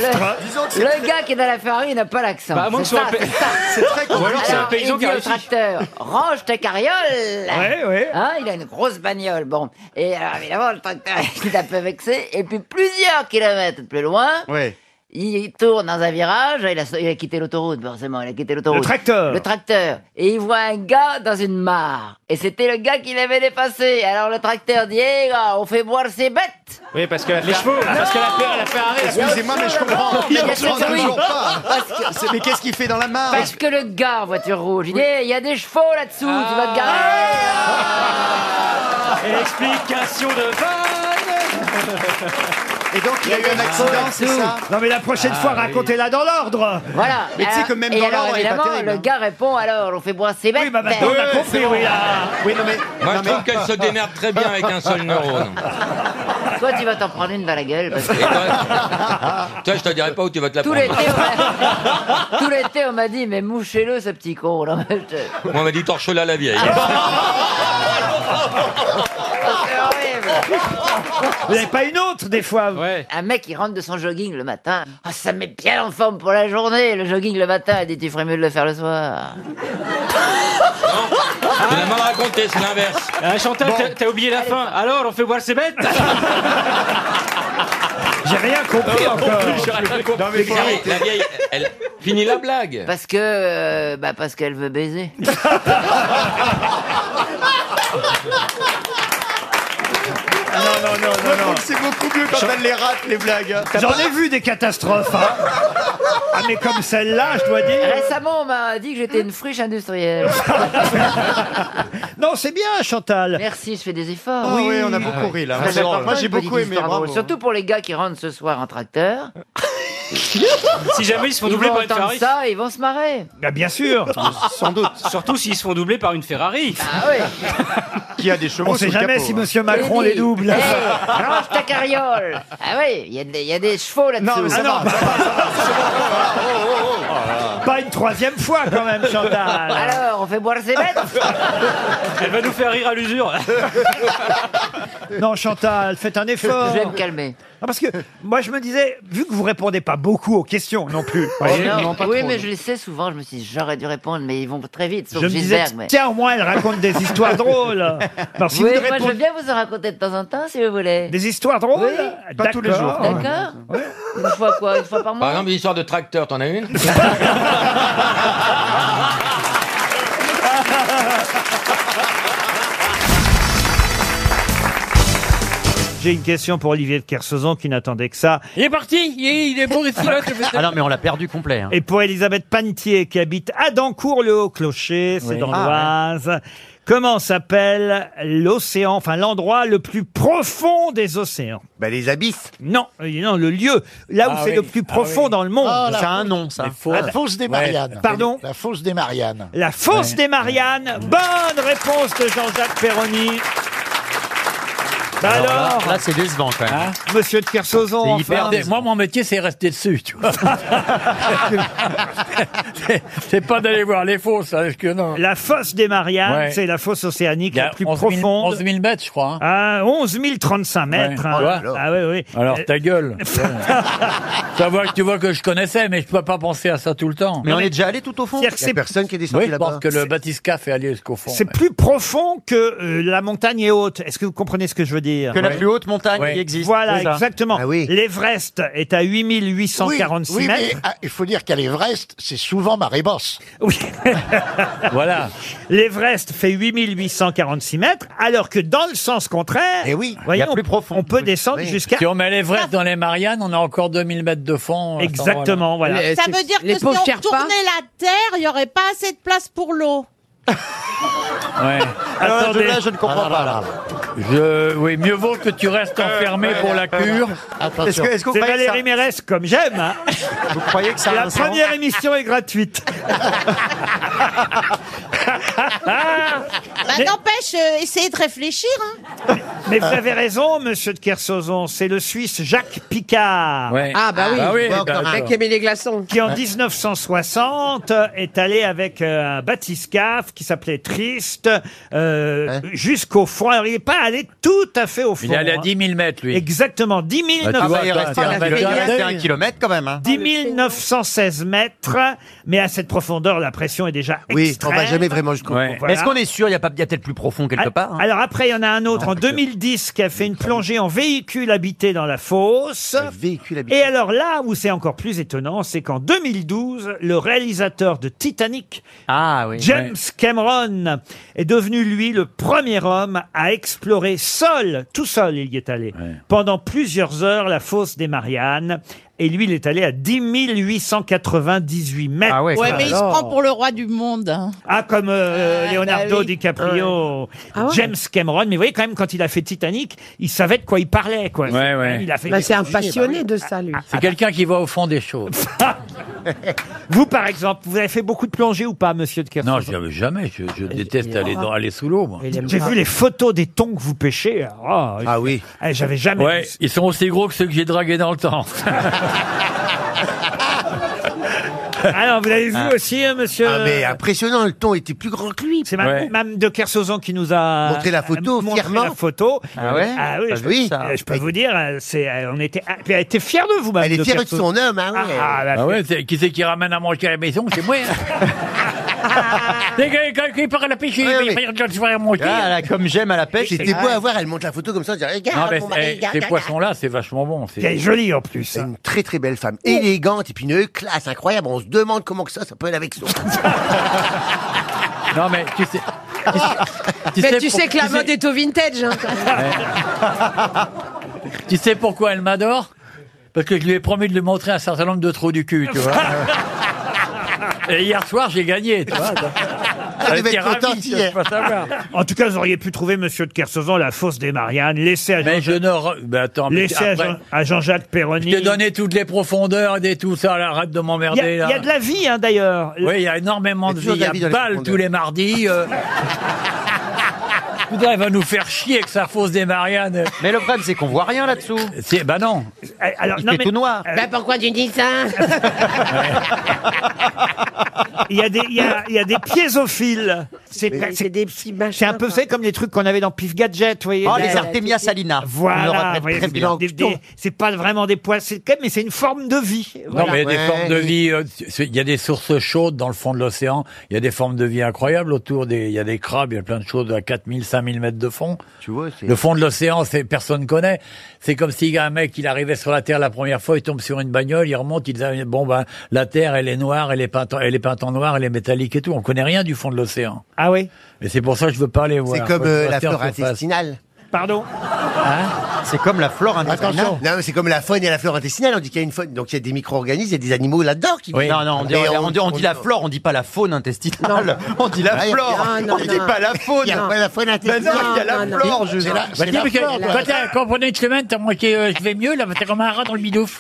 Speaker 18: Le- Le gars qui est dans la Ferrari il n'a pas l'accent.
Speaker 13: Bah, à moins que
Speaker 18: C'est
Speaker 13: ce soit
Speaker 18: ça,
Speaker 13: un pa-
Speaker 18: c'est ça.
Speaker 13: C'est très con. Ou alors c'est un
Speaker 18: Alors,
Speaker 13: paysan
Speaker 18: il dit
Speaker 13: qui a
Speaker 18: au
Speaker 13: réussi.
Speaker 18: tracteur, range ta carriole.
Speaker 13: Ouais, ouais.
Speaker 18: Hein, il a une grosse bagnole. Bon. Et alors, évidemment, le tracteur (laughs) il est un peu vexé. Et puis, plusieurs kilomètres plus loin,
Speaker 13: Ouais.
Speaker 18: il tourne dans un virage. Il a, il a quitté l'autoroute, forcément. Il a quitté l'autoroute.
Speaker 13: Le tracteur.
Speaker 18: Le tracteur. Et il voit un gars dans une mare. Et c'était le gars qui l'avait dépassé. Alors, le tracteur dit, hé, gars, on fait boire ses bêtes.
Speaker 13: Oui, parce que les chevaux, parce que la paire, la Ferrari. Excusez-moi, mais je comprends.
Speaker 18: Il y a quelque chose, oui.
Speaker 13: Parce que- Mais qu'est-ce qu'il fait dans la mare
Speaker 18: Parce que le gars, en voiture rouge, il dit Eh, il y a des chevaux là-dessous, tu vas te
Speaker 13: Ah
Speaker 18: garer.
Speaker 13: Explication de Van. Et donc il a eu
Speaker 18: Ah,
Speaker 13: un accident, c'est ça Ah,
Speaker 1: Non, mais la prochaine fois, racontez-la dans l'ordre.
Speaker 18: Voilà.
Speaker 13: Mais tu sais
Speaker 18: Alors-
Speaker 13: que même
Speaker 18: et
Speaker 13: dans
Speaker 18: alors,
Speaker 13: l'ordre, elle est pas
Speaker 18: évidemment,
Speaker 13: terrible,
Speaker 18: le
Speaker 13: hein.
Speaker 18: gars répond alors, on fait boire ses bêtes. Oui, bah
Speaker 1: maintenant, on a compris, oui, là.
Speaker 13: Oui, non mais.
Speaker 6: Moi, je trouve qu'elle se démerde très bien avec un seul neurone.
Speaker 18: Toi, tu vas t'en prendre une dans la gueule. Parce que
Speaker 6: Et toi, toi, je te dirais pas où tu vas te la
Speaker 18: tout
Speaker 6: prendre.
Speaker 18: l'été, on m'a- tout l'été, on m'a dit, mais mouchez-le, ce petit con. là. Je-
Speaker 6: Moi, on m'a dit torche-la la vieille.
Speaker 1: Vous n'avez pas une autre, des fois
Speaker 18: Un mec, il rentre de son jogging le matin. Ah, ça me met bien en forme pour la journée. Le jogging le matin, il dit, tu ferais mieux de le faire le soir.
Speaker 6: Tu l'as mal raconté, c'est l'inverse.
Speaker 13: Ah, Chantal, t'as- t'as oublié la fin. Alors, on fait boire ses (laughs) bêtes
Speaker 1: J'ai rien compris encore.
Speaker 13: Non, mais faut
Speaker 6: La vieille-
Speaker 13: arrêter.
Speaker 6: La vieille, elle finit la blague.
Speaker 18: Parce que, euh, bah, parce qu'elle veut baiser.
Speaker 1: Ah, non, non, non. non, non.
Speaker 13: c'est beaucoup mieux quand elle les rate, les blagues. hein.
Speaker 1: J'en ai vu des catastrophes. hein. Ah, mais comme celle-là, je dois dire.
Speaker 18: Récemment, on m'a dit que j'étais une friche industrielle.
Speaker 1: Non, Oh, c'est bien, Chantal.
Speaker 18: Merci, je fais des efforts.
Speaker 13: Ah oui, on a beaucoup ri, là. Moi, j'ai- moi, j'ai beaucoup aimé, bravo.
Speaker 18: Surtout pour les gars qui rentrent ce soir en tracteur.
Speaker 22: Si jamais ils se font
Speaker 18: ils
Speaker 22: doubler
Speaker 18: vont
Speaker 22: par une
Speaker 18: entendre
Speaker 22: Ferrari.
Speaker 18: ça, ils vont se marrer.
Speaker 1: Bah, bien sûr.
Speaker 22: Sans doute. Surtout s'ils se font doubler par une Ferrari. (laughs)
Speaker 18: Ah ouais.
Speaker 13: Qui a des
Speaker 1: On sait jamais
Speaker 30: hein.
Speaker 1: si
Speaker 22: hein.
Speaker 1: Monsieur Macron les double.
Speaker 18: Hey, range ta carriole. Ah oui, il y, a des- il y a des chevaux là-dessous.
Speaker 1: mais ça Ah va, non. Pas une troisième fois, quand même,
Speaker 18: (laughs)
Speaker 1: Chantal.
Speaker 18: Alors, on fait boire ses bêtes
Speaker 22: Elle va nous faire rire à l'usure.
Speaker 1: Non, Chantal, faites un effort.
Speaker 18: Je vais me calmer.
Speaker 1: Non, parce que moi, je me disais, vu que vous répondez pas beaucoup aux questions non plus. voyez,
Speaker 18: Oh, non. oui, mais je les sais souvent. Je me suis dit, j'aurais dû répondre, mais ils vont très vite. Sauf
Speaker 1: je me disais,
Speaker 18: Gisberg, mais-
Speaker 1: tiens, au moins, elle raconte des histoires drôles.
Speaker 14: (laughs)
Speaker 1: Alors, si
Speaker 18: oui,
Speaker 1: vous ne
Speaker 18: moi, je
Speaker 1: répondez-
Speaker 18: veux bien vous en raconter de temps en temps, si vous voulez.
Speaker 1: Des histoires drôles
Speaker 6: Pas tous les
Speaker 1: D'accord.
Speaker 30: hein.
Speaker 6: jours.
Speaker 18: D'accord Une fois quoi Une fois par
Speaker 6: Par
Speaker 18: mois
Speaker 6: exemple, l'histoire de tracteur, t'en as une
Speaker 1: (laughs) J'ai une question pour Olivier de Kersauzon qui n'attendait que ça.
Speaker 16: (laughs) Il est parti, il est, il est beau, il est là, je fais ça.
Speaker 1: Ah non,
Speaker 16: mais on l'a perdu complet.
Speaker 1: Et pour Elisabeth Pantier qui habite à Dancourt le Haut-Clocher, c'est
Speaker 16: Oui.
Speaker 1: dans
Speaker 16: Ah,
Speaker 1: l'Oise. Comment s'appelle l'océan, enfin l'endroit le plus profond des océans Bah, Les abysses Non, euh, non, le lieu, là où
Speaker 30: Ah
Speaker 1: c'est
Speaker 30: oui.
Speaker 1: le plus
Speaker 30: Ah
Speaker 1: profond
Speaker 30: oui.
Speaker 1: dans le monde.
Speaker 30: Ah, la Ça a un fosse-
Speaker 1: nom,
Speaker 30: ça. les fosses. La fosse des Mariannes.
Speaker 1: Pardon
Speaker 30: La fosse des Mariannes.
Speaker 1: La fosse
Speaker 30: Ouais.
Speaker 1: des Mariannes. Bonne réponse de Jean-Jacques Perroni. Bah alors,
Speaker 16: c'est décevant quand même.
Speaker 11: Hein
Speaker 1: Monsieur de Kersauzon,
Speaker 16: C'est
Speaker 1: enfin.
Speaker 16: hyper dé- Moi, mon métier, c'est rester dessus, tu (laughs) vois. C'est- c'est pas d'aller voir les fosses, hein, parce que non.
Speaker 1: La fosse des Mariannes,
Speaker 16: Ouais.
Speaker 1: c'est la fosse océanique
Speaker 16: Il y a
Speaker 1: la plus
Speaker 16: 11 000
Speaker 1: profonde.
Speaker 16: 11 000 mètres, je crois. hein.
Speaker 1: Ah, 11 035 mètres.
Speaker 16: Ouais,
Speaker 1: hein.
Speaker 16: tu vois
Speaker 1: ah oui, oui.
Speaker 16: Alors,
Speaker 1: Euh,
Speaker 16: ta gueule. Ça voit que tu vois que je connaissais, mais je peux pas penser à ça tout le temps.
Speaker 1: Mais on est
Speaker 16: déjà allé tout au fond.
Speaker 1: C'est-à-dire que c'est-
Speaker 16: qui est descendu là-bas. Je pense que le Batiscaf est allé jusqu'au fond.
Speaker 1: (laughs) c'est
Speaker 16: ouais.
Speaker 1: plus profond que euh, la montagne est haute. Est-ce que vous comprenez ce que je veux dire
Speaker 16: Que la Ouais. plus
Speaker 1: haute montagne
Speaker 16: Ouais. qui existe.
Speaker 1: Voilà,
Speaker 16: C'est ça.
Speaker 1: exactement. L'Everest est à 8846
Speaker 30: oui,
Speaker 1: mètres.
Speaker 30: mais, ah, il faut dire qu'à l'Everest, c'est souvent marée basse. (laughs)
Speaker 1: Oui.
Speaker 16: (laughs) voilà.
Speaker 1: L'Everest fait 8846 mètres, alors que dans le sens contraire, voyez, on, on peut descendre jusqu'à...
Speaker 16: Si on met l'Everest dans les Mariannes, on a encore 2000 mètres de fond. euh, à cet
Speaker 1: Exactement,
Speaker 16: endroit-là.
Speaker 1: voilà.
Speaker 32: Ça veut dire que si on tournait la Terre, il n'y aurait pas assez de place pour l'eau.
Speaker 16: Ouais.
Speaker 1: Alors,
Speaker 16: Attendez.
Speaker 1: là, je ne comprends
Speaker 16: Ah, là,
Speaker 1: pas.
Speaker 16: là, là. Je... Oui, mieux vaut que tu restes enfermé pour la cure.
Speaker 1: Euh, Est-ce que, est-ce que vous croyez Valérie Mérès, comme j'aime. hein.
Speaker 16: (laughs) Vous croyez que ça a
Speaker 1: La
Speaker 16: un sens
Speaker 1: première émission
Speaker 16: (laughs)
Speaker 1: est gratuite. Ah,
Speaker 32: Bah, N'empêche, euh, essayez de réfléchir. hein.
Speaker 1: Mais vous avez raison, monsieur de Kersauzon, c'est le Suisse Jacques
Speaker 16: Ah,
Speaker 1: Picard.
Speaker 16: bah oui. Ah, bah oui, bah,
Speaker 1: d'accord.
Speaker 16: le mec qui
Speaker 1: aimait les glaçons. Qui en 1960 est allé avec euh, un bathyscaphe qui s'appelait Triste
Speaker 16: Hein
Speaker 1: euh, jusqu'au fond. Alors il n'est pas allé tout à fait au fond.
Speaker 16: Il est allé à
Speaker 1: hein.
Speaker 16: 10 000 mètres, lui.
Speaker 1: Exactement, 10
Speaker 16: Bah, tu
Speaker 1: 000
Speaker 16: vois, Ah, bah, il t'as- restait t'as- un- t'as- il t'as- restait un t'as-
Speaker 1: kilomètre quand même.
Speaker 16: hein.
Speaker 1: 10 916 mètres, mais à cette profondeur, la pression est déjà
Speaker 16: Oui, on
Speaker 1: extrême.
Speaker 16: va jamais vraiment jusqu'au
Speaker 1: Voilà.
Speaker 16: fond. Est-ce qu'on est sûr, il y a, pas- il y a peut-être plus profond quelque
Speaker 30: Ah,
Speaker 1: Al-
Speaker 16: part hein
Speaker 1: Ah, Alors après, il y en a un autre en 2010 qui a fait une plongée en véhicule habité dans la fosse. Et alors là où c'est encore plus étonnant, c'est qu'en 2012, le réalisateur de Titanic,
Speaker 16: Ah,
Speaker 1: James Cameron, est devenu lui le premier homme à explorer seul, tout seul il y est allé, pendant plusieurs heures la fosse des Mariannes. Et lui, il est allé à 10 898 mètres.
Speaker 16: Ah
Speaker 32: ouais, mais il se prend pour le roi du monde. hein.
Speaker 1: Ah, comme euh,
Speaker 32: Ah,
Speaker 1: Leonardo
Speaker 32: bah oui.
Speaker 1: DiCaprio, euh,
Speaker 32: Ah ouais.
Speaker 1: James Cameron. Mais vous voyez, quand même, quand il a fait Titanic, il savait de quoi il parlait, quoi. Hein,
Speaker 16: Ouais, ouais.
Speaker 1: Il a fait
Speaker 16: Bah, c'est un
Speaker 32: passionné
Speaker 1: de ça, lui.
Speaker 16: C'est quelqu'un qui va au fond des choses.
Speaker 1: (laughs) Vous, par exemple, vous avez fait beaucoup de plongées ou pas, monsieur de Kersauzon
Speaker 16: non, je jamais. Je, je déteste aller, dans, aller sous l'eau, moi.
Speaker 1: J'ai vu les photos des thons que vous pêchez.
Speaker 16: (laughs)
Speaker 1: Ah,
Speaker 16: oui.
Speaker 1: eh, j'avais jamais
Speaker 16: Ouais,
Speaker 1: vu ça.
Speaker 16: ils sont aussi gros que ceux que j'ai dragués dans le
Speaker 1: (laughs)
Speaker 16: temps.
Speaker 1: Alors, vous l'avez vu aussi, hein, monsieur
Speaker 11: Ah, mais impressionnant, le ton était plus grand que lui.
Speaker 1: C'est madame, madame de Kersauzon qui nous a
Speaker 11: Montré la photo,
Speaker 1: euh, montré
Speaker 11: fièrement.
Speaker 1: la photo.
Speaker 11: Ah ouais
Speaker 1: Ah oui,
Speaker 11: Pas
Speaker 1: je,
Speaker 11: vu
Speaker 1: oui.
Speaker 11: ça.
Speaker 1: je peux vous dire, euh, c'est, euh, on était, ah, puis elle était fière de vous, madame
Speaker 16: Elle est
Speaker 1: de
Speaker 16: fière de
Speaker 1: Kersauzon.
Speaker 16: son homme, hein, ouais.
Speaker 1: Ah, la
Speaker 16: Ah ouais, c'est- qui c'est qui ramène à manger à la maison C'est moi.
Speaker 21: (laughs)
Speaker 16: hein. C'est quelqu'un qui part à la pêche, il va dire que je vais manger.
Speaker 11: Ah,
Speaker 21: Ah, comme j'aime à la pêche.
Speaker 16: c'est-
Speaker 11: C'était beau
Speaker 16: ah.
Speaker 11: à voir, elle monte la photo comme ça, on dirait,
Speaker 16: Non,
Speaker 11: regarde
Speaker 16: mais
Speaker 11: mon
Speaker 16: eh,
Speaker 11: mari, regarde,
Speaker 16: ces
Speaker 11: regarde.
Speaker 16: poissons-là, c'est vachement bon. c'est-
Speaker 1: en plus. hein.
Speaker 11: Une très très belle femme, élégante et puis une classe incroyable. On se demande comment que ça, ça peut aller avec son.
Speaker 16: Non, mais tu sais.
Speaker 7: Mais
Speaker 16: sais
Speaker 7: tu
Speaker 16: pour-
Speaker 7: sais que la
Speaker 16: tu
Speaker 7: (laughs) mode est au vintage. hein, quand même.
Speaker 16: Ouais. Tu sais pourquoi elle m'adore Parce que je lui ai promis de lui montrer un certain nombre de trous du cul, (laughs) tu vois. Et hier soir, j'ai gagné, tu vois. Elle
Speaker 1: devait
Speaker 16: était
Speaker 1: être contente
Speaker 16: ravie, ça,
Speaker 1: hier.
Speaker 16: Ah, je peux savoir.
Speaker 1: En tout cas, vous auriez pu trouver Monsieur de Kersauzon la fosse des Mariannes, laissez à
Speaker 16: Mais je
Speaker 1: Jean-Jacques
Speaker 16: ne... re- Ben attends, mais
Speaker 1: Laissez à
Speaker 16: après-
Speaker 1: Jean- hein, à Jean-Jacques Perroni.
Speaker 16: Je t'ai donné toutes les profondeurs et des- tout ça, là, arrête de
Speaker 1: Il y, a-
Speaker 16: m'emmerder.
Speaker 1: il y a
Speaker 16: là.
Speaker 1: de la vie, hein, d'ailleurs.
Speaker 16: Oui, il y a énormément de vie.
Speaker 1: toujours
Speaker 16: Il
Speaker 1: de la
Speaker 16: y
Speaker 1: vie dans
Speaker 16: a
Speaker 1: les
Speaker 16: balle
Speaker 1: profondeurs.
Speaker 16: tous les mardis. (laughs) euh. Putain, elle va nous faire chier avec sa fausse des Mariannes. Mais le problème, c'est qu'on voit rien là-dessous. Bah non.
Speaker 1: Eh, alors, Il non, fait mais- euh, tout noir.
Speaker 16: Bah
Speaker 4: pourquoi tu dis ça
Speaker 7: (laughs)
Speaker 1: Il y a des, il y a- il y a des piézophiles. C'est
Speaker 4: Mais c'est des petits machins,
Speaker 1: C'est un peu fait comme les trucs qu'on avait dans Pif Gadget, vous voyez.
Speaker 4: Oh, les
Speaker 1: Des-
Speaker 4: Artemia
Speaker 1: salina.
Speaker 4: On le
Speaker 1: Voilà.
Speaker 4: regrette
Speaker 1: vous voyez,
Speaker 4: très
Speaker 1: c'est
Speaker 4: bien.
Speaker 1: des- des- C'est pas vraiment des poissons, c'est quand même- mais c'est une forme de vie.
Speaker 16: Non,
Speaker 1: Voilà.
Speaker 16: mais il y a des formes de vie. euh, c'est- Il y a des sources chaudes dans le fond de l'océan. Il y a des formes de vie incroyables autour des. Il y a des crabes, il y a plein de choses à 4000, 5000 mètres de fond.
Speaker 11: Tu vois, c'est-
Speaker 16: Le fond de l'océan, c'est personne connaît. C'est comme si un mec, il arrivait sur la Terre la première fois, il tombe sur une bagnole, il remonte, il dit bon ben la Terre, elle est noire, elle est peinte, en- elle est peinte en noir, elle est métallique et tout. On connaît rien du fond de l'océan.
Speaker 1: Ah oui.
Speaker 16: Et c'est pour ça que je veux pas aller voir.
Speaker 11: C'est comme
Speaker 16: Faut
Speaker 11: euh, la
Speaker 16: rester en
Speaker 11: flore
Speaker 16: surface.
Speaker 11: intestinale.
Speaker 1: Pardon
Speaker 19: Hein
Speaker 11: C'est comme la flore
Speaker 16: intestinale.
Speaker 11: Non, mais c'est comme la faune et la flore intestinale. On dit qu'il y a une faune, donc il y a des micro-organismes, il y a des animaux là-dedans qui.
Speaker 19: Non, non, on dit,
Speaker 11: Mais
Speaker 19: on, dit- on dit la flore, on dit pas la faune intestinale. On dit la
Speaker 11: Ah, y a-
Speaker 19: flore.
Speaker 11: ah, non,
Speaker 19: on dit
Speaker 11: non.
Speaker 19: pas la faune.
Speaker 11: Y a pas la faune
Speaker 19: Ben non,
Speaker 11: intestinale.
Speaker 19: il y a la
Speaker 11: Non, non.
Speaker 19: flore,
Speaker 11: C'est
Speaker 19: je
Speaker 11: la-
Speaker 16: Bah, dis, parce que
Speaker 11: flore, quoi.
Speaker 16: quand t'as- quand on prenait une semaine, t'as moitié, euh, je vais mieux, là, t'es comme un rat dans le bidouf.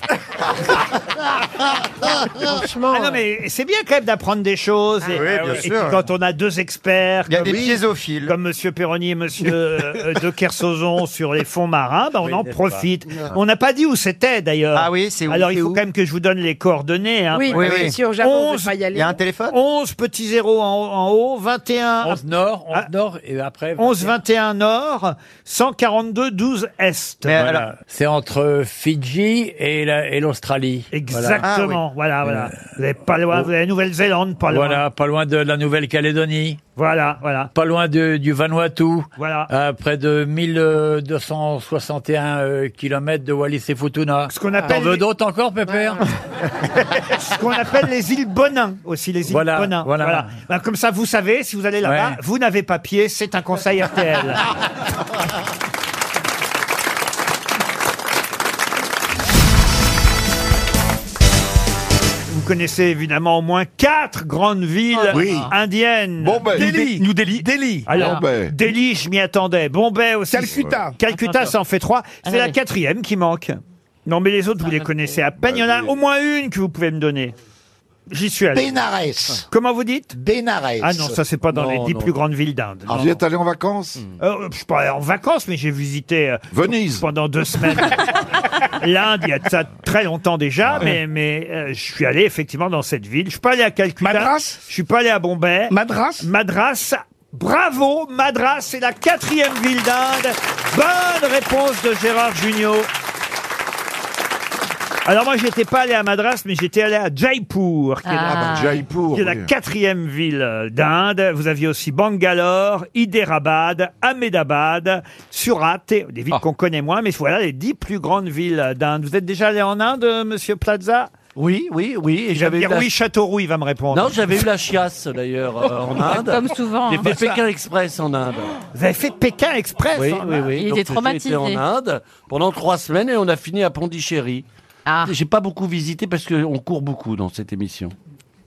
Speaker 1: Franchement. Ah non, mais c'est bien quand même d'apprendre des choses. et,
Speaker 19: Ah Oui, bien
Speaker 1: et
Speaker 19: sûr.
Speaker 1: quand on a deux experts.
Speaker 19: Il y a
Speaker 1: comme-
Speaker 19: des piézophiles.
Speaker 1: Comme Monsieur Perroni et Monsieur euh, de
Speaker 19: (laughs)
Speaker 1: Kersauzon sur les fonds marins, bah, on
Speaker 19: Oui,
Speaker 1: en
Speaker 19: n'est-ce
Speaker 1: profite.
Speaker 19: pas.
Speaker 1: On n'a pas dit où c'était d'ailleurs.
Speaker 19: Ah oui, c'est où,
Speaker 1: Alors il
Speaker 19: c'est
Speaker 1: faut
Speaker 19: où
Speaker 1: quand même que je vous donne les coordonnées. hein.
Speaker 4: Oui, parce que si au Japon, on ne peut pas y aller. Il y a un
Speaker 1: téléphone 11 petits zéros en, en haut, 21.
Speaker 16: 11 nord,
Speaker 1: Ah.
Speaker 16: 11 nord, et après.
Speaker 1: 11 21 nord, 142 12 est.
Speaker 16: Voilà. C'est entre Fidji et la- et l'Australie. Voilà. Ah Euh,
Speaker 1: Exactement, voilà, voilà. Vous n'êtes pas loin, vous avez la Nouvelle-Zélande, pas loin.
Speaker 16: Voilà, pas loin de la Nouvelle-Calédonie.
Speaker 1: Voilà, voilà.
Speaker 16: Pas loin de- du Vanuatu.
Speaker 1: Voilà.
Speaker 16: À près de 1261 km euh, de Wallis et Futuna. Ce
Speaker 1: qu'on appelle
Speaker 16: T'en veux
Speaker 1: les-
Speaker 16: d'autres encore, Pépère
Speaker 1: (laughs) ce qu'on appelle les îles Bonin aussi, les îles
Speaker 16: Voilà,
Speaker 1: Bonin.
Speaker 16: voilà.
Speaker 1: Ben, comme ça, vous savez, si vous allez là-bas,
Speaker 16: Ouais.
Speaker 1: vous n'avez pas pied, c'est un conseil
Speaker 16: (laughs)
Speaker 1: RTL. Vous connaissez évidemment au moins quatre grandes villes
Speaker 13: Oui.
Speaker 1: indiennes.
Speaker 13: Bombay.
Speaker 1: Delhi. New Delhi. Alors,
Speaker 13: Bombay.
Speaker 1: Delhi, je m'y attendais. Bombay aussi.
Speaker 13: Calcutta.
Speaker 1: Calcutta, ça en fait trois. C'est
Speaker 13: Ah
Speaker 1: la
Speaker 13: oui.
Speaker 1: quatrième qui manque. Non, mais les autres, vous les connaissez à peine. Il y en a au moins une que vous pouvez me donner. J'y suis allé.
Speaker 30: Bénarès.
Speaker 1: Comment vous dites
Speaker 30: Bénarès.
Speaker 1: Ah non, ça c'est pas dans les dix
Speaker 30: non.
Speaker 1: plus grandes villes d'Inde.
Speaker 30: Ah, Vous y êtes allé en vacances
Speaker 1: Euh, je suis pas allé en vacances, mais j'ai visité Venise pendant deux semaines.
Speaker 30: (laughs)
Speaker 1: L'Inde, il y a de ça très longtemps déjà, mais, mais euh, je suis allé effectivement dans cette ville. Je suis pas allé à Calcutta. Madras Je suis pas allé à Bombay. Madras Madras. Bravo, Madras, c'est la quatrième ville d'Inde. Bonne réponse de Gérard Junior. Alors moi, j'étais pas allé à Madras, mais j'étais allé à Jaipur, qui est, la,
Speaker 30: Ah. Ah bah, Jaipur,
Speaker 1: qui est la
Speaker 30: oui.
Speaker 1: quatrième ville euh, d'Inde. Vous aviez aussi Bangalore, Hyderabad, Ahmedabad, Surat, et des
Speaker 7: Ah.
Speaker 1: villes qu'on connaît moins, mais voilà les dix plus grandes villes d'Inde. Vous êtes déjà allé en Inde, euh, Monsieur Plaza
Speaker 7: Oui, oui, oui.
Speaker 1: j'avais
Speaker 7: Et j'avais eu
Speaker 1: dire
Speaker 7: la-
Speaker 1: oui, Châteauroux, il va me répondre.
Speaker 7: Non, j'avais eu la chiasse d'ailleurs euh, en Inde.
Speaker 4: Comme souvent,
Speaker 7: J'ai
Speaker 4: hein.
Speaker 7: fait
Speaker 4: Ça-
Speaker 7: Pékin Express en Inde.
Speaker 1: Vous avez fait Pékin Express
Speaker 7: Oui,
Speaker 1: en
Speaker 7: oui,
Speaker 1: Inde.
Speaker 7: oui.
Speaker 4: Il
Speaker 7: Donc,
Speaker 4: était traumatisé.
Speaker 7: J'ai été en Inde pendant trois semaines et on a fini à Pondichéry.
Speaker 4: Ah.
Speaker 7: J'ai pas beaucoup visité parce qu'on court beaucoup dans cette émission.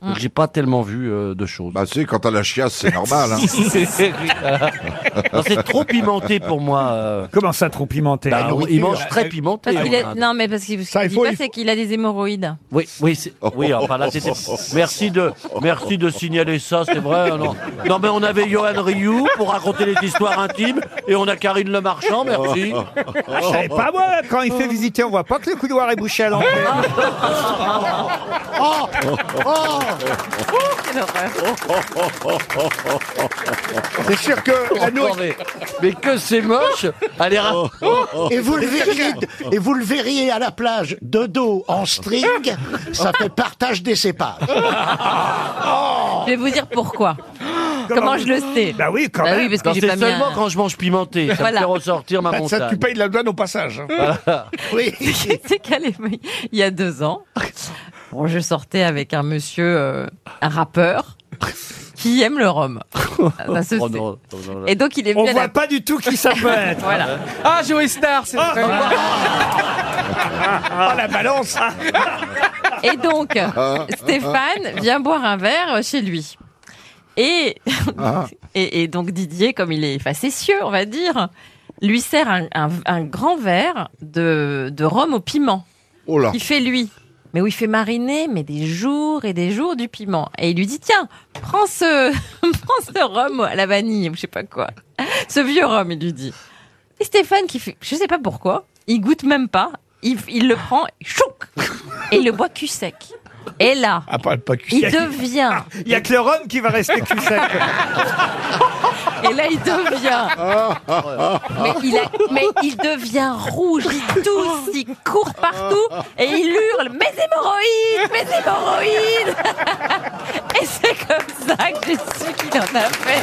Speaker 7: Donc
Speaker 4: Mm.
Speaker 7: j'ai pas tellement vu euh, de choses.
Speaker 30: Bah, tu sais, quand t'as la chiasse, c'est
Speaker 11: (laughs)
Speaker 13: (laughs)
Speaker 7: (laughs)
Speaker 30: normal. Hein.
Speaker 7: Non, c'est trop pimenté pour moi. euh.
Speaker 1: Comment (laughs) ça, hein. trop pimenté
Speaker 7: Bah,
Speaker 30: La
Speaker 7: on-
Speaker 30: nourriture.
Speaker 7: Il mange très pimenté. hein.
Speaker 29: Parce
Speaker 1: Ah,
Speaker 29: qu'il
Speaker 7: en
Speaker 29: est-
Speaker 7: Inde.
Speaker 29: Non, mais parce qu'il ce
Speaker 7: Ça,
Speaker 29: qu'il
Speaker 7: il
Speaker 29: dit
Speaker 7: faut-
Speaker 29: pas,
Speaker 7: il
Speaker 29: c'est qu'il a des hémorroïdes.
Speaker 7: Oui, oui, c'est- oui. Enfin, là, c'était- merci de, merci de signaler ça, c'est vrai. hein, Non, non, mais on avait Johan Rioux pour raconter les histoires intimes, et on a Karine Le Marchand, merci.
Speaker 1: Ah, je savais pas moi, quand il fait visiter, on voit pas que le couloir est bouché à l'entrée.
Speaker 13: Oh Oh
Speaker 7: C'est sûr que
Speaker 13: la nourriture-
Speaker 7: Mais que c'est moche. Allez,
Speaker 17: Oh.
Speaker 7: ra- Oh.
Speaker 13: Et vous le verriez, et vous le verriez à la plage de dos en string, ça fait partage des cépages.
Speaker 29: Je vais vous dire pourquoi.
Speaker 7: Ah,
Speaker 29: Comment, je le sais
Speaker 1: Bah oui,
Speaker 29: bah Oui, parce que
Speaker 7: Non,
Speaker 29: j'ai
Speaker 7: c'est
Speaker 29: pas mis
Speaker 7: seulement
Speaker 29: un-
Speaker 7: quand je mange pimenté, ça
Speaker 29: Voilà.
Speaker 7: me fait ressortir
Speaker 17: Bah,
Speaker 7: ma
Speaker 29: Ça, ça,
Speaker 7: montagne.
Speaker 29: tu payes
Speaker 7: la douane au
Speaker 29: hein.
Speaker 7: passage.
Speaker 29: C'est
Speaker 15: (laughs)
Speaker 29: qu'à l'époque, il y a deux ans, bon, je sortais avec un monsieur, euh, un rappeur,
Speaker 15: qui aime le rhum. Ah, Ça se
Speaker 7: Oh
Speaker 15: sait.
Speaker 7: non, non, non, non.
Speaker 15: Et donc il est
Speaker 7: On
Speaker 15: venu à la-
Speaker 7: voit pas du tout qui ça peut être.
Speaker 15: (laughs) voilà.
Speaker 7: Ah, Joey Star, c'est
Speaker 15: vrai.
Speaker 7: Oh la balance
Speaker 15: Et donc,
Speaker 7: Ah.
Speaker 15: Stéphane vient boire un verre chez lui. Et,
Speaker 7: Ah.
Speaker 15: et, et donc Didier, comme il est facétieux, on va dire, lui sert un, un- un grand verre de, de rhum au piment.
Speaker 2: là.
Speaker 15: Il fait lui. Mais où il fait mariner, mais des jours et des jours du piment. Et il lui dit, tiens, prends ce, (laughs) prends ce rhum à la vanille, ou je sais pas quoi. Ce vieux rhum, il lui dit. Et Stéphane, qui fait, je sais pas pourquoi, il goûte même pas, il, il le prend, chouc, et il le boit cul sec. Et là,
Speaker 1: Ah, pas, pas
Speaker 15: il devient.
Speaker 1: Il y a que le rhum qui va rester cul sec.
Speaker 15: Et là, il
Speaker 13: Ah.
Speaker 15: devient. Mais il, a- mais il devient rouge, il tousse, il court partout et il hurle Mes hémorroïdes Mes hémorroïdes Et c'est comme ça que j'ai su qu'il en a fait.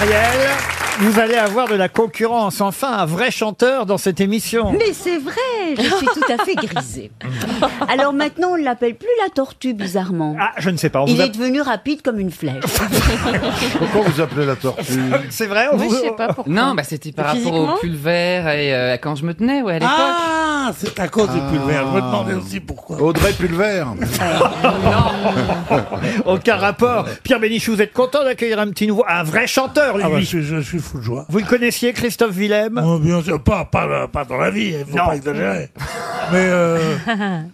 Speaker 1: Ariel, vous allez avoir de la concurrence, enfin, un vrai chanteur dans cette émission.
Speaker 3: Mais c'est vrai, je suis tout à fait grisée. Alors maintenant, on ne l'appelle plus la tortue, bizarrement.
Speaker 1: Je ne sais pas. on
Speaker 3: Il
Speaker 1: vous a-
Speaker 3: est devenu rapide comme une flèche.
Speaker 30: Pourquoi (laughs) vous appelez la tortue
Speaker 1: C'est vrai
Speaker 3: on Moi, je vous- sais pas pourquoi.
Speaker 9: Non, bah, c'était par rapport
Speaker 3: Physiquement
Speaker 9: au pulvaire et euh, quand je me tenais, ouais, à l'époque. Ah.
Speaker 30: Ah,
Speaker 9: c'est à
Speaker 17: Oh,
Speaker 9: cause
Speaker 30: du Pulvère. Je me demandais aussi
Speaker 9: pourquoi.
Speaker 30: Ah. Audrey
Speaker 17: (laughs)
Speaker 30: Pulvert. (laughs)
Speaker 1: Aucun rapport. Pierre Bénichou, vous êtes content d'accueillir un petit nouveau, un vrai chanteur, lui.
Speaker 17: Ah bah, je, suis- je suis fou de joie.
Speaker 1: Vous le connaissiez, Christophe Willem
Speaker 17: bien sûr, pas, pas, pas dans la vie, il faut
Speaker 1: Non.
Speaker 17: pas exagérer. Mais
Speaker 29: (laughs)
Speaker 17: euh,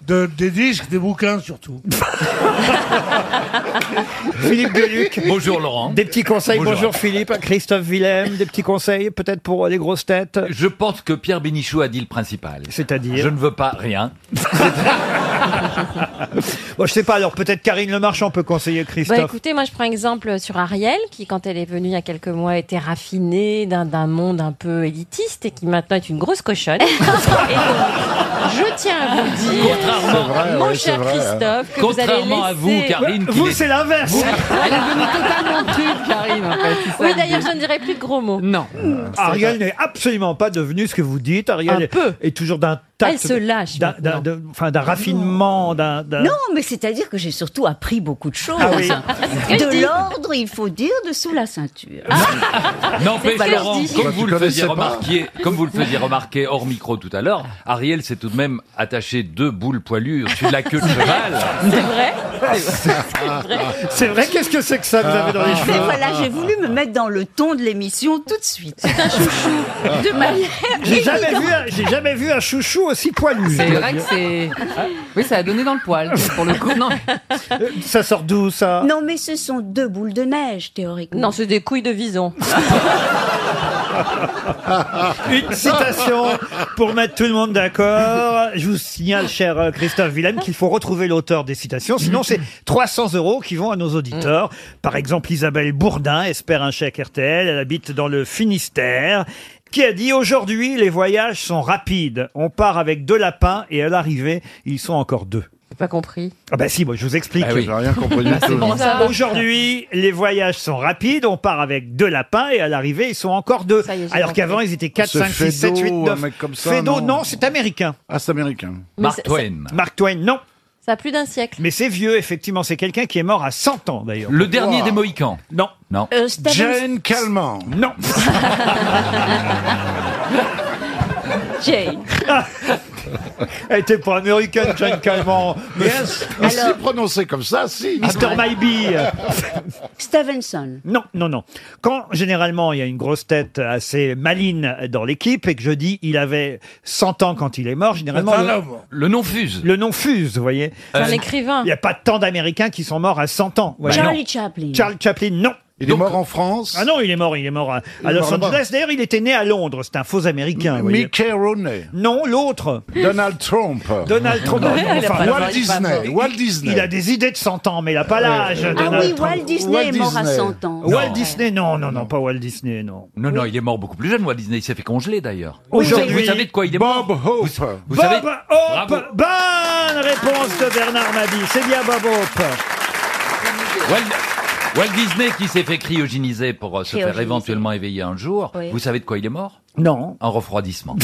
Speaker 17: de- des disques, des bouquins surtout.
Speaker 1: Philippe Gueluc.
Speaker 17: Bonjour, Laurent.
Speaker 1: Des petits conseils. Bonjour,
Speaker 23: Bonjour.
Speaker 1: Philippe, à Christophe Willem. Des petits conseils peut-être pour euh, les grosses têtes.
Speaker 23: Je pense que Pierre Bénichou a dit le principal.
Speaker 1: C'est-à-dire
Speaker 23: Je ne veux pas rien.
Speaker 1: (laughs) Bon, je sais pas, alors peut-être Karine Le Marchand peut conseiller Christophe.
Speaker 31: Bah écoutez, moi je prends exemple sur Ariel, qui quand elle est venue il y a quelques mois était raffinée d'un d'un monde un peu élitiste et qui maintenant est une grosse
Speaker 1: (laughs)
Speaker 31: cochonne. et donc, je tiens à vous dire,
Speaker 23: Contrairement- C'est vrai,
Speaker 31: mon
Speaker 23: ouais,
Speaker 31: cher
Speaker 23: c'est vrai,
Speaker 31: Christophe, que vous allez
Speaker 23: Contrairement à vous,
Speaker 31: laisser-
Speaker 23: Karine, qui
Speaker 1: Vous,
Speaker 23: l'est-
Speaker 1: c'est l'inverse.
Speaker 31: Elle est devenue totalement
Speaker 9: truc, Karine. En fait, c'est ça
Speaker 31: Oui,
Speaker 9: l'idée.
Speaker 31: d'ailleurs, je ne dirai plus de gros mots. Non.
Speaker 1: Ah, Ariel n'est absolument pas devenue ce que vous dites. Ariel
Speaker 31: Un
Speaker 1: est- est toujours d'un tact.
Speaker 31: Elle se lâche
Speaker 1: d'un- d'un- d'un- Enfin, d'un raffinement, d'un. d'un-
Speaker 3: Non, mais c'est-à-dire que j'ai surtout appris beaucoup de choses.
Speaker 1: Ah oui.
Speaker 31: que je dis.
Speaker 3: De l'ordre, il faut dire, de sous la ceinture.
Speaker 23: N'empêche,
Speaker 3: C'est
Speaker 23: Laurent,
Speaker 3: interdit.
Speaker 23: comme
Speaker 3: Bah,
Speaker 23: vous,
Speaker 3: tu
Speaker 23: le faisiez
Speaker 3: connaissais pas.
Speaker 23: remarquer, comme vous le faisiez remarquer hors micro tout à l'heure, Ariel s'est tout de même attaché deux boules poilues au-dessus de la queue de cheval.
Speaker 31: C'est vrai
Speaker 1: C'est vrai, qu'est-ce que c'est que ça que vous avez dans les
Speaker 3: Mais
Speaker 1: cheveux
Speaker 3: Ah, ben voilà, j'ai voulu me mettre dans le ton de l'émission tout de suite. Ah. C'est un chouchou (laughs) de manière.
Speaker 1: Ah. J'ai jamais, vu un- j'ai jamais vu un chouchou aussi poilu.
Speaker 9: C'est vrai que c'est. Oui, ça a donné dans le poil, pour le coup. Non,
Speaker 1: Ça sort d'où ça
Speaker 3: Non, mais ce sont deux boules de neige, théoriquement.
Speaker 31: Non, c'est des couilles de
Speaker 3: (laughs)
Speaker 31: vison.
Speaker 1: Une citation pour mettre tout le monde d'accord. Je vous signale, cher euh, Christophe Willem, qu'il faut retrouver l'auteur des citations. Sinon, c'est 300 euros qui vont à nos
Speaker 23: Mm.
Speaker 1: auditeurs. Par exemple, Isabelle Bourdin espère un chèque RTL. Elle habite dans le Finistère. Qui a dit aujourd'hui, les voyages sont rapides. On part avec deux lapins et à l'arrivée, ils sont encore deux.
Speaker 31: Pas compris.
Speaker 1: Ah bah si, moi je vous explique.
Speaker 23: Ah oui. J'ai rien compris du Ah, c'est tout. bon, ça.
Speaker 1: Aujourd'hui, les voyages sont rapides, on part avec deux lapins et à l'arrivée, ils sont encore deux.
Speaker 23: j'ai
Speaker 1: Alors
Speaker 23: compris.
Speaker 1: qu'avant, ils étaient 4,
Speaker 23: Ce
Speaker 1: 5, 6, 7, 8,
Speaker 23: Feydeau,
Speaker 1: 9.
Speaker 23: un mec comme ça,
Speaker 1: Feydeau,
Speaker 23: non.
Speaker 1: non, c'est américain.
Speaker 30: Ah, c'est américain.
Speaker 31: Mais Mark c'est-
Speaker 23: Twain.
Speaker 1: Mark Twain, non.
Speaker 31: Ça a plus d'un siècle.
Speaker 1: Mais c'est vieux, effectivement. C'est quelqu'un qui est mort à 100 ans, d'ailleurs.
Speaker 23: Le dernier des Mohicans.
Speaker 1: Non.
Speaker 23: Non.
Speaker 31: Euh,
Speaker 30: Jane Calment.
Speaker 1: Non.
Speaker 31: Jane.
Speaker 1: Elle était pas américaine, Jane Calment. Mais
Speaker 30: Yes. Mais si prononcé comme ça, si.
Speaker 1: Mr. Maybe.
Speaker 3: Stevenson.
Speaker 1: Non, non, non. Quand généralement il y a une grosse tête assez maline dans l'équipe et que je dis il avait 100 ans quand il est mort, généralement
Speaker 23: C'est un homme. le nom fuse.
Speaker 1: Le nom fuse, vous voyez. Euh,
Speaker 31: C'est un écrivain.
Speaker 1: Il n'y a pas tant d'Américains qui sont morts à 100 ans. vous voyez.
Speaker 3: Charlie Chaplin.
Speaker 1: Charles Chaplin, non.
Speaker 30: Il est mort en France
Speaker 1: Ah non, il est mort, il est mort à, à
Speaker 30: est
Speaker 1: Los
Speaker 30: mort là-bas.
Speaker 1: Angeles. D'ailleurs, il était né à Londres. C'est un faux américain. vous voyez.
Speaker 30: Mickey Rooney.
Speaker 1: Non, l'autre.
Speaker 30: Donald Trump.
Speaker 1: Donald Trump.
Speaker 30: Ouais, (laughs)
Speaker 1: Enfin,
Speaker 30: il a pas- Walt il a pas- Disney,
Speaker 1: il-
Speaker 30: Walt Disney.
Speaker 1: Il a des idées de 100 ans, mais il n'a pas l'âge.
Speaker 3: Ah
Speaker 1: Donald
Speaker 3: oui,
Speaker 1: Trump.
Speaker 3: Walt Disney
Speaker 1: Walt
Speaker 3: est mort à
Speaker 1: Disney.
Speaker 3: 100 ans.
Speaker 1: Walt Disney, non, non, non, pas Walt Disney, non.
Speaker 23: Non, non, il est mort beaucoup plus jeune, Walt Disney. Il s'est fait congeler d'ailleurs.
Speaker 1: Aujourd'hui-
Speaker 23: Vous savez de quoi il est mort Bob
Speaker 30: Hope.
Speaker 23: Vous, vous
Speaker 1: Bob
Speaker 23: savez
Speaker 1: Hope Bonne réponse de Bernard Mabie. C'est bien Bob Hope.
Speaker 23: Walt- Walt Disney qui s'est fait cryogéniser pour euh, se faire
Speaker 33: Cryogéniser.
Speaker 23: éventuellement éveiller un jour.
Speaker 33: Oui.
Speaker 23: Vous savez de quoi il est mort
Speaker 1: Non.
Speaker 23: Un
Speaker 1: (laughs)
Speaker 23: refroidissement.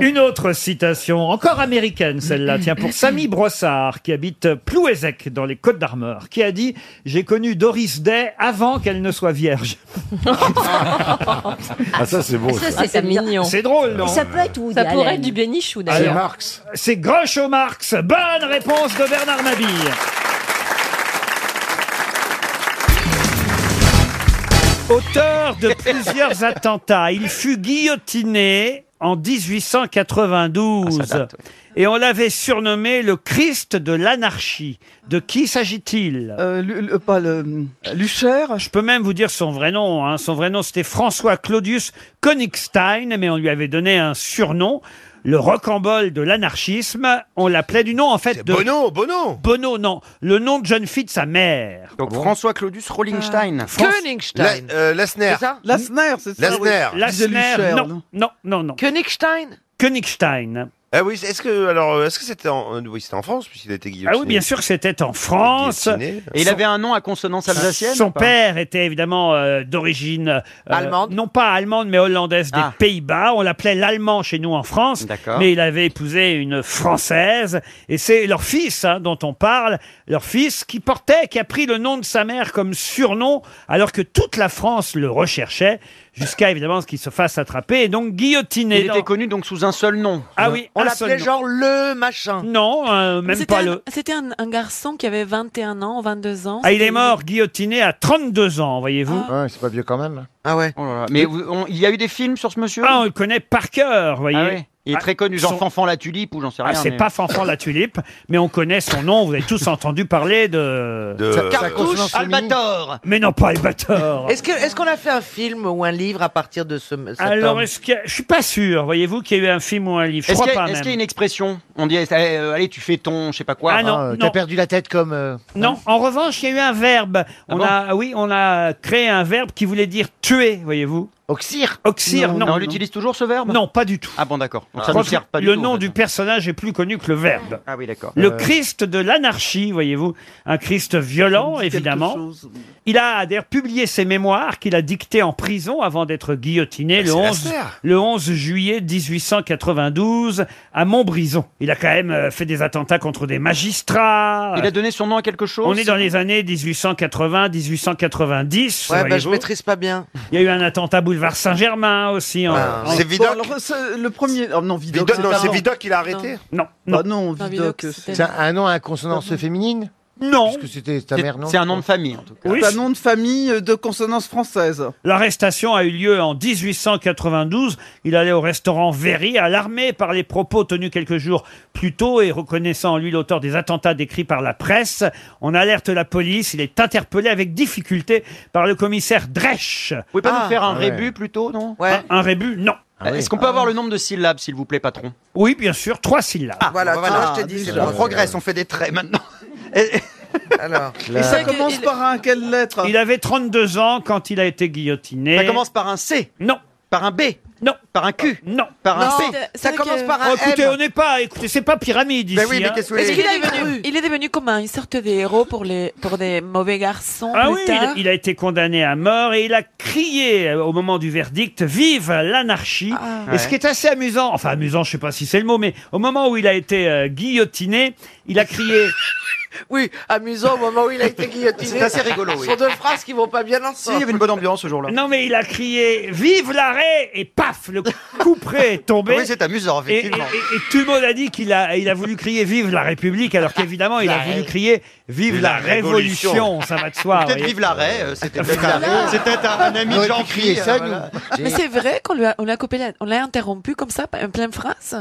Speaker 1: Une autre citation, encore américaine celle-là, tiens, pour Samy Brossard, qui habite Plouézec, dans les Côtes-d'Armor, qui a dit « J'ai connu Doris Day avant qu'elle ne soit vierge (laughs)
Speaker 6: Ah, ça, c'est beau.
Speaker 1: Ah, c'est mignon. C'est drôle, non
Speaker 34: Ça peut être Woody
Speaker 15: Ça pourrait
Speaker 1: Allen.
Speaker 15: être du bénichou
Speaker 1: Ah,
Speaker 15: d'ailleurs.
Speaker 1: Marx. C'est Groucho Marx. Bonne réponse de Bernard Mabille. Auteur de plusieurs attentats, il fut guillotiné en 1892 et on l'avait surnommé le Christ de l'anarchie. De qui s'agit-il Pas Euh, le Lucher. Je peux même vous dire son vrai nom. hein. Son vrai nom c'était François Claudius Konigstein, mais on lui avait donné un surnom. Le rocambole de l'anarchisme, on l'appelait du nom en fait de... Bono, Bono Bono, non. Le nom de jeune fille de sa mère. Ah
Speaker 11: Donc François Claudius Rollingstein.
Speaker 6: Koenigstein. La- euh, Lassner.
Speaker 35: C'est ça Lassner, c'est ça
Speaker 6: Lassner.
Speaker 35: oui.
Speaker 1: Lassner,
Speaker 6: Disait Lucher,
Speaker 1: non, non, non, non.
Speaker 35: Königstein
Speaker 1: Königstein.
Speaker 6: Ah oui, est-ce que alors euh, est-ce que c'était en euh, oui, c'était en France puisqu'il a été guillotiné.
Speaker 1: Ah oui, bien sûr, c'était en France.
Speaker 6: Guillotiné.
Speaker 11: Et il
Speaker 1: Son-
Speaker 11: avait un nom à consonance alsacienne
Speaker 1: Son
Speaker 11: ou pas
Speaker 1: père était évidemment euh, d'origine euh,
Speaker 11: Allemande
Speaker 1: non pas allemande mais hollandaise des
Speaker 11: Ah.
Speaker 1: Pays-Bas. On l'appelait l'allemand chez nous en France,
Speaker 11: D'accord.
Speaker 1: mais il avait épousé une française et c'est leur fils hein, dont on parle, leur fils qui portait, qui a pris le nom de sa mère comme surnom alors que toute la France le recherchait jusqu'à évidemment ce qu'il se fasse attraper et donc guillotiné.
Speaker 11: Il était connu donc sous un seul nom.
Speaker 1: Ah oui,
Speaker 11: on
Speaker 1: un
Speaker 11: l'appelait
Speaker 1: seul nom.
Speaker 11: genre
Speaker 1: le machin. Non, euh, (laughs) même
Speaker 22: C'était
Speaker 1: pas
Speaker 22: un-
Speaker 1: le.
Speaker 22: C'était un, un garçon qui avait 21 ans, 22 ans.
Speaker 1: Ah, il est
Speaker 22: C'était-
Speaker 1: mort guillotiné à 32 ans, voyez-vous.
Speaker 11: Ouais,
Speaker 1: c'est pas vieux quand même.
Speaker 11: Ah ouais. Mais vous- on- il y a eu des films sur ce monsieur
Speaker 1: Ah, on le connaît par cœur, voyez.
Speaker 11: Ah ouais. Il est
Speaker 1: Ah,
Speaker 11: très connu, genre
Speaker 1: son-
Speaker 11: Fanfan la Tulipe ou j'en sais
Speaker 1: Ah,
Speaker 11: rien.
Speaker 1: c'est
Speaker 11: mais-
Speaker 1: pas Fanfan la Tulipe, mais on connaît son nom, vous avez tous entendu parler de...
Speaker 6: De- Sa- sa Cartouche consonance
Speaker 1: Albator Mais non, pas Albator
Speaker 35: Est-ce que- est-ce qu'on a fait un film ou un livre à partir de ce. cet
Speaker 1: Alors,
Speaker 35: homme
Speaker 1: est-ce que... Je suis pas sûr, voyez-vous, qu'il y a eu un film ou un livre, je
Speaker 11: Est-ce
Speaker 1: crois
Speaker 11: qu'il y, a-
Speaker 1: pas
Speaker 11: est-ce
Speaker 1: même.
Speaker 11: qu'il y a une expression On dit, eh, euh, allez, tu fais ton, je sais pas quoi.
Speaker 1: Ah non, Ah, euh, t'as non.
Speaker 11: perdu la tête comme.
Speaker 35: euh,
Speaker 1: Non, en revanche, il y a eu un verbe. On
Speaker 11: Ah bon
Speaker 1: a, ah oui, on a créé un verbe qui voulait dire tuer, voyez-vous. Oxyre Oxyre, non.
Speaker 11: on l'utilise toujours ce verbe
Speaker 1: Non, pas du tout.
Speaker 11: Ah bon, d'accord. Donc
Speaker 1: Je
Speaker 11: ça
Speaker 1: crois
Speaker 11: ne
Speaker 1: que
Speaker 11: sert pas du
Speaker 1: le
Speaker 11: tout.
Speaker 1: nom du personnage est plus connu que le verbe.
Speaker 11: Ah oui, d'accord.
Speaker 1: Le
Speaker 11: Euh,
Speaker 1: Christ de l'anarchie, voyez-vous. Un Christ violent, évidemment. Il a d'ailleurs publié ses mémoires qu'il a dictées en prison avant d'être guillotiné le
Speaker 6: c'est
Speaker 1: 11,
Speaker 6: Lasserre.
Speaker 1: le 11 juillet 1892 à Montbrison. Il a quand même euh, fait des attentats contre des magistrats.
Speaker 11: Il a donné son nom à quelque chose
Speaker 1: On est dans les années 1880, 1890.
Speaker 35: Ouais, bah, je
Speaker 1: voyez-vous.
Speaker 35: maîtrise pas bien.
Speaker 1: Il y a eu un attentat boulevard Saint-Germain aussi. en-
Speaker 11: Ben, Ah,
Speaker 1: en-
Speaker 6: C'est Vidocq.
Speaker 9: Bon, alors, c'est le premier. oh, non, Vidocq.
Speaker 6: Vidocq, non,
Speaker 9: un
Speaker 6: c'est
Speaker 9: nom.
Speaker 6: Vidocq qui l'a arrêté.
Speaker 1: Non.
Speaker 9: Bah non, Vidocq.
Speaker 6: C'est un-
Speaker 9: nom à consonance féminine
Speaker 1: Non.
Speaker 9: Parce que c'était ta
Speaker 11: C'est c'est un nom de famille, en tout cas.
Speaker 9: C'est un nom de famille de consonance française.
Speaker 1: L'arrestation a eu lieu en 1892. Il allait au restaurant Véry, alarmé par les propos tenus quelques jours plus tôt et reconnaissant en lui l'auteur des attentats décrits par la presse. On alerte la police. Il est interpellé avec difficulté par le commissaire Dresch.
Speaker 11: Vous pouvez pas
Speaker 1: Ah.
Speaker 11: nous faire un rébut plutôt, non
Speaker 1: Un, un rébut Non.
Speaker 11: Est-ce qu'on peut avoir le nombre de syllabes, s'il vous plaît, patron Ah,
Speaker 1: Oui, bien sûr, trois syllabes.
Speaker 9: voilà, tu vois, je t'ai dit, c'est bon.
Speaker 11: on progresse, on fait des traits maintenant. (laughs)
Speaker 9: Alors,
Speaker 1: La-
Speaker 9: Et ça commence par un quelle lettre
Speaker 1: Il avait 32 ans quand il a été guillotiné.
Speaker 11: Ça commence par un C
Speaker 1: Non.
Speaker 11: Par un B
Speaker 1: Non.
Speaker 11: Par un Q
Speaker 1: Non.
Speaker 11: Par un
Speaker 22: Non,
Speaker 11: C
Speaker 22: c'est- c'est
Speaker 35: Ça
Speaker 22: vrai
Speaker 35: commence
Speaker 22: que-
Speaker 35: par un
Speaker 1: Oh, écoutez,
Speaker 35: M.
Speaker 1: on n'est pas, écoutez, c'est pas pyramide ici.
Speaker 9: Ben oui, mais
Speaker 1: hein.
Speaker 9: qu'est-ce que vous
Speaker 22: Est-ce qu'il
Speaker 9: voulez
Speaker 22: est devenu, il est devenu comment Une sorte de héros pour, les, pour des mauvais garçons
Speaker 1: Ah
Speaker 22: plus
Speaker 1: oui,
Speaker 22: tard
Speaker 1: il, il a été condamné à mort et il a crié euh, au moment du verdict Vive l'anarchie
Speaker 35: Ah.
Speaker 1: Et ce qui est assez amusant, enfin amusant, je sais pas si c'est le mot, mais au moment où il a été euh, guillotiné, il a crié
Speaker 35: (laughs) Oui, amusant au moment où il a été guillotiné.
Speaker 11: C'est assez rigolo, oui.
Speaker 35: Ce sont deux phrases qui vont pas bien
Speaker 11: Si, il y
Speaker 35: ensemble.
Speaker 11: avait une bonne ambiance ce jour-là.
Speaker 1: Non mais il a crié Vive l'arrêt Et paf Le couperet est tombé.
Speaker 11: Oui, c'est amusant,
Speaker 1: et, et,
Speaker 11: effectivement.
Speaker 1: et- et tout le monde a dit qu'il a, il a voulu crier Vive la République, alors qu'évidemment il a voulu crier Vive la, révolution. ça va de soi.
Speaker 11: Peut-être
Speaker 1: vous voyez.
Speaker 11: vive l'arrêt, euh, c'était peut-être un, c'était un- un ami
Speaker 9: On
Speaker 11: de
Speaker 9: aurait pu
Speaker 11: jean
Speaker 9: crier ça, nous.
Speaker 22: Mais c'est vrai qu'on lui a, on l'a coupé, la- on l'a interrompu comme ça, en pleine phrase.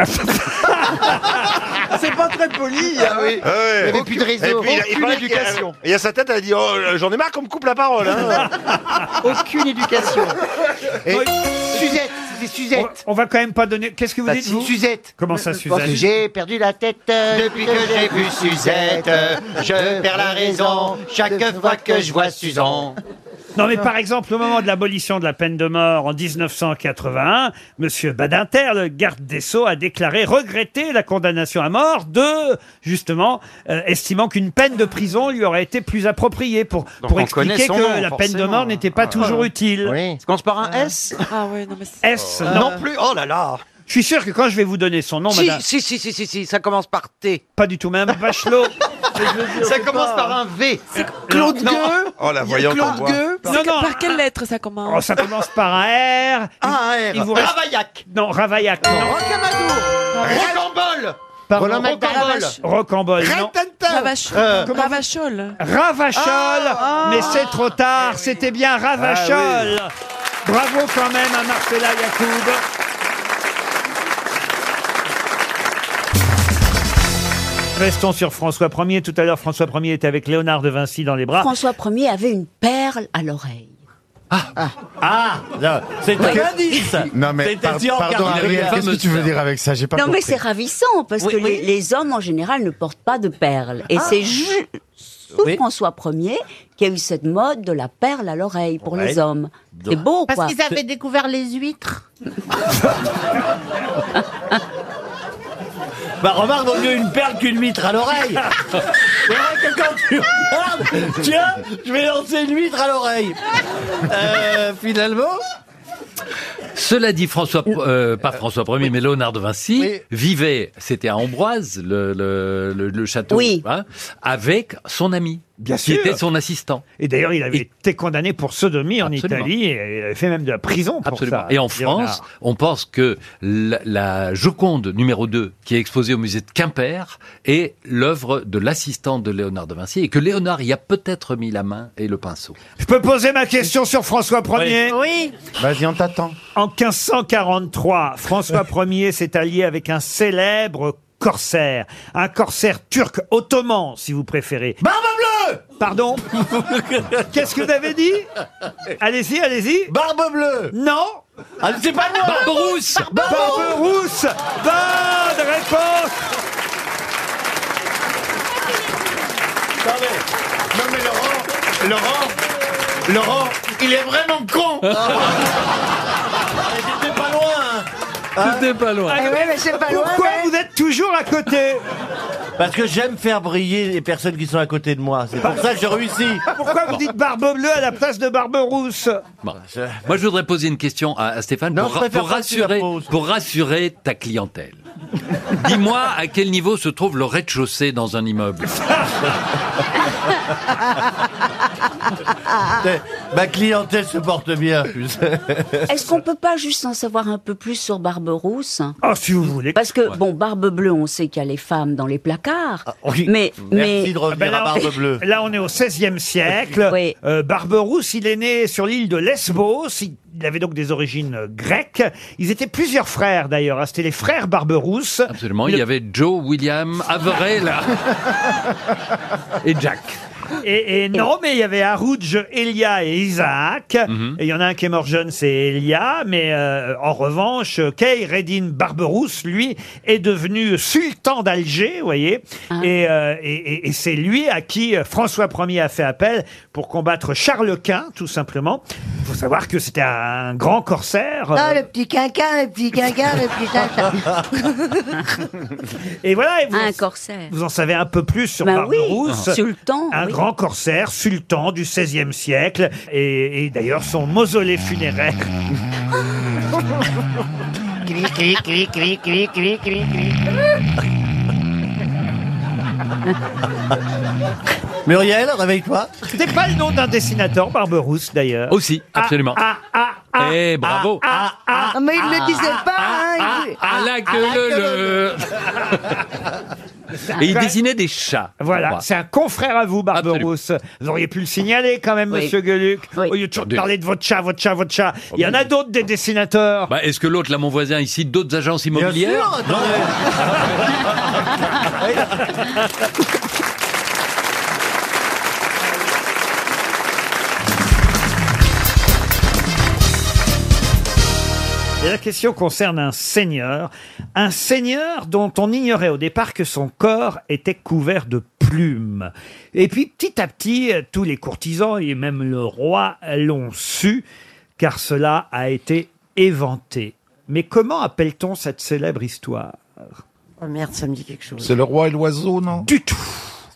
Speaker 9: C'est pas très poli. hein.
Speaker 11: Ah oui.
Speaker 6: ouais.
Speaker 9: Il y avait plus de réseau.
Speaker 6: Et puis, il a- il
Speaker 9: Aucune
Speaker 6: paraît qu'il a-
Speaker 9: éducation.
Speaker 6: Il y a sa tête, elle a dit Oh, j'en ai marre qu'on me coupe la parole.
Speaker 1: (laughs)
Speaker 6: hein.
Speaker 11: Aucune éducation.
Speaker 9: Suzette, c'est Suzette.
Speaker 1: On va quand même pas donner. Oh, Qu'est-ce que vous
Speaker 9: Bah,
Speaker 1: dites
Speaker 9: si,
Speaker 1: vous
Speaker 9: Suzette.
Speaker 1: Comment ça,
Speaker 9: Parce
Speaker 1: Suzanne
Speaker 9: que j'ai perdu la tête euh,
Speaker 11: Depuis que j'ai vu
Speaker 6: euh,
Speaker 1: Euh,
Speaker 11: Suzette, je perds la raison chaque fois que je vois Suzanne.
Speaker 1: Non, mais par exemple, au moment de l'abolition de la peine de mort en 1981, Monsieur Badinter, le garde des Sceaux, a déclaré regretter la condamnation à mort de, justement, euh, estimant qu'une peine de prison lui aurait été plus appropriée pour, pour
Speaker 21: on
Speaker 1: expliquer
Speaker 21: connaît son
Speaker 1: que
Speaker 21: nom,
Speaker 1: la peine de
Speaker 21: forcément.
Speaker 1: mort n'était pas
Speaker 21: Ah.
Speaker 1: toujours utile.
Speaker 21: Oui. Ça commence par un S
Speaker 29: Ah ouais, non mais c'est...
Speaker 1: S, non.
Speaker 21: plus. Oh là là.
Speaker 1: Je suis sûr que quand je vais vous donner son nom,
Speaker 4: si,
Speaker 1: madame.
Speaker 4: si, si, si, si, si, ça commence par T.
Speaker 1: Pas du tout, même
Speaker 4: (laughs)
Speaker 1: Bachelot.
Speaker 4: ça commence par un
Speaker 21: V.
Speaker 6: Euh,
Speaker 4: Claude Gueux
Speaker 19: Oh la voyante en bois.
Speaker 1: Non, non.
Speaker 29: Par quelle lettre ça commence
Speaker 1: Oh, ça commence par un R.
Speaker 19: Ah, un R.
Speaker 1: Il vous reste-
Speaker 19: Ravaillac.
Speaker 1: Non, Ravaillac. non.
Speaker 19: Rocambole
Speaker 1: Pardon.
Speaker 19: Roland McDarabal.
Speaker 1: Rocambole, Euh, non.
Speaker 29: Ravachol.
Speaker 1: Euh, comment-
Speaker 29: Ravachol.
Speaker 1: Ravachol,
Speaker 6: Ah,
Speaker 1: mais c'est trop tard, c'était bien Ravachol.
Speaker 29: Ah
Speaker 1: Bravo quand même à Marcella Yacoub. Restons sur François Ier. Tout à l'heure, François Ier était avec Léonard de Vinci dans les bras.
Speaker 3: François Ier avait une perle à l'oreille.
Speaker 7: Ah C'est
Speaker 3: Oui.
Speaker 7: un indice
Speaker 2: Non mais
Speaker 7: C'était
Speaker 2: par-
Speaker 7: dit en
Speaker 2: pardon
Speaker 7: quart- Il
Speaker 2: Ariel,
Speaker 7: avait
Speaker 2: qu'est-ce que tu veux
Speaker 7: fameuse-
Speaker 2: dire avec ça J'ai pas
Speaker 3: non,
Speaker 2: compris.
Speaker 3: mais c'est ravissant, parce
Speaker 2: Oui,
Speaker 3: que
Speaker 2: oui.
Speaker 3: Les, les hommes, en général, ne portent pas de perles. Et
Speaker 2: Ah.
Speaker 3: c'est juste sous François Ier qu'il y a eu cette mode de la perle à l'oreille pour les
Speaker 29: Ouais.
Speaker 3: hommes. C'est beau, quoi.
Speaker 32: Parce qu'ils avaient découvert les huîtres.
Speaker 16: Bah remarque, vaut mieux une perle qu'une huître
Speaker 19: (laughs)
Speaker 16: à l'oreille. C'est vrai que quand tu regardes, tiens, je vais lancer une huître à l'oreille. Euh, finalement.
Speaker 23: Cela dit, François, euh, pas François Ier, mais Léonard de Vinci vivait, c'était à Ambroise, le, le, le- le château, hein, avec son ami,
Speaker 1: Bien
Speaker 23: qui
Speaker 1: sûr.
Speaker 23: était son assistant.
Speaker 1: Et d'ailleurs, il avait été condamné pour sodomie en
Speaker 23: Absolument.
Speaker 1: Italie et il avait fait même de la prison pour
Speaker 23: Absolument.
Speaker 1: ça.
Speaker 23: Et en
Speaker 1: Léonard.
Speaker 23: France, on pense que la, la Joconde numéro 2, qui est exposée au musée de Quimper, est l'œuvre de l'assistant de Léonard de Vinci et que Léonard y a peut-être mis la main et le pinceau.
Speaker 1: Je peux poser ma question sur François Ier
Speaker 32: Oui.
Speaker 1: Vas-y, on t'attend. En 1543, François
Speaker 5: (laughs)
Speaker 1: Ier s'est allié avec un célèbre corsaire. Un corsaire turc ottoman, si vous préférez. Barbe bleue Pardon
Speaker 5: (laughs)
Speaker 1: Qu'est-ce que vous avez dit Allez-y, allez-y.
Speaker 16: Barbe bleue Ah,
Speaker 1: Non
Speaker 16: C'est pas moi
Speaker 23: Barberousse
Speaker 1: Barberousse Bonne réponse
Speaker 19: Non mais Laurent, Laurent, Laurent, il est vraiment con
Speaker 23: Ah.
Speaker 19: Eh, J'étais pas loin
Speaker 13: Hein
Speaker 23: C'était pas loin.
Speaker 19: Ah ouais, mais c'est pas loin,
Speaker 1: Pourquoi vous êtes toujours à côté
Speaker 5: Parce que j'aime faire briller les personnes qui sont à côté de moi. C'est pour ça que j'ai réussi.
Speaker 1: Pourquoi vous dites barbe bleue à la place de barbe rousse
Speaker 23: Bon. Moi, je voudrais poser une question à, à Stéphane
Speaker 1: Non,
Speaker 23: pour,
Speaker 1: je
Speaker 23: ra-
Speaker 1: préfère
Speaker 23: pour
Speaker 1: pas que tu la
Speaker 23: rassurer, pour rassurer ta
Speaker 1: (laughs)
Speaker 23: clientèle. Dis-moi à quel niveau se trouve le rez-de-chaussée dans un
Speaker 1: (laughs)
Speaker 23: immeuble.
Speaker 5: Ma clientèle se porte bien.
Speaker 3: Est-ce qu'on peut pas juste en savoir un peu plus sur Barberousse
Speaker 1: Ah, si vous voulez.
Speaker 3: Parce que, bon, Barbe Bleue, on sait qu'il y a les femmes dans les placards. Mais, mais...
Speaker 1: Ah ben là, on- Là, on est au XVIe siècle. Euh, Barberousse, il est né sur l'île de Lesbos. Il avait donc des origines euh, grecques. Ils étaient plusieurs frères, d'ailleurs. hein. C'était les frères Barberousse.
Speaker 23: Absolument, il y avait Joe, William,
Speaker 1: (laughs)
Speaker 23: Averill et Jack.
Speaker 1: Et, et non,
Speaker 16: (laughs)
Speaker 1: mais il y avait Arouj, Elia et Isaac.
Speaker 20: Mhm.
Speaker 1: Et il y en a un qui est mort jeune, c'est Elia. Mais euh, en revanche, Kay Redin Barberousse, lui, est devenu sultan d'Alger, vous voyez.
Speaker 20: Ah.
Speaker 1: Et, euh, et- et- et c'est lui à qui euh, François Ier a fait appel pour combattre Charles Quint, tout simplement. Il faut savoir que c'était un grand corsaire.
Speaker 20: Ah, le petit quinquin, le petit quinquin, le petit quinquin.
Speaker 1: (laughs) Et voilà. et vous
Speaker 20: Ah,
Speaker 3: Un
Speaker 1: en-
Speaker 3: corsaire.
Speaker 1: Vous en savez un peu plus sur
Speaker 3: Bah oui,
Speaker 1: Barberousse.
Speaker 3: sultan,
Speaker 1: Un
Speaker 3: oui.
Speaker 1: grand corsaire, sultan du XVIe siècle. Et, et d'ailleurs, son mausolée funéraire.
Speaker 20: Cri, cri, cri, cri, cri, cri, cri, cri.
Speaker 5: (laughs) Muriel, réveille-toi.
Speaker 1: C'était pas le nom d'un dessinateur, Barberousse, d'ailleurs. Ah,
Speaker 23: Aussi, absolument. Eh, bravo.
Speaker 20: Ah, mais il ne le disait pas, hein. il-
Speaker 23: Ah là que le, le- Et il dessinait des chats. je
Speaker 1: Voilà,
Speaker 23: crois.
Speaker 1: c'est un confrère à vous, Barberousse. Vous auriez pu le signaler quand même,
Speaker 23: Oui.
Speaker 1: monsieur Gueluc. Au lieu de toujours
Speaker 23: Attendez.
Speaker 1: parler de votre chat, votre chat, votre chat.
Speaker 23: Oh,
Speaker 1: Il y en a d'autres des dessinateurs.
Speaker 23: Bah, Est-ce que l'autre, là, mon voisin ici, d'autres agences immobilières Non.
Speaker 13: (laughs)
Speaker 1: Et la question concerne un seigneur, un seigneur dont on ignorait au départ que son corps était couvert de plume. Et puis petit à petit, euh, tous les courtisans et même le roi l'ont su, car cela a été éventé. Mais comment appelle-t-on cette célèbre histoire
Speaker 14: (laughs) Oh merde, ça me dit quelque chose.
Speaker 1: C'est le roi et l'oiseau, non Du tout.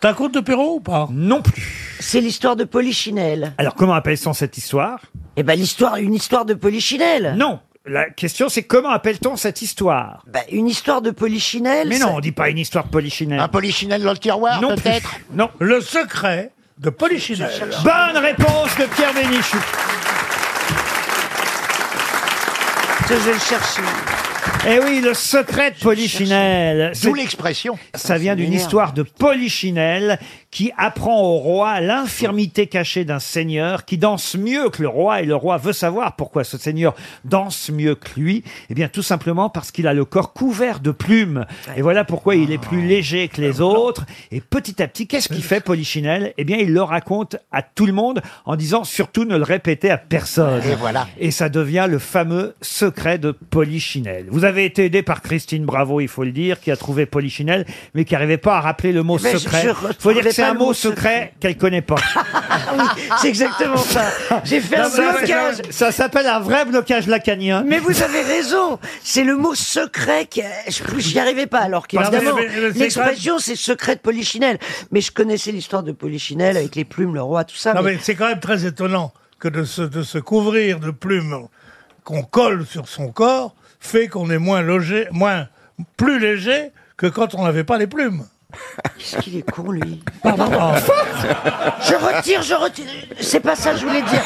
Speaker 1: C'est un conte de Perrault ou pas Non plus.
Speaker 14: C'est l'histoire de Polichinelle.
Speaker 1: Alors comment appelle-t-on cette histoire
Speaker 14: Eh ben l'histoire, une histoire de Polichinelle.
Speaker 1: Non. La question, c'est comment appelle-t-on cette histoire
Speaker 14: Bah, Une histoire de Polichinelle.
Speaker 1: Mais non, on dit pas une histoire de Polichinelle. Un
Speaker 11: Polichinelle dans le tiroir,
Speaker 1: Non plus.
Speaker 11: peut-être
Speaker 1: Non.
Speaker 17: Le secret de Polichinelle.
Speaker 1: Bonne réponse de Pierre Bénichou.
Speaker 14: Je vais le chercher.
Speaker 1: Eh oui, le secret de Polichinelle.
Speaker 11: D'où
Speaker 1: Euh, C'est-
Speaker 11: l'expression.
Speaker 1: Ça vient d'une
Speaker 11: m'énerve.
Speaker 1: histoire de Polichinelle qui apprend au roi l'infirmité cachée d'un seigneur qui danse mieux que le roi et le roi veut savoir pourquoi ce seigneur danse mieux que lui. Eh bien, tout simplement parce qu'il a le corps couvert de plumes. Et voilà pourquoi il est plus léger que les autres. Et petit à petit, qu'est-ce qu'il fait Polichinelle Eh bien, il le raconte à tout le monde en disant surtout ne le répétez à personne.
Speaker 11: Et voilà.
Speaker 1: Et ça devient le fameux secret de Polichinelle. Vous avez été aidé par Christine Bravo, il faut le dire, qui a trouvé Polichinelle, mais qui n'arrivait pas à rappeler le mot
Speaker 14: Eh ben, je-
Speaker 1: secret.
Speaker 14: je
Speaker 1: Il faut dire que c'est
Speaker 14: retrouvais pas
Speaker 1: un
Speaker 14: le
Speaker 1: mot
Speaker 14: mot
Speaker 1: secret qu'elle connaît pas.
Speaker 14: Ah oui, c'est exactement (laughs) ça. J'ai fait
Speaker 1: Non,
Speaker 14: un
Speaker 1: mais ça-
Speaker 14: blocage.
Speaker 1: Ça s'appelle un vrai blocage lacanien.
Speaker 14: Mais vous avez raison, c'est le mot secret qui, je j'y arrivais pas alors
Speaker 1: Parce que
Speaker 14: qu'évidemment
Speaker 1: le- le secret-
Speaker 14: l'expression c'est secret de Polichinelle, mais je connaissais l'histoire de Polichinelle avec les plumes, le roi, tout
Speaker 17: (laughs)
Speaker 14: ça.
Speaker 17: Non,
Speaker 14: mais-
Speaker 17: mais c'est quand même très étonnant que de se, de se couvrir de plumes qu'on colle sur son corps fait qu'on est moins logé, moins plus léger que quand on n'avait pas les
Speaker 14: (laughs)
Speaker 17: plumes.
Speaker 14: Qu'est-ce qu'il est con, lui Je retire, je retire. C'est pas ça que je voulais dire.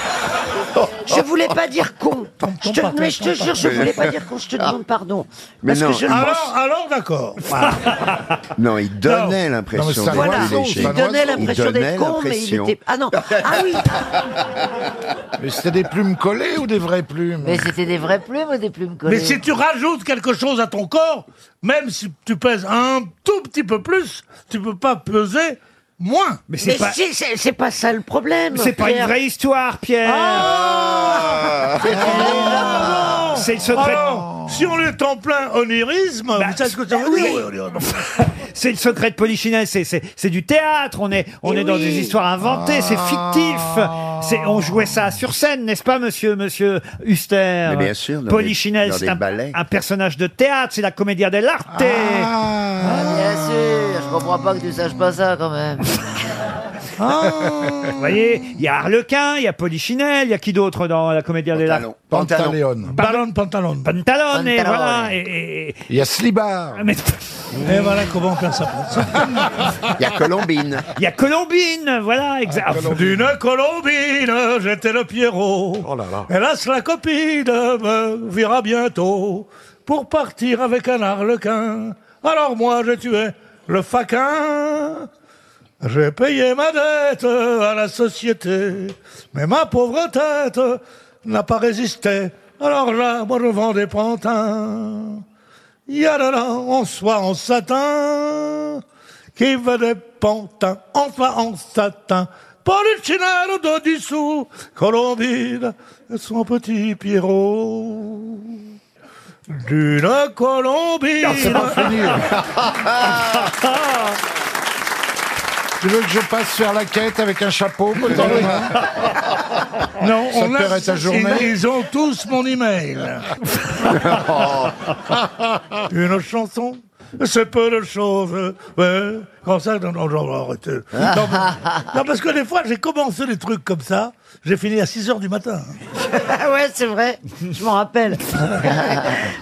Speaker 14: Je voulais pas dire con. Je te- mais je te jure, je voulais pas dire con. Je te demande pardon.
Speaker 6: Ah. Mais
Speaker 14: Parce que
Speaker 6: non.
Speaker 14: je le
Speaker 17: Alors, alors d'accord.
Speaker 6: Non, il donnait l'impression
Speaker 14: pense. Voilà.
Speaker 6: d'être léger.
Speaker 14: Il donnait l'impression d'être
Speaker 6: donnait
Speaker 14: con, mais il
Speaker 6: l'impression.
Speaker 14: était. Ah non. Ah oui.
Speaker 13: Mais c'était des plumes collées ou des vraies
Speaker 1: Ah.
Speaker 13: plumes
Speaker 14: Mais c'était des vraies plumes ou des plumes
Speaker 17: Mais si tu rajoutes quelque chose à ton corps, même si tu pèses un tout petit peu plus, tu peux pas peser moins.
Speaker 1: Mais
Speaker 14: Mais si, c'est c'est pas ça le problème.
Speaker 1: C'est pas une
Speaker 14: Pierre.
Speaker 1: vraie histoire, Pierre.
Speaker 14: Ah
Speaker 1: C'est le secret.
Speaker 17: Alors, si on est en plein onirisme, vous savez ce que ça veut dire Oui, on est-
Speaker 1: Bah, (laughs) C'est le secret de Polichinelle, c'est- c'est c'est du théâtre, on est,
Speaker 17: Eh
Speaker 1: on est dans des histoires inventées, c'est
Speaker 17: Ah.
Speaker 1: fictif. C'est On jouait ça sur scène, n'est-ce pas, monsieur, monsieur Huster
Speaker 6: Mais bien sûr, dans
Speaker 1: Polichinelle,
Speaker 6: des- dans
Speaker 1: c'est
Speaker 6: des
Speaker 1: un,
Speaker 6: ballets.
Speaker 1: un personnage de théâtre, c'est la comédia dell'arte.
Speaker 17: Ah.
Speaker 18: Ah, Bien sûr, je comprends pas que tu saches pas ça quand même.
Speaker 17: Ah.
Speaker 1: Ah. Vous voyez, il y a Harlequin, il y a Polichinelle, il y a qui d'autre dans la comédia dell'arte
Speaker 13: Pantaleone.
Speaker 17: Ballon de pantalon.
Speaker 1: Pantalone, et
Speaker 17: Pantalone.
Speaker 1: voilà. et- et-
Speaker 13: Il y a Slibar.
Speaker 1: Mais...
Speaker 17: Et voilà comment on perd sa place.
Speaker 1: Il y a Colombine. Il y a Colombine, voilà, exact.
Speaker 17: D'une colombine, j'étais le Pierrot. Hélas, la copine me verra bientôt pour partir avec un harlequin. Alors moi, j'ai tué le faquin. J'ai payé ma dette à la société, mais ma pauvre tête n'a pas résisté. Alors là, moi, je vends des pantins. Yadala, en soie, en satin, qui veut des pantins, en soie, en satin. Polichinelle de dissous, Colombine, son petit Pierrot. D'une Colombine.
Speaker 13: (laughs) Tu veux que je passe faire la quête avec un chapeau peut-être
Speaker 17: Non,
Speaker 13: Ça
Speaker 17: on a-
Speaker 13: t'arrête ta journée
Speaker 17: ils, ils ont tous mon
Speaker 13: (laughs)
Speaker 17: email. Une chanson, c'est peu de choses. Ouais, quand ça, non, non, non, arrêtez. Non, mais- non, parce que des fois, j'ai commencé des trucs comme ça, j'ai fini à 6 heures du matin.
Speaker 14: (laughs) Ah ouais, c'est vrai. Je
Speaker 17: (laughs)
Speaker 14: m'en rappelle.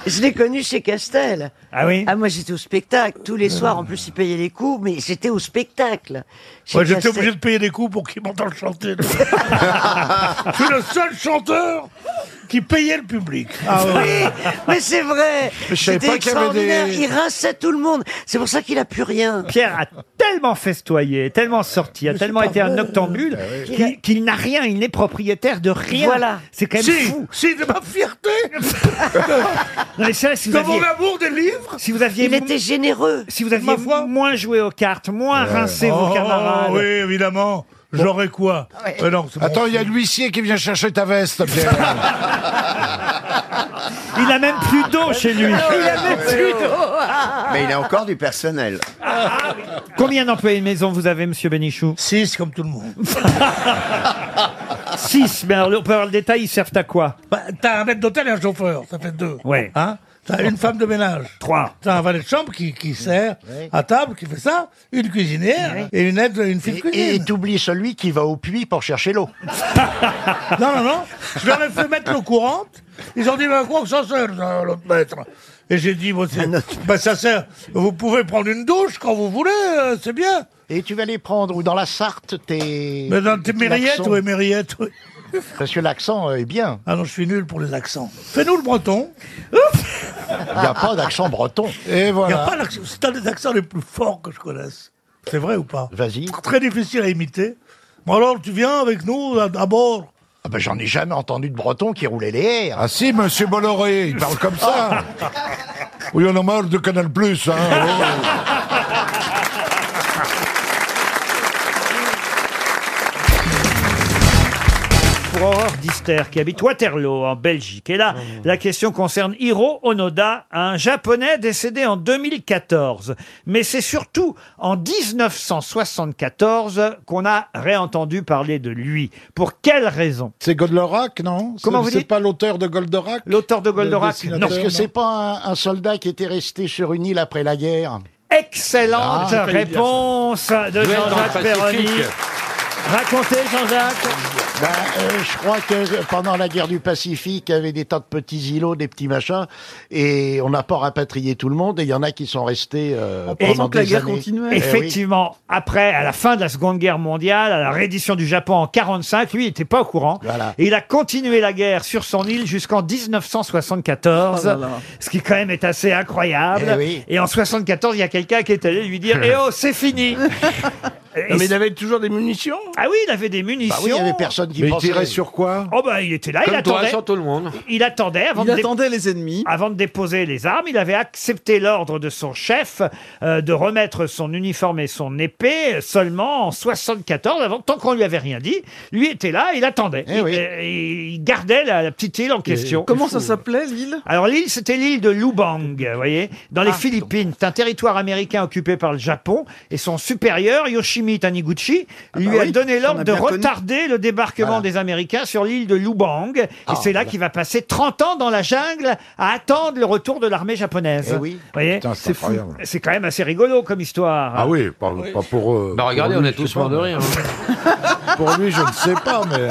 Speaker 14: je l'ai connu chez Castel.
Speaker 1: Ah oui
Speaker 14: Ah moi j'étais au spectacle tous les soirs. En plus il payait les coups, mais j'étais au spectacle. Chez
Speaker 17: Ouais, j'étais
Speaker 14: Castel.
Speaker 17: obligé de payer des coups pour qu'ils m'entendent chanter. (laughs) Je suis le seul chanteur qui payait le public. Ah ouais.
Speaker 14: Oui, mais c'est vrai.
Speaker 17: Je savais
Speaker 14: C'était
Speaker 17: pas qu'il y avait des-
Speaker 14: extraordinaire. Il rinçait tout le monde. C'est pour ça qu'il a plus rien.
Speaker 1: Pierre a tellement festoyé, tellement sorti, a tellement
Speaker 14: pas
Speaker 1: été un
Speaker 14: vrai.
Speaker 1: noctambule
Speaker 14: Ah oui.
Speaker 1: qu'il qu'il n'a rien, il n'est propriétaire de rien.
Speaker 14: Voilà.
Speaker 1: C'est quand même
Speaker 17: Si,
Speaker 1: fou. (laughs)
Speaker 17: si, de ma fierté (laughs)
Speaker 1: Non, mais ça, si vous
Speaker 17: De mon
Speaker 1: aviez,
Speaker 17: amour des livres
Speaker 1: si vous aviez
Speaker 14: Il était généreux.
Speaker 1: Si vous aviez moins joué aux cartes, moins rincé vos
Speaker 17: Oh,
Speaker 1: camarades.
Speaker 17: Oui, évidemment. J'aurais quoi Euh, non, c'est bon.
Speaker 13: Attends, il y a l'huissier qui vient chercher ta veste, Pierre.
Speaker 1: Il a même plus d'eau chez lui.
Speaker 14: Ah,
Speaker 6: Mais il a encore du personnel.
Speaker 14: Ah,
Speaker 1: Combien d'employés de maison vous avez, monsieur Bénichou Six, comme tout le monde. (laughs) Six, mais alors, on peut avoir le détail, ils servent à quoi
Speaker 17: Bah, T'as un maître d'hôtel et un chauffeur, ça fait deux.
Speaker 1: Ouais.
Speaker 17: Hein T'as une femme de ménage.
Speaker 1: Trois.
Speaker 17: T'as un valet de chambre qui, qui sert à table, qui fait ça, une cuisinière et une aide, une fille de
Speaker 13: Et
Speaker 17: cuisine.
Speaker 13: t'oublies celui qui va au puits pour chercher l'eau.
Speaker 17: (laughs) Non, non, non. Je leur ai fait mettre l'eau courante. Ils ont dit, mais à quoi que ça sert, ça, l'autre maître Et j'ai dit, bon, c'est- bah, ça sert. Vous pouvez prendre une douche quand vous voulez, euh, c'est bien.
Speaker 13: Et tu vas les prendre, ou dans la Sarthe, tes.
Speaker 17: Mais dans tes mériettes,
Speaker 13: l'accent.
Speaker 17: oui, mériettes, oui.
Speaker 13: Parce que l'accent euh, est bien.
Speaker 17: Ah non, je suis nul pour les accents. Fais-nous le breton.
Speaker 13: Il n'y a pas d'accent breton.
Speaker 17: Et
Speaker 13: voilà.
Speaker 17: pas l'accent- c'est un des accents les plus forts que je connaisse. C'est vrai ou pas
Speaker 13: Vas-y.
Speaker 17: Très difficile à imiter. Bon alors, tu viens avec nous à, à bord
Speaker 13: Ah ben, j'en ai jamais entendu de breton qui roulait les airs. Ah.
Speaker 30: Ah si, monsieur Bolloré, il parle comme ça.
Speaker 14: ah,
Speaker 30: Oui, on a marre de Canal Plus. Hein. Oh.
Speaker 1: pour Aurore Dister, qui habite Waterloo, en Belgique. Et
Speaker 13: Oh
Speaker 1: là, la question concerne Hiro Onoda, un Japonais décédé en 2014. Mais c'est surtout en 1974 qu'on a réentendu parler de lui. Pour quelle raison
Speaker 30: C'est Goldorak, non
Speaker 1: Comment
Speaker 30: C'est-
Speaker 1: vous
Speaker 30: C'est
Speaker 1: dites
Speaker 30: pas l'auteur de Goldorak
Speaker 1: L'auteur de Goldorak
Speaker 13: Non, parce que c'est pas un, un soldat qui était resté sur une île après la guerre.
Speaker 1: Excellente
Speaker 13: Ah, j'ai failli dire ça.
Speaker 1: réponse de
Speaker 13: Duel dans
Speaker 1: Jean-Jacques
Speaker 13: le Pacifique.
Speaker 1: Perroni. Racontez, Jean-Jacques.
Speaker 13: Ben, euh, je crois que pendant la guerre du Pacifique, il y avait des tas de petits îlots, des petits machins, et on n'a pas rapatrié tout le monde, et il y en a qui sont restés euh, pendant des années. Eh oui.
Speaker 1: Effectivement, après, à la fin de la Seconde Guerre mondiale, à la reddition du Japon en 45, lui, il n'était pas au courant. Et il a continué la guerre sur son île jusqu'en 1974,
Speaker 4: Oh là là.
Speaker 1: ce qui quand même est assez incroyable.
Speaker 4: Eh oui.
Speaker 1: Et en 74, il y a quelqu'un qui est allé lui dire Eh oh, c'est fini !»
Speaker 19: mais il
Speaker 1: avait toujours des munitions Ah oui, il avait des munitions.
Speaker 13: Bah oui, il y avait personne qui Mais il pensait. tirait sur
Speaker 30: quoi
Speaker 1: Oh bah, il était là, il
Speaker 13: Comme toi,
Speaker 1: attendait.
Speaker 13: sur
Speaker 1: tout le monde. Il attendait avant
Speaker 13: Il attendait
Speaker 1: les ennemis. Avant de déposer les armes, il avait accepté l'ordre de son chef euh, de remettre son uniforme et son épée seulement en 74, avant tant qu'on lui avait rien dit. Lui était là, il attendait. il, euh, il gardait la, la petite île en question.
Speaker 4: Eh Comment ça s'appelait l'île Ah,
Speaker 1: Alors l'île, c'était l'île de Lubang, vous voyez, dans les Philippines. C'est un territoire américain occupé par le Japon et son supérieur, Yoshimi Taniguchi, lui
Speaker 4: bah
Speaker 1: a
Speaker 4: oui,
Speaker 1: donné
Speaker 4: on
Speaker 1: l'ordre
Speaker 4: a
Speaker 1: de
Speaker 4: bien connu.
Speaker 1: retarder le débarquement des Américains sur l'île de Lubang.
Speaker 4: Ah,
Speaker 1: et c'est là qu'il va passer 30 ans dans la jungle à attendre le retour de l'armée japonaise.
Speaker 30: Eh oui.
Speaker 1: Vous voyez,
Speaker 30: Putain, c'est
Speaker 1: c'est fou.
Speaker 30: incroyable.
Speaker 1: C'est quand même assez rigolo comme histoire.
Speaker 30: Ah oui, pas, pas pour. euh,
Speaker 23: Bah,
Speaker 30: pour
Speaker 23: regardez,
Speaker 30: lui,
Speaker 23: on est
Speaker 30: je sais
Speaker 23: tous
Speaker 30: pas,
Speaker 23: morts de
Speaker 30: mais-
Speaker 23: rire. hein.
Speaker 30: (laughs) Pour lui, je ne sais pas, mais.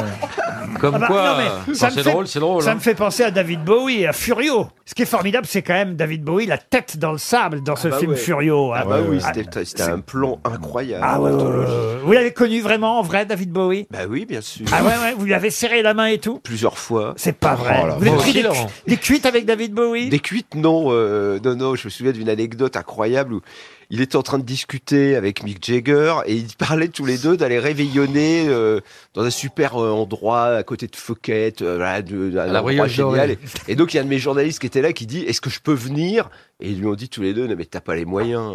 Speaker 23: Comme
Speaker 1: Ah bah,
Speaker 23: quoi,
Speaker 1: non, mais
Speaker 23: euh,
Speaker 1: ça
Speaker 23: quand
Speaker 1: me
Speaker 23: c'est
Speaker 1: fait-
Speaker 23: drôle, c'est drôle.
Speaker 1: Ça
Speaker 23: hein.
Speaker 1: me fait penser à David Bowie et à Furio. Ce qui est formidable, c'est quand même David Bowie, la tête dans le sable
Speaker 23: Ah
Speaker 1: dans ce
Speaker 23: bah
Speaker 1: film Furio. hein.
Speaker 6: Ah bah oui,
Speaker 1: Ah,
Speaker 6: c'était c'était un plomb incroyable.
Speaker 1: ah ouais, ouais, ouais, ouais. Vous l'avez connu vraiment en vrai, David Bowie
Speaker 6: Bah oui, bien sûr.
Speaker 1: Ah ouais, ouais, vous lui avez serré la main et tout
Speaker 6: Plusieurs fois.
Speaker 1: C'est pas vrai.
Speaker 6: Oh là,
Speaker 1: vous avez
Speaker 6: moi
Speaker 1: pris
Speaker 6: aussi,
Speaker 1: des,
Speaker 6: Laurent.
Speaker 1: des cuites avec David Bowie
Speaker 6: Des cuites, non, euh, non, non. Je me souviens d'une anecdote incroyable où il était en train de discuter avec Mick Jagger et ils parlaient tous les deux d'aller réveillonner euh, dans un super euh, endroit à côté de Fouquet, euh, voilà, de, d'un
Speaker 23: la
Speaker 6: endroit
Speaker 23: brioche dorée.
Speaker 6: génial. Et, et donc il y a un de mes journalistes qui était là qui dit Est-ce que je peux venir Et ils lui ont dit tous les deux Non, mais t'as pas les moyens.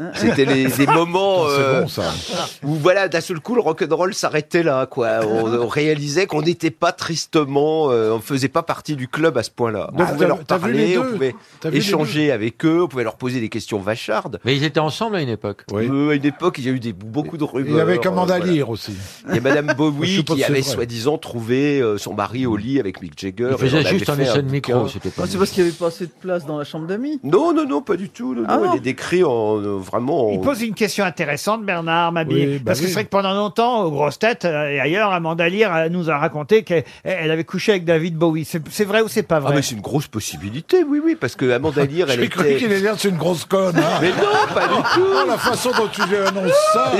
Speaker 1: Hein
Speaker 6: C'était les, des moments
Speaker 30: Putain, c'est
Speaker 6: euh,
Speaker 30: bon, ça.
Speaker 6: où voilà d'un seul coup le rock'n'roll s'arrêtait là quoi. On, on réalisait qu'on n'était pas tristement, euh, on faisait pas partie du club à ce point-là. On
Speaker 23: Donc,
Speaker 6: pouvait
Speaker 23: t'as-
Speaker 6: leur
Speaker 23: t'as vu les
Speaker 6: parler, on
Speaker 23: deux
Speaker 6: pouvait
Speaker 23: T'as vu les
Speaker 6: échanger avec eux, on pouvait leur poser des questions vachardes.
Speaker 23: Mais ils étaient ensemble à une époque.
Speaker 6: Euh, à une époque, il y a eu des, beaucoup de rumeurs.
Speaker 30: Il y avait commande
Speaker 6: euh,
Speaker 30: à
Speaker 6: voilà.
Speaker 30: lire aussi.
Speaker 6: Il y a Madame
Speaker 30: Je
Speaker 6: Bowie
Speaker 30: suppose
Speaker 6: qui
Speaker 30: que c'est
Speaker 6: avait
Speaker 30: vrai.
Speaker 6: soi-disant trouvé euh, son mari au lit avec Mick Jagger.
Speaker 23: Il
Speaker 6: et
Speaker 23: faisait
Speaker 6: on avait
Speaker 23: juste un
Speaker 6: fait
Speaker 23: essai de micro,
Speaker 6: bouquin.
Speaker 23: c'était pas
Speaker 4: Ah, C'est parce qu'il n'y avait pas assez de place dans la chambre d'amis.
Speaker 6: Non, non, non, pas du tout. Non,
Speaker 4: Ah
Speaker 6: non,
Speaker 4: non.
Speaker 6: Il est décrit en, euh, vraiment. en-
Speaker 1: Il pose une question intéressante, Bernard Mabille.
Speaker 6: Oui, bah
Speaker 1: parce que
Speaker 6: oui.
Speaker 1: c'est vrai que pendant longtemps, aux grosses têtes euh, et ailleurs, Amanda Lear euh, nous a raconté qu'elle elle avait couché avec David Bowie. C'est c'est vrai ou c'est pas
Speaker 6: Ah,
Speaker 1: vrai
Speaker 6: mais c'est une grosse possibilité, oui, oui, parce
Speaker 30: (laughs)
Speaker 6: que Amanda Lear, elle
Speaker 30: J'ai cru
Speaker 6: était.
Speaker 30: qu'il allait dire c'est une grosse conne. hein.
Speaker 6: Mais non, pas du tout.
Speaker 30: Ah, la façon dont tu lui annonces
Speaker 1: (laughs)
Speaker 30: ça,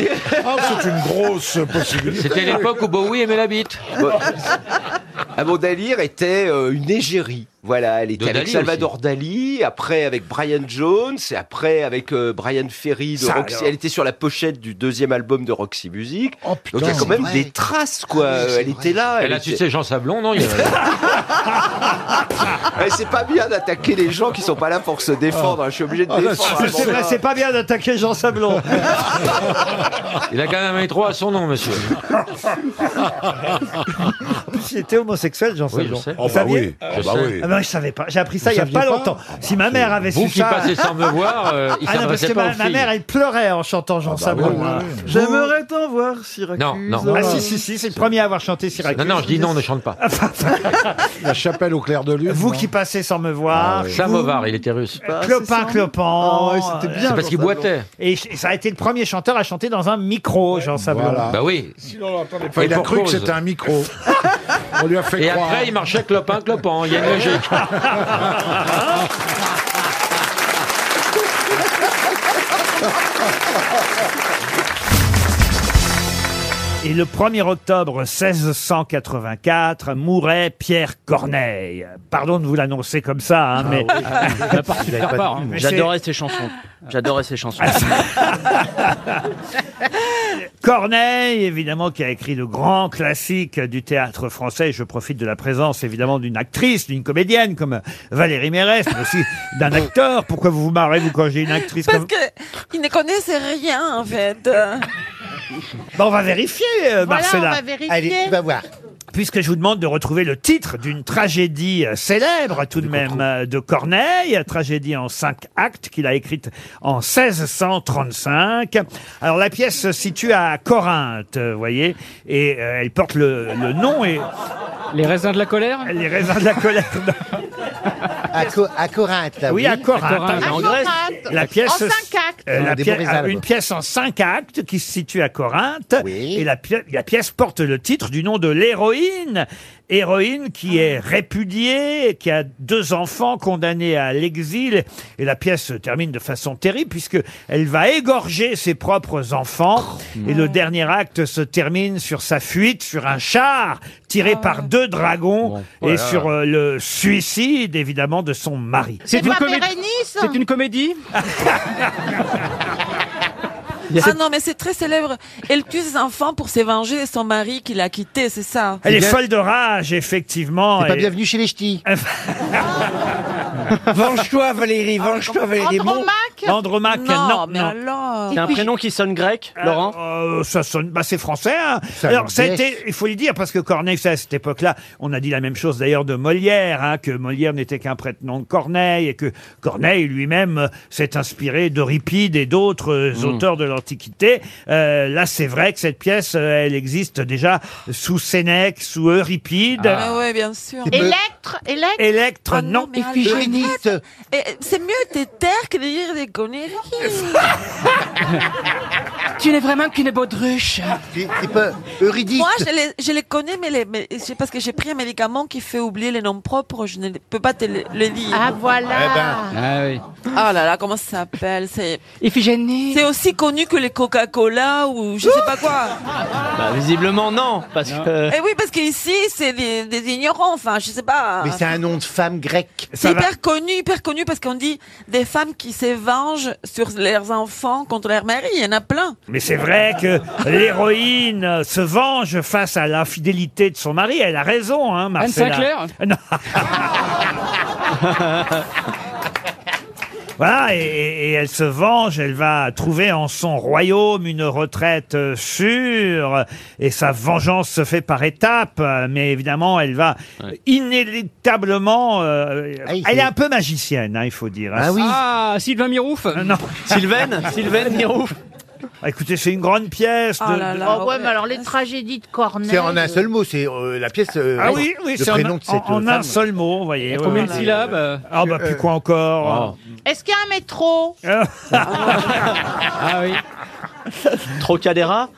Speaker 30: ah, c'est une
Speaker 6: (laughs)
Speaker 30: grosse possibilité.
Speaker 23: C'était l'époque où Bowie aimait la bite.
Speaker 6: Amanda Lear était euh, une égérie. Voilà, elle était
Speaker 23: De
Speaker 6: avec
Speaker 23: Dali
Speaker 6: Salvador Dali, après avec Brian Jones, et après avec euh, Brian Ferry de
Speaker 23: Ça,
Speaker 6: Roxy.
Speaker 23: alors.
Speaker 6: Elle était sur la pochette du deuxième album de Roxy Music.
Speaker 30: Oh, putain,
Speaker 6: Donc il y a quand
Speaker 30: c'est
Speaker 6: même
Speaker 30: vrai. Ah,
Speaker 6: des traces, quoi. elle était là.
Speaker 23: Elle a
Speaker 6: était-
Speaker 23: sucé Jean Sablon, non il y a-
Speaker 6: (laughs) Eh, c'est pas bien d'attaquer les gens qui sont pas là pour se défendre. hein. Je suis obligé de
Speaker 1: Ah, là,
Speaker 6: défendre.
Speaker 1: c'est- c'est
Speaker 6: Amanda.
Speaker 1: vrai, c'est pas bien d'attaquer Jean (laughs) Sablon.
Speaker 23: Il a quand même un métro à son nom, monsieur.
Speaker 1: J'étais homosexuel, Jean
Speaker 23: Oui, je
Speaker 1: Sablon.
Speaker 23: sais.
Speaker 1: Vous
Speaker 23: Oh, bah
Speaker 1: saviez
Speaker 23: oui. Ah, Je bah sais. oui.
Speaker 1: Ah, Non, je savais pas. J'ai appris ça
Speaker 23: Vous
Speaker 1: il y a
Speaker 23: saviez
Speaker 1: pas
Speaker 23: pas Ah,
Speaker 1: longtemps. si ma mère avait
Speaker 23: Vous
Speaker 1: su
Speaker 23: qui
Speaker 1: ça.
Speaker 23: passez sans
Speaker 1: (laughs)
Speaker 23: me voir, euh, il
Speaker 1: ah non, parce
Speaker 23: s'adressait
Speaker 1: que
Speaker 23: pas
Speaker 1: ma,
Speaker 23: aux
Speaker 1: ma
Speaker 23: filles. Ah, bah
Speaker 1: mère, elle pleurait en chantant Jean Sabot.
Speaker 4: J'aimerais t'en voir, Syracuse.
Speaker 23: Non, non.
Speaker 1: Ah si, si, si, c'est le premier à avoir chanté Syracuse.
Speaker 23: Non, non, je dis non, ne chante pas.
Speaker 1: La chapelle au clair de lune.
Speaker 23: hein.
Speaker 1: Vous qui passez sans me
Speaker 23: Ah
Speaker 1: voir. vous-
Speaker 23: Samovar, il était russe.
Speaker 1: Clopin, Clopin.
Speaker 23: Ah ouais, c'était bien, C'est parce Jean qu'il Sablon. boitait.
Speaker 1: Et ch- ça a été le premier chanteur à chanter dans un micro, Jean Sablon.
Speaker 23: Bah oui.
Speaker 30: Enfin, il
Speaker 23: Et
Speaker 30: a
Speaker 23: pour
Speaker 30: cru que
Speaker 23: cause.
Speaker 30: c'était un micro. On lui a fait
Speaker 23: Et
Speaker 30: croire.
Speaker 23: après, il marchait clopin, clopin. Il y a une
Speaker 1: (laughs)
Speaker 23: logique.
Speaker 1: Ah Et le 1er octobre 1684 mourait Pierre Corneille. Pardon de vous l'annoncer comme ça,
Speaker 30: Ah
Speaker 1: hein, (laughs) mais...
Speaker 11: (laughs)
Speaker 1: Mais c'est-
Speaker 11: hein.
Speaker 1: Ah,
Speaker 11: J'adorais ses chansons. J'adorais ses chansons.
Speaker 1: Corneille, évidemment, qui a écrit le grand classique du théâtre français. Je profite de la présence, évidemment, d'une actrice, d'une comédienne comme Valérie Mérès, mais aussi
Speaker 23: (laughs)
Speaker 1: d'un acteur. Pourquoi vous vous marrez, vous, quand j'ai une actrice
Speaker 22: Parce
Speaker 1: comme...
Speaker 22: qu'ils ne connaissaient rien, en fait.
Speaker 1: Bah, on va vérifier, euh,
Speaker 22: Voilà,
Speaker 1: Marcella.
Speaker 22: on va vérifier. Allez, on va voir.
Speaker 1: Puisque je vous demande de retrouver le titre d'une tragédie euh, célèbre, tout de même, euh, de Corneille, tragédie en cinq actes qu'il a écrite en 1635. Alors, la pièce se situe à Corinthe, vous voyez, et euh, elle porte le, le nom et... Les raisins de la colère Les raisins de la colère, non.
Speaker 15: À, Co- à Corinthe, là,
Speaker 1: Oui, à Corinthe.
Speaker 15: mais en
Speaker 1: À
Speaker 15: Grèce.
Speaker 1: Corinthe. La pièce,
Speaker 15: En cinq actes. Ah,
Speaker 1: euh, la
Speaker 15: Des
Speaker 1: pièce-
Speaker 15: mauvais albums.
Speaker 1: une pièce en cinq actes qui se situe à Corinthe. Et la, pi- la pièce porte le titre du nom de l'héroïne. Héroïne
Speaker 15: Ah.
Speaker 1: qui est répudiée, qui a deux enfants condamnés à l'exil. Et la pièce se termine de façon terrible puisque elle va égorger ses propres enfants.
Speaker 15: Oh.
Speaker 1: Et le dernier acte se termine sur sa fuite, sur un char tiré
Speaker 15: Ah.
Speaker 1: par deux dragons et
Speaker 11: Oh là là.
Speaker 1: sur euh, le suicide évidemment de son mari.
Speaker 11: C'est une,
Speaker 22: Edouard
Speaker 11: comédie.
Speaker 22: Bérénice
Speaker 11: C'est une comédie
Speaker 22: (laughs) Ah non, mais c'est très célèbre. Elle tue ses enfants pour se venger de son mari qui l'a quitté, c'est ça
Speaker 1: Elle est folle de rage, effectivement.
Speaker 22: C'est pas
Speaker 1: bienvenue chez les (laughs) ch'tis.
Speaker 15: (laughs) Venge-toi, Valérie, venge-toi, Valérie. Mon-
Speaker 1: Andromaque, non.
Speaker 22: mais
Speaker 1: non.
Speaker 22: alors...
Speaker 1: qui sonne grec, Laurent Ça sonne, bah, c'est français. hein. Alors, ça a
Speaker 22: grec.
Speaker 1: été, il faut le dire, parce que Corneille, c'est à cette époque-là, on a dit la même chose d'ailleurs de Molière, hein, que Molière n'était qu'un prête-nom de Corneille, et que Corneille lui-même euh, s'est inspiré d'Euripide et d'autres euh,
Speaker 22: Hmm.
Speaker 15: Mm.
Speaker 1: auteurs de l'Antiquité. Euh, là, c'est vrai que cette pièce, euh, elle existe déjà sous Sénèque, sous Euripide.
Speaker 22: Ah ouais, bien sûr. Oh
Speaker 1: Électre,
Speaker 22: Électre
Speaker 1: Électre, non.
Speaker 22: C'est mieux de taire que de dire des conneries.
Speaker 15: (laughs) Tu n'es vraiment qu'une baudruche. Tu tu peux. Eurydice.
Speaker 22: Moi, je les, je les connais, mais, les, mais c'est parce que j'ai pris un médicament qui fait oublier les noms propres. Je ne peux pas te le, le dire. Ah, voilà.
Speaker 11: Eh ben.
Speaker 15: Ah oui.
Speaker 22: Oh là là, comment ça s'appelle C'est C'est aussi connu que les Coca-Cola ou je sais pas quoi.
Speaker 11: Bah, visiblement non, parce
Speaker 1: Euh.
Speaker 11: que.
Speaker 22: Et oui, parce qu'ici, c'est des, des ignorants, enfin, je sais pas.
Speaker 15: Mais c'est un nom de femme grecque.
Speaker 22: C'est hyper connu, hyper connu, parce qu'on dit des femmes qui se vengent sur leurs enfants contre leur mari, il y en a plein.
Speaker 1: Mais c'est vrai que l'héroïne se venge face à l'infidélité de son mari. Elle a raison, hein, Marcella. (laughs)
Speaker 15: Sinclair
Speaker 1: Voilà, et, et- et elle se venge, elle va trouver en son royaume une retraite euh, sûre, et sa vengeance se fait par étapes, euh, mais évidemment, elle va inéluctablement... euh, elle est un peu magicienne, hein, il faut dire. hein.
Speaker 11: Ah, Sylvain Mirouf
Speaker 1: Non.
Speaker 11: (laughs) Sylvaine Sylvaine Mirouf
Speaker 1: Ah, Écoutez, c'est une grande
Speaker 7: Ah,
Speaker 1: pièce. de-
Speaker 18: oh ouais, mais alors les tragédies de Corneille.
Speaker 15: C'est en un seul mot, c'est euh, la pièce. euh,
Speaker 1: Ah oui, oui,
Speaker 15: le
Speaker 1: c'est en,
Speaker 15: prénom de cette,
Speaker 1: en-
Speaker 15: euh,
Speaker 1: en un
Speaker 15: femme. Euh,
Speaker 1: seul mot, vous voyez.
Speaker 15: Et combien de syllabes,
Speaker 1: Ah bah plus quoi encore
Speaker 7: euh,
Speaker 18: Est-ce qu'il y a un métro
Speaker 1: hein.
Speaker 11: Ah
Speaker 1: (laughs)
Speaker 11: oui. Trocadéra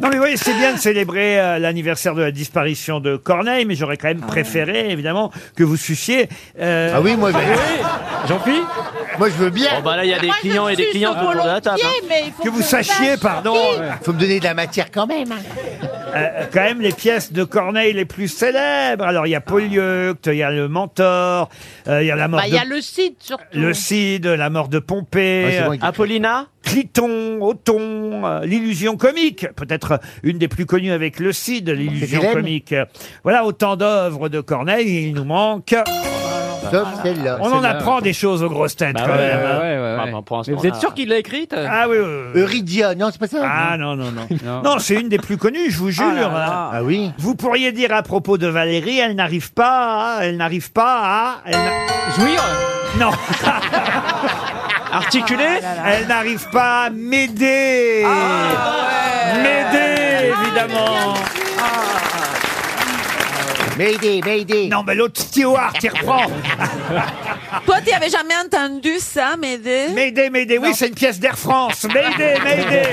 Speaker 1: Non mais vous voyez, c'est bien de célébrer euh, l'anniversaire de la disparition de Corneille, mais j'aurais quand
Speaker 11: Ah.
Speaker 1: même préféré, évidemment, que vous euh, suiviez...
Speaker 15: Ah oui, moi, je-
Speaker 1: Jean-Pierre
Speaker 15: Moi, je veux bien.
Speaker 11: Bon, bah là, il y a des Moi, je clients et des suis clientes autour de la table, volontiers, hein. mais il faut
Speaker 1: Que
Speaker 15: que
Speaker 1: vous
Speaker 15: je
Speaker 1: sachiez,
Speaker 15: sache
Speaker 1: pardon.
Speaker 15: qui.
Speaker 1: Faut me donner de la matière quand même.
Speaker 15: hein.
Speaker 1: quand même, les pièces de Corneille les plus célèbres. Alors, il y a Polyeucte, il y a Le Mentor, euh, il y a la mort
Speaker 18: Bah, il y a
Speaker 1: de...
Speaker 18: le site surtout.
Speaker 1: Le Cid, la mort de Pompée,
Speaker 11: Ouais, c'est vrai qu'il-
Speaker 1: Apollina, Cliton, Othon, euh, l'illusion comique, peut-être une des plus connues avec le Cid, l'illusion
Speaker 15: Hélène
Speaker 1: comique. Voilà autant d'œuvres de Corneille, il nous manque.
Speaker 15: Sauf celle-là.
Speaker 1: On en
Speaker 15: Celle-là.
Speaker 1: apprend des choses aux grosses têtes
Speaker 15: Bah
Speaker 1: quand
Speaker 15: ouais,
Speaker 1: même.
Speaker 15: ouais,
Speaker 1: hein.
Speaker 15: ouais, ouais, ouais.
Speaker 11: bah, bon, pour l'instant,
Speaker 1: vous êtes sûr
Speaker 11: qu'il l'a écrite
Speaker 1: Ah oui,
Speaker 11: Euridia, non, c'est pas ça
Speaker 1: Ah non, non, non. Non, c'est une des plus connues, je vous jure.
Speaker 11: Ah là là.
Speaker 1: oui. Vous pourriez dire à propos de Valérie, elle n'arrive pas, à- elle n'arrive pas à. Jouir
Speaker 11: (laughs)
Speaker 1: Non. Articulée Elle n'arrive pas à m'aider.
Speaker 11: Ah,
Speaker 1: M'aider, évidemment. M'aider, m'aider. Non, mais l'autre Stewart, il (laughs) reprend.
Speaker 13: (laughs)
Speaker 22: Toi, tu avais jamais entendu ça, Médée
Speaker 1: Médée, Médée, oui, c'est une pièce d'Air France. M'aider, m'aider.